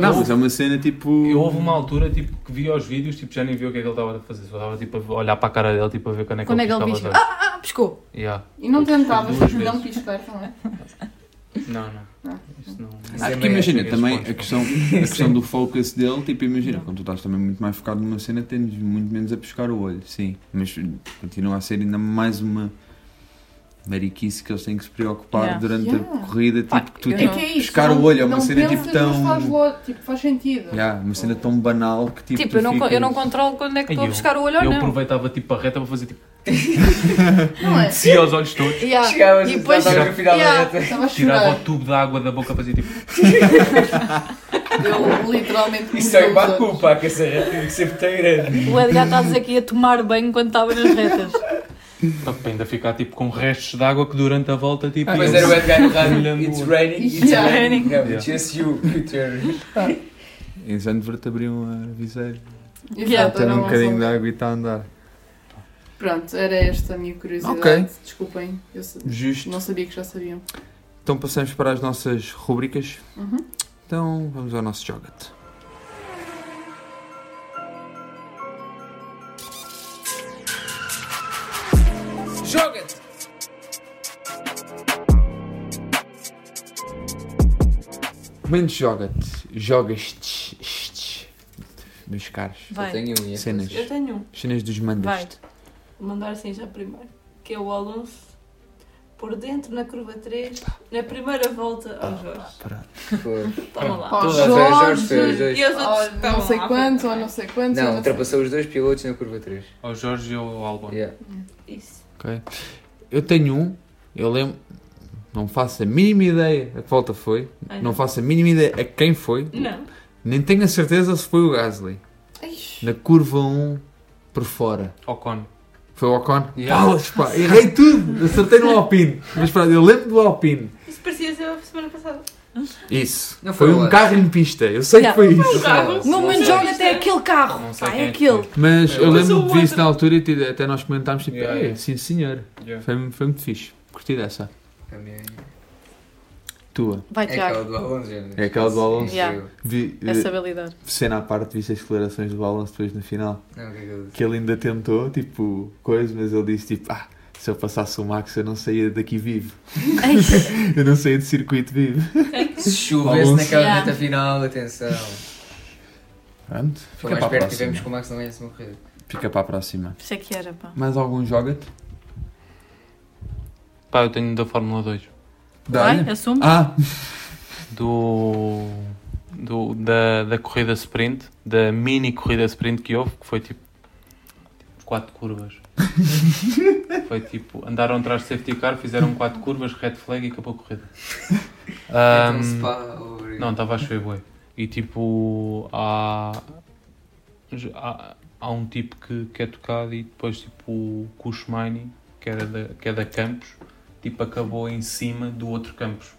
B: Não, mas é uma cena tipo.
F: Eu houve uma altura tipo, que via os vídeos, tipo, já nem via o que é que ele estava a fazer, só estava tipo, a olhar para a cara dele tipo, a ver quando é que
C: quando é
F: ele
C: que ele
F: piscava
C: pisca?
F: os olhos.
C: Ah, ah, piscou.
F: Yeah.
G: E não tentavas tipo,
F: Duas
G: não
F: vezes.
G: piscar, não é?
F: Não, não.
G: Não.
F: Isso não-
B: Ah,
F: isso
B: porque
F: é-
B: imagina
F: esses
B: também
F: pontos.
B: a questão, a questão do focus dele, tipo, imagina, quando tu estás também muito mais focado numa cena, tens muito menos a pescar o olho, sim. Mas continua a ser ainda mais uma mariquice que eles têm que se preocupar
G: Yeah.
B: durante
G: Yeah.
B: a corrida, tipo, que tu
G: É
B: tipo,
G: que é isso,
B: pescar
G: não-
B: o olho é uma
G: não
B: cena tipo
G: pensas,
B: tão.
G: mas Faz, lo- tipo, faz sentido.
B: Yeah, uma cena tão banal que tipo.
C: Tipo,
B: tu
C: eu, não, co-
B: ficas...
C: eu não controlo quando é que
F: Ai,
C: estou a
F: eu-
C: buscar o olho ou
F: Eu
C: não.
F: aproveitava tipo a reta para fazer tipo.
G: Não é?
F: Descia aos olhos todos.
C: Yeah.
D: Chegavas
C: Ah, E depois-
D: a dar no final
C: Yeah.
D: da reta.
G: Estava a
F: Tirava
G: chorar.
F: o tubo de água da boca para fazer tipo.
G: Eu literalmente
D: Isso é
G: mudei os
D: uma
G: olhos.
D: culpa, que essa reta tem que ser tão grande.
C: O Edgar está aqui a tomar banho quando estava nas retas.
F: Pá, Para ainda ficar tipo com restos de água que durante a volta tipo.
D: Mas
F: iam-
D: era o Edgar no
F: Olhando
D: rádio.
F: o
D: It's
F: olho.
D: raining, it's
G: Yeah.
D: raining. No,
B: Yeah.
D: it's just you. It's raining.
B: Em Zandvoort abriam a um viseira.
G: Exato,
B: Ter
G: era
B: um
G: uma
B: bocadinho
G: razão.
B: de água e está a andar.
G: Pronto, era esta a minha curiosidade.
B: Ok.
G: Desculpem, eu sa-
B: Justo.
G: não sabia que já sabiam.
B: Então passamos para as nossas rubricas.
G: Uhum.
B: Então vamos ao nosso Jogat.
D: Joga-te!
B: Menos joga-te. Jogas-te. Meus caros.
E: Vai. tenho um e é
B: Cenas.
E: fácil. Eu tenho um.
B: Cenas dos
E: Vai.
B: mandas.
E: Vou mandar assim já primeiro. Que é o Alonso por dentro na curva 3, na primeira volta
F: Ah.
E: ao Jorge.
C: Tá
E: Toma lá.
D: Todas as vezes Jorge fez os dois.
E: E os outros
G: Oh,
E: que estavam
G: não sei
E: lá.
G: quantos, ou não sei quantos. ou
D: Não,
G: não sei-
D: ultrapassou os dois pilotos na curva 3.
F: Ao Jorge e ao Albon.
D: Yeah.
E: Isso.
B: Ok. Eu tenho um. Eu lembro. Não faço a mínima ideia a que volta foi.
E: Ai,
B: Não
E: não.
B: faço a mínima ideia a quem foi.
E: Não.
B: Nem tenho a certeza se foi o Gasly. Na curva 1, por fora.
F: Ocon.
B: Foi o Ocon?
F: Yeah.
B: Palas, pá, errei tudo! Acertei no Alpine. Mas pronto, eu lembro do Alpine.
E: Isso parecia ser a semana passada.
B: Isso.
D: Não
B: foi
D: foi
B: um
D: lá.
B: carro em pista. Eu sei
C: Não,
B: que foi
C: não
B: isso.
C: Não me joga até aquele carro. Pá, é aquele.
B: Mas eu
C: Mas o
B: lembro-me
C: outro-
B: disso na altura e ti- até nós comentámos tipo,
C: Yeah,
B: "Ei,
C: yeah.
B: sim senhor.
D: Yeah.
B: Foi, foi muito fixe. Curti dessa. Tua.
C: Vai,
D: É
C: Ah, Tiago.
D: aquela do Alonso, já.
B: É aquela do Alonso.
C: Yeah.
B: Vi, eh,
C: Essa habilidade.
B: Cena à parte, viste as declarações do Alonso depois no final.
D: Não, o que é que ele disse?
B: que ele ainda tentou, tipo, coisa, mas ele disse tipo, ah, se eu passasse o Max eu não saía daqui vivo. eu não saía do circuito vivo.
D: Se chovesse
B: Alonso.
D: naquela reta final, atenção.
B: Pronto,
D: Foi
B: fica
D: mais
B: para a
D: perto que tivemos
B: próxima.
D: com o Max não ganhasse uma corrida.
B: Fica para a próxima.
C: Isso é que era, pá.
B: Mais algum joga-te?
F: Pá, eu tenho da Fórmula 2.
B: Dá-lhe.
C: Vai, assume.
B: Ah!
F: Do, do- da, da corrida sprint, da mini corrida sprint que houve, que foi tipo. tipo, quatro curvas. foi tipo. Andaram atrás de safety car, fizeram quatro curvas, red flag e acabou a corrida.
D: Então,
B: Um,
F: Ahm,
D: Spa, oh, obrigado.
F: não, estava a chover, bué. E tipo. Há, há, há um tipo que, que é tocado e depois tipo o Kushmani, que, era da, que é da Campos, tipo acabou em cima do outro Campos.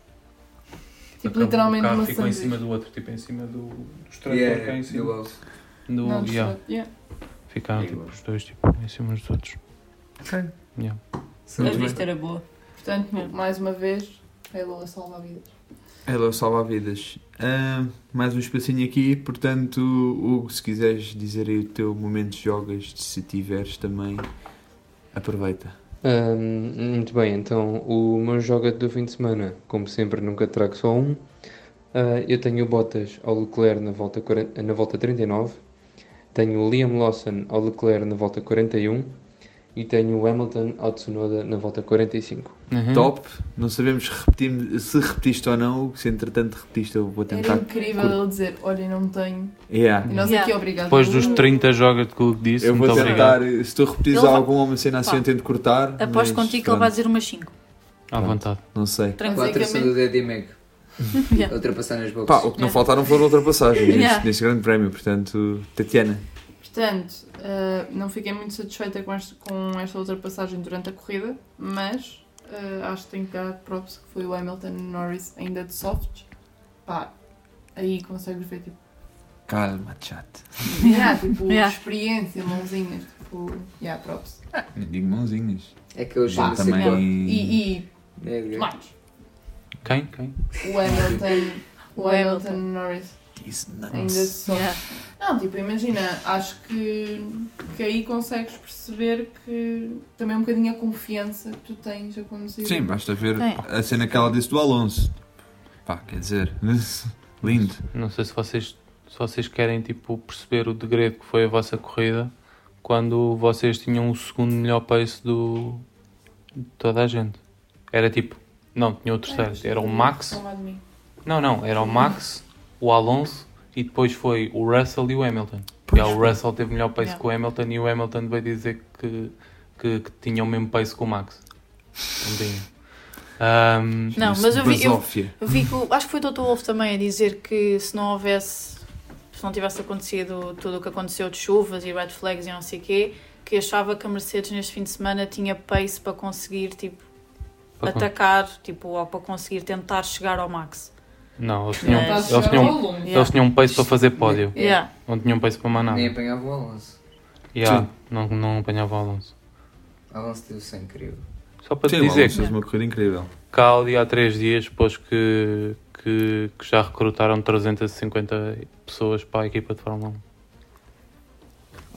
G: Tipo,
F: Acabou-
G: literalmente
F: o carro
G: uma
F: ficou um em
G: sanduíche.
F: cima do outro, tipo em cima do, do extrator
D: Yeah,
F: cá é em cima.
D: do alvo.
F: Do-
G: Não, do
F: yeah.
G: extrator, yeah.
F: Ficaram tipo os dois tipo, em cima dos outros.
G: Ok.
F: Yeah.
B: Muito bem.
C: era boa.
G: Portanto, mais uma vez, é a Eloa salva vidas.
B: Hello, salva-vidas. Ahn, mais um espacinho aqui, portanto, Hugo, se quiseres dizer aí o teu momento de jogas, se tiveres também, aproveita.
D: Hum, muito bem, então o meu jogo do fim de semana, como sempre, nunca trago só um. Ah, eu tenho o Bottas ao Leclerc na volta, 40 na volta 39, tenho o Liam Lawson ao Leclerc na volta 41 e tenho o Hamilton ao Tsunoda na volta 45.
C: Uhum.
B: Top, não sabemos se repetimos- se repetiste ou não, Hugo, se entretanto repetiste, eu vou tentar.
G: Era incrível
B: cur-
G: ele dizer, olha, não tenho.
B: Yeah.
G: E nós
E: Yeah.
G: aqui, obrigado.
F: Depois dos 30 jogas de que o Hugo disse,
B: Eu vou
F: muito
B: tentar,
F: obrigado.
B: se tu repetires
C: Ele vai-
B: alguma cena assim,
C: Pá.
B: eu tento cortar.
C: Aposto
B: mas
C: contigo que ele vai
B: pronto.
C: dizer umas 5.
F: À vontade.
B: Não sei.
C: Tranquilamente.
D: Ultrapassar do Eddie Mag.
C: Yeah.
D: Ultrapassar nas boxes.
B: Pá, o que não faltaram foram ultrapassagens
G: Yeah.
B: neste, neste grande prémio, portanto, Tatiana.
G: Portanto, ah, não fiquei muito satisfeita com esta, com esta ultrapassagem durante a corrida, mas ah, acho que tenho que dar props que foi o Hamilton e Norris ainda de softs. Pá, aí consegues ver, tipo,
B: Calma, chat.
G: yeah, tipo
C: Yeah.
G: experiência, mãozinhas, tipo, yeah, props.
B: Nem digo mãozinhas.
D: É que eu
B: Bah,
D: chamo
B: também.
G: E, e mais,
F: Quem? Quem?
G: o Hamilton, o Hamilton e Norris
B: Isso
G: ainda de softs. Não, tipo, imagina, acho que, que aí consegues perceber que também é um bocadinho a confiança que tu tens a conduzir.
B: Sim, basta ver
G: Sim.
B: a cena que ela disse do Alonso. Pá, quer dizer, lindo.
F: Não sei se vocês, se vocês querem tipo, perceber o degredo que foi a vossa corrida quando vocês tinham o segundo melhor pace do de toda a gente. Era tipo, não, tinha o terceiro. Era o Max.
G: Falar de mim.
F: Não, não, era o Max, o Alonso e depois foi o Russell e o Hamilton. Já, o Russell teve melhor pace
G: Yeah.
F: que o Hamilton e o Hamilton veio dizer que, que, que tinha o mesmo pace que o Max. Não tinha. Ahm,
C: Não, mas eu vi, eu, eu vi que. o- Acho que foi o Dr. Wolf também a dizer que se não houvesse. Se não tivesse acontecido tudo o que aconteceu de chuvas e red flags e não sei o quê, que achava que a Mercedes neste fim de semana tinha pace para conseguir, tipo,
F: Para con-
C: atacar, tipo, ou para conseguir tentar chegar ao Max.
F: Não,
C: Não.
F: eles tinham,
C: Eles
F: eles
C: chegaram
F: tinham,
C: ao longo.
F: eles tinham um pace para fazer pódio.
C: Yeah.
F: Não tinham pace para mais nada.
D: Nem apanhava o Alonso.
F: Yeah,
D: Sim.
F: não, não apanhava o Alonso.
D: Alonso teve sangue incrível.
F: Só para te
B: Sim, o
F: dizer
B: Alonso fez uma corrida incrível.
F: que a Audi há 3 dias, depois que, que, que já recrutaram 350 pessoas para a equipa de Fórmula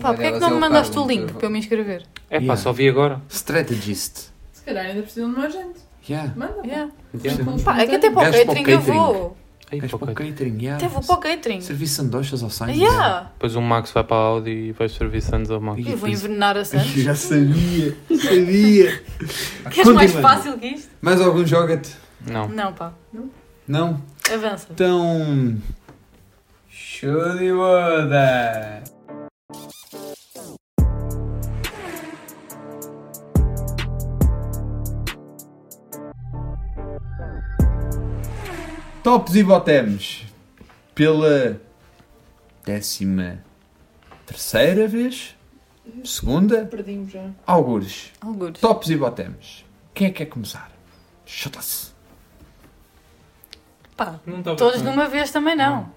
F: 1.
C: Pá, porquê é que não me mandaste o
D: então
C: link para eu me inscrever?
F: É pá, só vi agora.
B: Strategist.
G: Se calhar ainda precisam de mais gente.
B: Yeah.
G: Manda.
C: Yeah.
F: Yeah.
C: Pá, é que até para o
B: Gajo
C: catering eu vou.
B: Gajo para o catering, yeah.
C: Até vou para o catering.
B: Serviço sandochas ao Sainz.
C: Yeah.
F: Depois o Max vai para a Audi e vai servir Santos ao Max.
C: Eu vou envenenar a Santos.
B: Já sabia, sabia.
C: Queres mais
B: Continuando.
C: fácil que isto?
B: Mais algum joga-te?
F: Não.
C: Não, pá.
B: Não?
C: Avança.
B: Então.
D: Show de boda!
B: Tops e botemos. Pela décima terceira vez, segunda,
G: Perdimos já.
B: algures,
C: Algures.
B: tops e bottoms. Quem é que quer começar? Chuta-se.
C: Pá,
F: Não tava
C: todos de
F: com-
C: uma vez também não.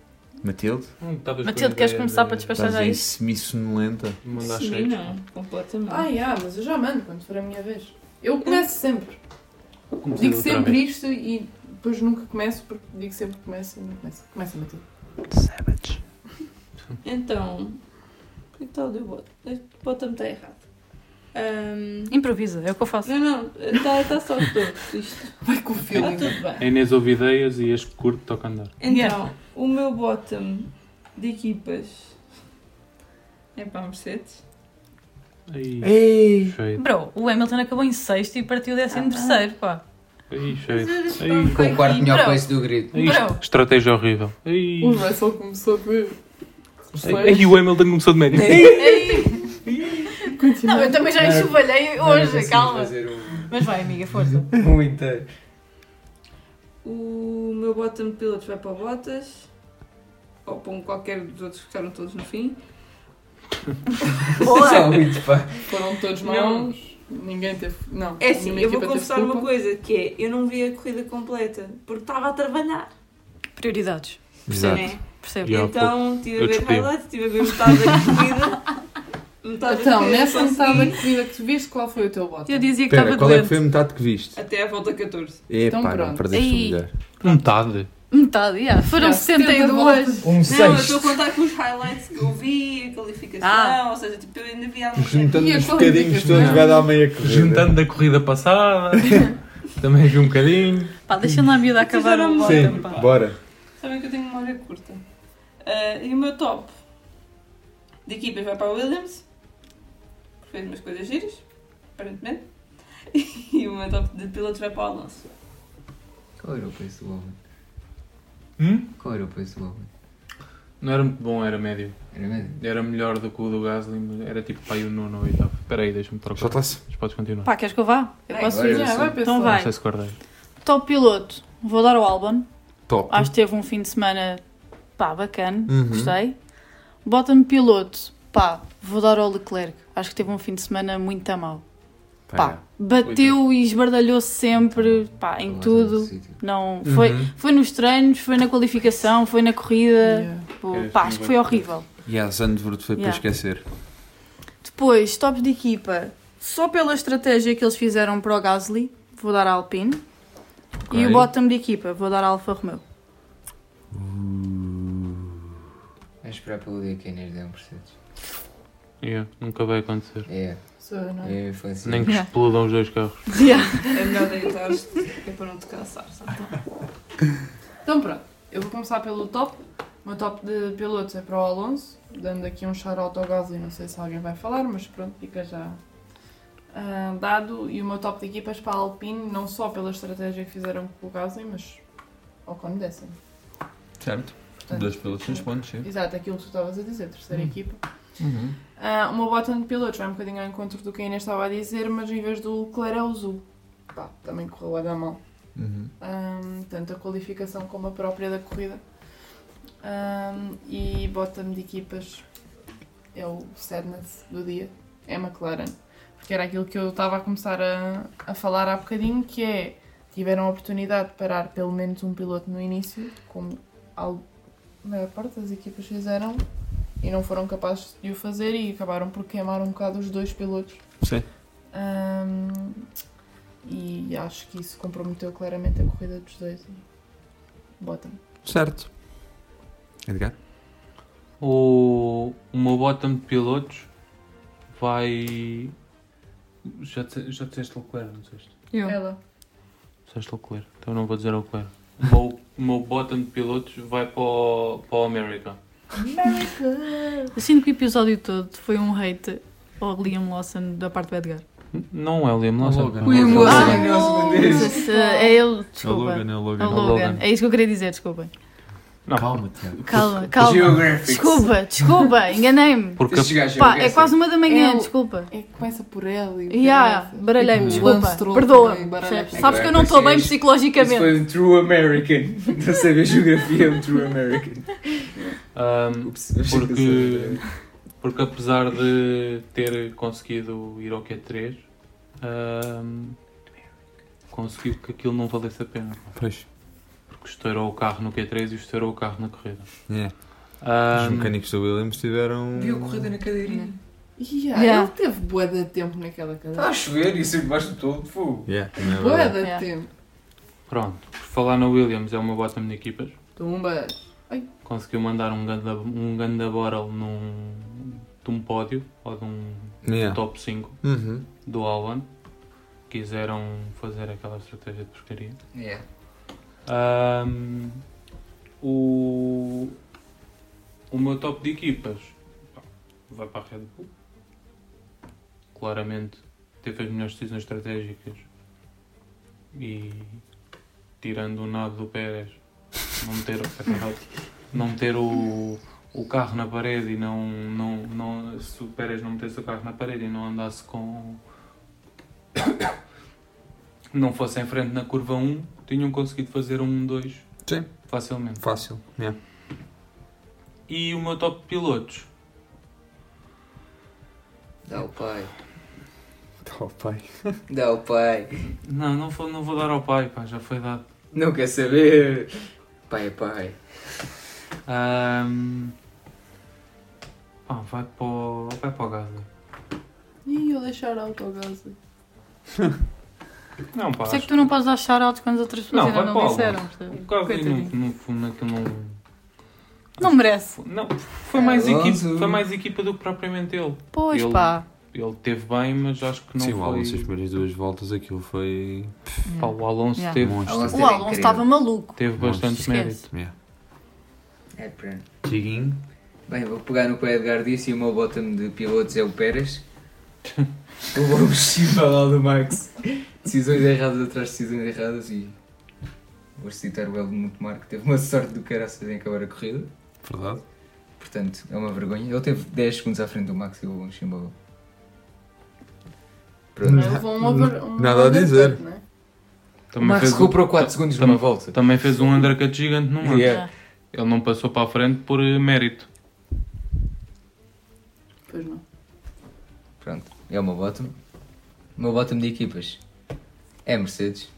B: Matilde?
F: Hum, estavas
C: Matilde,
F: com
C: queres
B: é,
F: ideia
C: começar
F: de-
C: para despachar
B: Estás
C: já
B: aí
C: isso?
B: semi-sonolenta.
F: Mandaste
E: Sim, não, completamente.
G: Ah, yeah, mas eu já mando quando for a minha vez. Eu começo sempre.
F: Comecei
G: Digo
F: outra
G: sempre
F: vez.
G: isto e depois nunca começo, porque digo sempre que começo e não começo. Começa a bater.
M: Então, então deu bota. Bota-me está tá errado. Ahm,
C: Improvisa, é o que eu faço.
M: Não, não, está tá só todo isto. Vai com o
F: feeling.
M: Está Tá tudo bem.
F: A Inês ouve ideias e este curto toca andar.
M: Então, o meu bottom de equipas é para a Mercedes.
C: Ei.
B: É.
F: Feio.
C: Bro, o Hamilton acabou em sexto e partiu décimo terceiro, Ah, pá.
F: Aí, feio.
C: Mas eu
F: Aí.
D: Um
C: Com o quarto melhor Bro. place
O: do grid.
B: É
F: Aí,
C: Bro.
F: estratégia horrível. Aí.
G: O Russell começou de.
F: Aí, aí o Hamilton começou de médio.
C: é Não, eu
B: É.
C: também já
F: Não,
C: enxovalhei
F: não, não
B: assim,
C: hoje,
F: consigo
C: calma.
F: fazer
C: Mas vai, amiga, força.
O: Um inteiro.
M: O meu bottom piloto vai para o Bottas. Ou para um qualquer dos outros que ficaram todos no fim.
G: Boa.
O: muito, pá.
G: Foram todos maus. Ninguém teve. Não.
M: É assim,
G: nenhuma
M: eu vou
G: equipa teve
M: confessar uma
G: culpa.
M: coisa, que é, eu não vi a corrida completa, porque estava a trabalhar.
C: Prioridades.
M: Exato.
C: Percebo. Percebo.
M: E então estive a ver highlights, estive a ver metade da corrida. metade da
G: Então,
M: corrida,
G: nessa
M: consegui,
G: metade da corrida que tu viste, qual foi o teu voto?
C: Eu dizia que
B: Espera,
C: estava
B: qual é que
C: doente.
B: foi a metade que viste?
M: Até à volta 14.
B: Epá,
C: Então
B: não,
C: pronto.
B: perdeste o
C: Ei.
B: melhor.
F: Metade.
C: Metade, yeah. Foram
M: Já,
C: 72.
B: Um
M: Não, eu estou a
B: sexto.
M: contar com os highlights que eu vi, a qualificação, ou seja, tipo, eu ainda vi alguma
B: Juntando
M: E a
B: os bocadinhos todos,
M: qualificação?
B: vai dar meia corrida.
F: Juntando da corrida passada. também vi um bocadinho.
C: Pá, deixa-me lá a miúda acabar o bottom, pá.
B: bora.
M: Sabem que eu tenho memória curta. Ah, e o meu top de equipas vai para o Williams, que fez umas coisas giras, aparentemente. E o meu top de pilotos vai para o Alonso.
O: Qual era o pace do Owen?
F: Hum?
O: Qual era o pace do Owen?
F: Não era muito bom, era médio.
O: Era médio?
F: Era melhor do que o do Gasly, mas era tipo pai o nono ou oitavo. Espera aí, deixa-me trocar.
B: Já está-se.
F: Mas podes continuar.
C: Pá, queres que eu vá? Eu
F: Vai,
C: posso
F: vai,
C: ir?
F: eu sei.
C: Então vai.
F: Não sei se guardei.
C: Top piloto, vou dar o Albon.
B: Top.
C: Acho que teve um fim de semana pá, bacana,
B: Uhum.
C: gostei. Bottom piloto, pá, vou dar ao Leclerc. Acho que teve um fim de semana muito a mal. Pá, bateu e esbardalhou sempre, pá,
D: Tá
C: em tudo.
D: um
C: Não, foi,
B: Uhum.
C: foi nos treinos, foi na qualificação, foi na corrida. Pô,
F: É,
C: pá,
F: foi
C: acho que
F: bem
C: foi
F: corrida.
C: horrível.
B: E a Zandvoort foi
C: Yeah.
B: para esquecer.
C: Depois, top de equipa. Só pela estratégia que eles fizeram para o Gasly, vou dar a Alpine. E
B: Ok.
C: o bottom de equipa, vou dar a Alfa Romeo.
O: Vamos esperar pelo dia que a Inês deu um Mercedes.
F: Yeah, nunca vai acontecer.
O: É.
G: Sou eu, não é?
O: É a infância.
F: Nem que
C: Yeah.
F: explodam os dois carros.
M: É melhor deitar-te, é para não te cansar. sabe?
G: Então pronto, eu vou começar pelo top. O meu top de pilotos é para o Alonso, dando aqui um shout-out ao Gasly, não sei se alguém vai falar, mas pronto, fica já ah, dado. E o meu top de equipas para a Alpine, não só pela estratégia que fizeram com o Gasly, mas ao né? como décimo.
B: Certo. Dois pilotos nos pontos, sim.
G: Exato, aquilo que tu estavas a dizer, terceira equipa.
B: Uhum.
G: Ah, o meu bottom de pilotos vai um bocadinho ao encontro do que a Inês estava a dizer, mas em vez do Leclerc é o Zul. Pá, também correu a dar mal.
B: Uhum.
G: Ahm, tanto a qualificação como a própria da corrida. Ahm, e bottom de equipas é o sadness do dia, é a McLaren. Porque era aquilo que eu estava a começar a, a falar há bocadinho, que é tiveram a oportunidade de parar pelo menos um piloto no início, como a maior parte das equipas fizeram, e não foram capazes de o fazer e acabaram por queimar um bocado os dois pilotos.
B: Sim.
G: Ahm, e acho que isso comprometeu claramente a corrida dos dois. e Bottom.
B: Certo. Edgar?
F: O, o meu bottom de pilotos vai. Já, disse- já disseste Leclerc, não disseste?
C: Eu.
G: Ela.
F: Disseste Leclerc, então não vou dizer Leclerc. O meu, o meu bottom de pilotos vai para o, para o America.
C: Eu sinto que o episódio todo foi um hate ao Liam Lawson da parte do Edgar.
F: Não é o Liam Lawson.
B: Logan.
F: Liam
G: Ah,
B: Ah,
C: Se- É ele, desculpa.
F: É o Logan, é o Logan.
C: É
F: É o Logan.
C: É isso que eu queria dizer, desculpem.
B: Calma, Tiago.
C: Calma, calma.
B: Geographics.
C: Desculpa, desculpa, enganei-me.
B: Porque- Estes gajos
C: Pá, é
B: enlouquecem.
C: quase uma da manhã,
G: É o-
C: desculpa.
G: É, começa por ela e.
C: Yeah,
G: começa.
B: Uhum.
C: baralhei-me,
G: Tipo,
C: desculpa.
G: Lance Stroll
C: Perdoa-me.
G: também baralha
C: percebes?
G: tudo.
C: Sabes que eu não estou bem psicologicamente.
O: Isso foi um true American. Não saber geografia é um true American.
F: Um, porque, porque apesar de ter conseguido ir ao Q3, um, conseguiu que aquilo não valesse a pena.
B: Pois.
F: Porque estourou o carro no Q3 e estourou o carro na corrida.
B: É.
F: Ah,
B: Os mecânicos do Williams tiveram.
G: Viu a corrida
F: na cadeirinha.
G: Yeah,
C: Yeah.
G: Ele teve bué de tempo naquela
C: É.
G: cadeira.
D: Está
B: Ah,
D: a chover e sempre baixo de todo fogo.
B: Yeah, é
G: Bué de
C: Yeah.
G: tempo.
F: Pronto, por falar na Williams, é uma bota de equipas.
G: Tumba. Ai,
F: Conseguiu mandar um ganda, um ganda bottle num, de um pódio ou de um
B: Yeah.
F: top 5
B: Então- Uhum.
F: do Albon. Quiseram fazer aquela estratégia de porcaria.
D: Yeah.
F: Ahm, o, o meu top de equipas pá, vai para a Red Bull. Claramente teve as melhores decisões estratégicas e tirando o nado do Pérez, não meter, não meter o, o carro na parede e não, não, não. Se o Pérez não metesse o carro na parede e não andasse com. não fosse em frente na curva 1, tinham conseguido fazer um 1-2
B: Sim.
F: facilmente.
B: Fácil. Yeah.
F: E o meu top de pilotos?
D: Dá o pai.
B: Tá, pai.
D: Dá o pai.
F: Não, não vou, não vou dar ao pai, pá, já foi dado.
D: Não quer saber. Pai é pai.
F: Ahm, pá, vai para o, vai para o Gasly.
G: Ih, eu deixar alto ao gás.
F: Não, pá,
C: Por isso é que tu não podes dar shout-out quando as outras pessoas
F: Não,
C: ainda
F: vai
C: não
F: para o
C: disseram.
F: o
B: Um
C: percebes?
F: Gasly
C: Coitadinho.
F: no, no fundo aquilo não.
C: Não merece.
F: Não, foi mais,
D: Alonso.
F: equipa, foi mais equipa do que propriamente ele.
C: Pois
F: ele,
C: pá.
F: Ele teve bem, mas acho que não
B: Sim, o
F: foi.
B: Alonso, as primeiras duas voltas, aquilo foi.
F: Pá, o Alonso
C: Yeah.
F: teve,
B: Monstro.
D: Alonso
C: O
D: era
C: Alonso
D: incrível.
C: estava maluco.
F: teve bastante
C: Esquece.
F: mérito.
B: Yeah.
D: É, pronto.
B: Tiguinho.
D: Bem, vou pegar no que o Edgar disse e o meu bottom de pilotos é o Pérez. o vou para lá do Max. Decisões erradas atrás de decisões erradas e. Vou citar o Eldo Montemar que teve uma sorte do caraças em acabar a corrida.
B: Verdade.
D: Portanto, é uma vergonha. Ele teve 10 segundos à frente do Max e o Chimbalo. Pronto.
G: Levou um over, um
B: Nada a
G: overcut,
B: dizer.
G: né?
D: O
F: Também
D: Max
F: fez, um-
D: recuperou 4 segundos numa volta.
F: também fez um undercut gigante no ano.
D: Yeah.
F: Ele não passou para a frente por eh, mérito.
G: Pois não.
D: Pronto, é o meu bottom. O meu bottom de equipas é a Mercedes.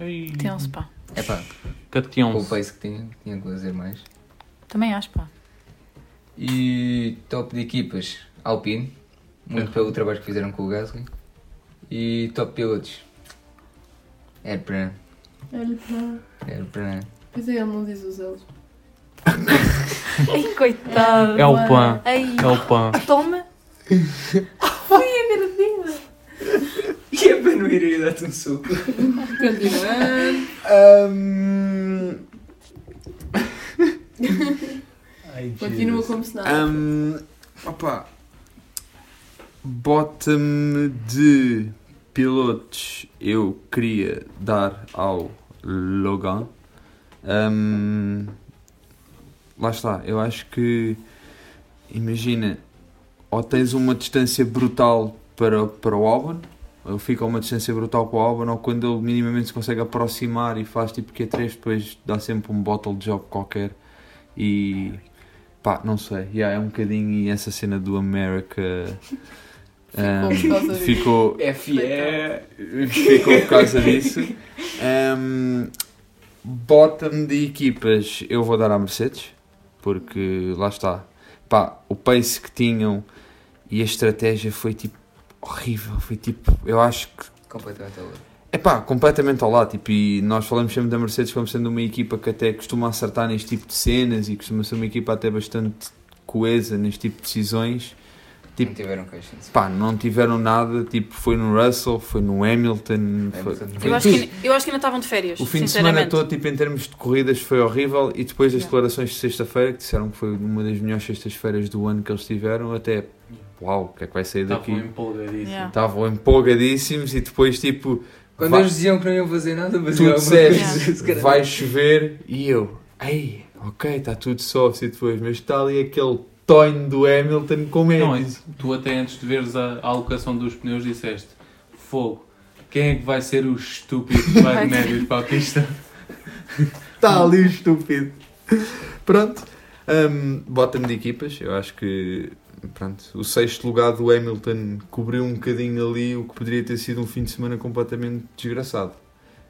F: Ei,
C: Tenso, pá.
D: É pá,
F: Catião.
D: com o pace que tinha, tinha que fazer mais.
C: Também acho, pá.
D: E top de equipas, Alpine, muito pelo trabalho que fizeram com o Gasly. E top pilotos, Airplan.
G: Olha para.
D: Airplan.
G: Pois é, ele não diz os elos.
C: Ai, coitado.
F: É o Pan.
C: Ai,
F: É o Pan.
C: toma.
D: E é para não ir dar-te um soco.
G: Continuando. Continua como se nada.
B: Um, opa. Bottom de pilotos eu queria dar ao Logan. Um, lá está, eu acho que imagina, ou tens uma distância brutal para, para o Albon, ou fica a uma distância brutal para o Albon, ou quando ele minimamente se consegue aproximar e faz tipo Q3, depois dá sempre um bottle job qualquer e Pá, não sei. Yeah, é um bocadinho e essa cena do America. ahm,
G: por causa disso.
B: ficou,
D: FE.
B: ficou por causa disso. Ahm, bottom de equipas, eu vou dar à Mercedes, porque lá está. Pá, o pace que tinham e a estratégia foi tipo horrível. Foi tipo, eu acho que
D: Completamente a outra.
B: é pá, completamente ao lado. Tipo, e nós falamos sempre da Mercedes como sendo uma equipa que até costuma acertar neste tipo de cenas e costuma ser uma equipa até bastante coesa neste tipo de decisões. Tipo-
D: Não tiveram queixas.
B: Pá, não tiveram nada. Tipo, foi no Russell, foi no Hamilton. foi-
D: Hamilton.
B: foi
C: Eu acho,
B: tudo.
C: que, eu acho que ainda estavam de férias.
B: O fim de semana
C: sinceramente.
B: todo, tipo, em termos de corridas, foi horrível. E depois as
C: Yeah.
B: declarações de sexta-feira, que disseram que foi uma das melhores sextas-feiras do ano que eles tiveram, até uau, o que é que vai sair
F: Estava
B: daqui?
F: empolgadíssimo.
C: Yeah.
B: Estavam empolgadíssimos e depois, tipo,
D: Quando
B: vai-
D: eles assim, diziam que não iam fazer nada, mas é
B: tu
C: coisa,
B: disseste, vai chover, e eu, ei, ok, está tudo soft e depois, mas está ali aquele tonho do Hamilton, como é
F: Não,
B: que-
F: antes- tu até antes de veres a, a alocação dos pneus disseste fogo. Quem é que vai ser o estúpido que vai de médios para a pista?
B: Está ali estúpido. Tá Pronto. Um, bottom de equipas, eu acho que pronto, o sexto lugar do Hamilton cobriu um bocadinho ali o que poderia ter sido um fim de semana completamente desgraçado.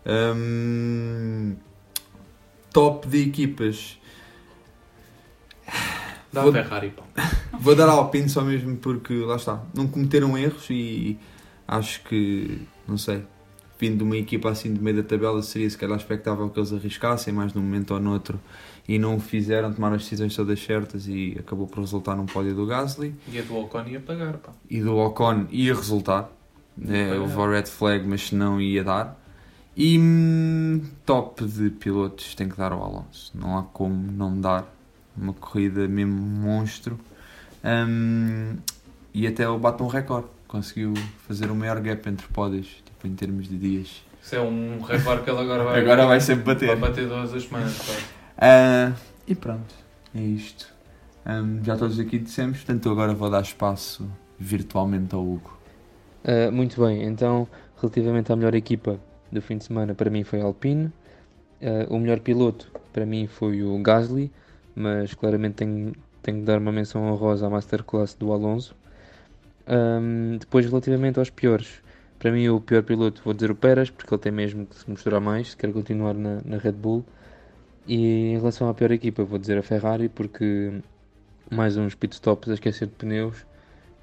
B: Um, top de equipas.
D: Dá a Ferrari, pá.
B: Vou dar a Alpine só mesmo porque lá está. Não cometeram erros e acho que, não sei, vindo de uma equipa assim de meio da tabela seria se calhar expectável que eles arriscassem mais num momento ou noutro e não o fizeram, tomaram as decisões todas certas e acabou por resultar num pódio do Gasly
D: E a do Ocon ia pagar, pá.
B: e do Ocon ia resultar. É, houve o red flag, mas se não ia dar. E hum, top de pilotos tem que dar ao Alonso. Não há como não dar. Uma corrida mesmo monstro. Hum, e até ele bate um recorde. Conseguiu fazer o maior gap entre pódios, tipo, em termos de dias.
D: Isso é um recorde que ele agora vai.
B: Agora vai sempre bater.
D: Vai bater todas as semanas, pá.
B: Ah, e pronto, é isto. Hum, já todos aqui dissemos, portanto eu agora vou dar espaço virtualmente ao Hugo.
F: Uh, muito bem, então, relativamente à melhor equipa do fim de semana, para mim foi a Alpine. Uh, o melhor piloto, para mim, foi o Gasly, mas claramente tenho, tenho que dar uma menção honrosa à Masterclass do Alonso. Um, depois, relativamente aos piores, para mim, o pior piloto, vou dizer o Pérez, porque ele tem mesmo que se mostrar mais se quer continuar na, na Red Bull. E em relação à pior equipa, vou dizer a Ferrari, porque mais uns pitstops a esquecer de pneus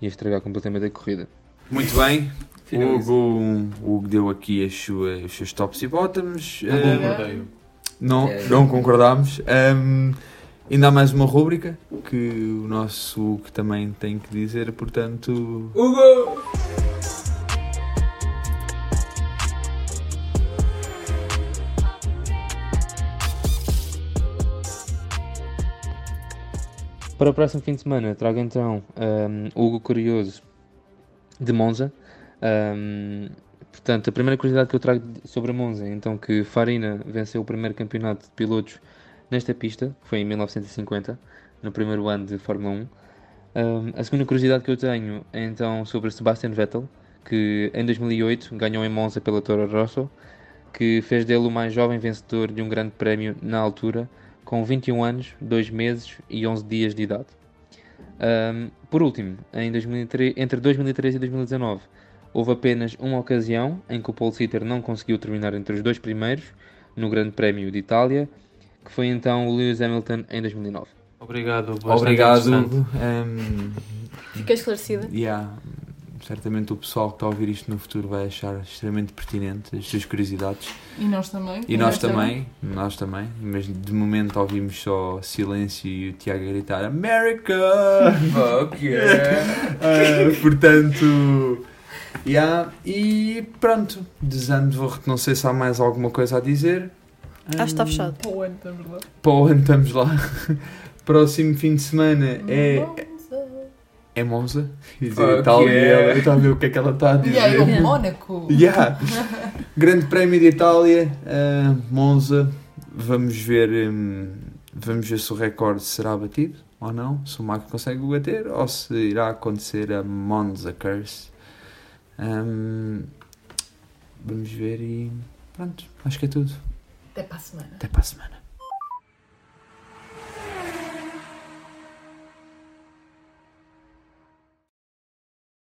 F: e a estragar completamente a corrida.
B: Muito bem,
D: é
B: o Hugo, o Hugo deu aqui as suas, os seus tops e bottoms.
D: Não
B: Ah,
D: concordei.
B: Não,
D: É.
B: não concordámos. Ahm, ainda há mais uma rúbrica que o nosso Hugo também tem que dizer, portanto.
D: Hugo!
F: Para o próximo fim de semana, trago então um, Hugo Curioso de Monza. Um, portanto, a primeira curiosidade que eu trago de- sobre a Monza é então que Farina venceu o primeiro campeonato de pilotos nesta pista, que foi em 1950, no primeiro ano de Fórmula 1. Um, a segunda curiosidade que eu tenho é então sobre Sebastian Vettel, que em 2008 ganhou em Monza pela Toro Rosso, que fez dele o mais jovem vencedor de um grande prémio na altura, com 21 anos, 2 meses e 11 dias de idade. Ahm, por último, em 2003 entre 2013 e 2019, houve apenas uma ocasião em que o Paul Sitter não conseguiu terminar entre os dois primeiros no Grande Prémio de Itália, que foi então o Lewis Hamilton em 2009.
D: Obrigado, bastante
B: Obrigado,
D: interessante.
B: Hugo. Ahm,
C: Fiquei esclarecida.
B: Ehm, Yeah. Certamente o pessoal que está a ouvir isto no futuro vai achar extremamente pertinente as suas curiosidades.
G: E nós também.
B: E nós
G: Nós
B: também,
G: também.
B: nós também. Mas de momento ouvimos só silêncio e o Tiago a gritar America!
D: Fuck yeah!
B: Ah, portanto, yeah. e pronto. Desando, não sei se há mais alguma coisa a dizer.
C: Acho que está fechado.
G: Para o ano
C: tá
G: estamos lá.
B: Para o ano estamos lá. Próximo fim de semana
C: Hum,
B: é. É Monza. Quer Dizer,
D: Ok.
B: está ali ela, eu estava a ver o que é que ela está a dizer.
G: E aí, o Mónaco.
B: Yeah. Grande Prémio de Itália, ah, Monza. Vamos ver, hum, vamos ver se o recorde será batido ou não, se o Max consegue o bater ou se irá acontecer a Monza Curse. Hum, vamos ver e pronto, acho que é tudo.
G: Até para a semana.
B: Até para a semana.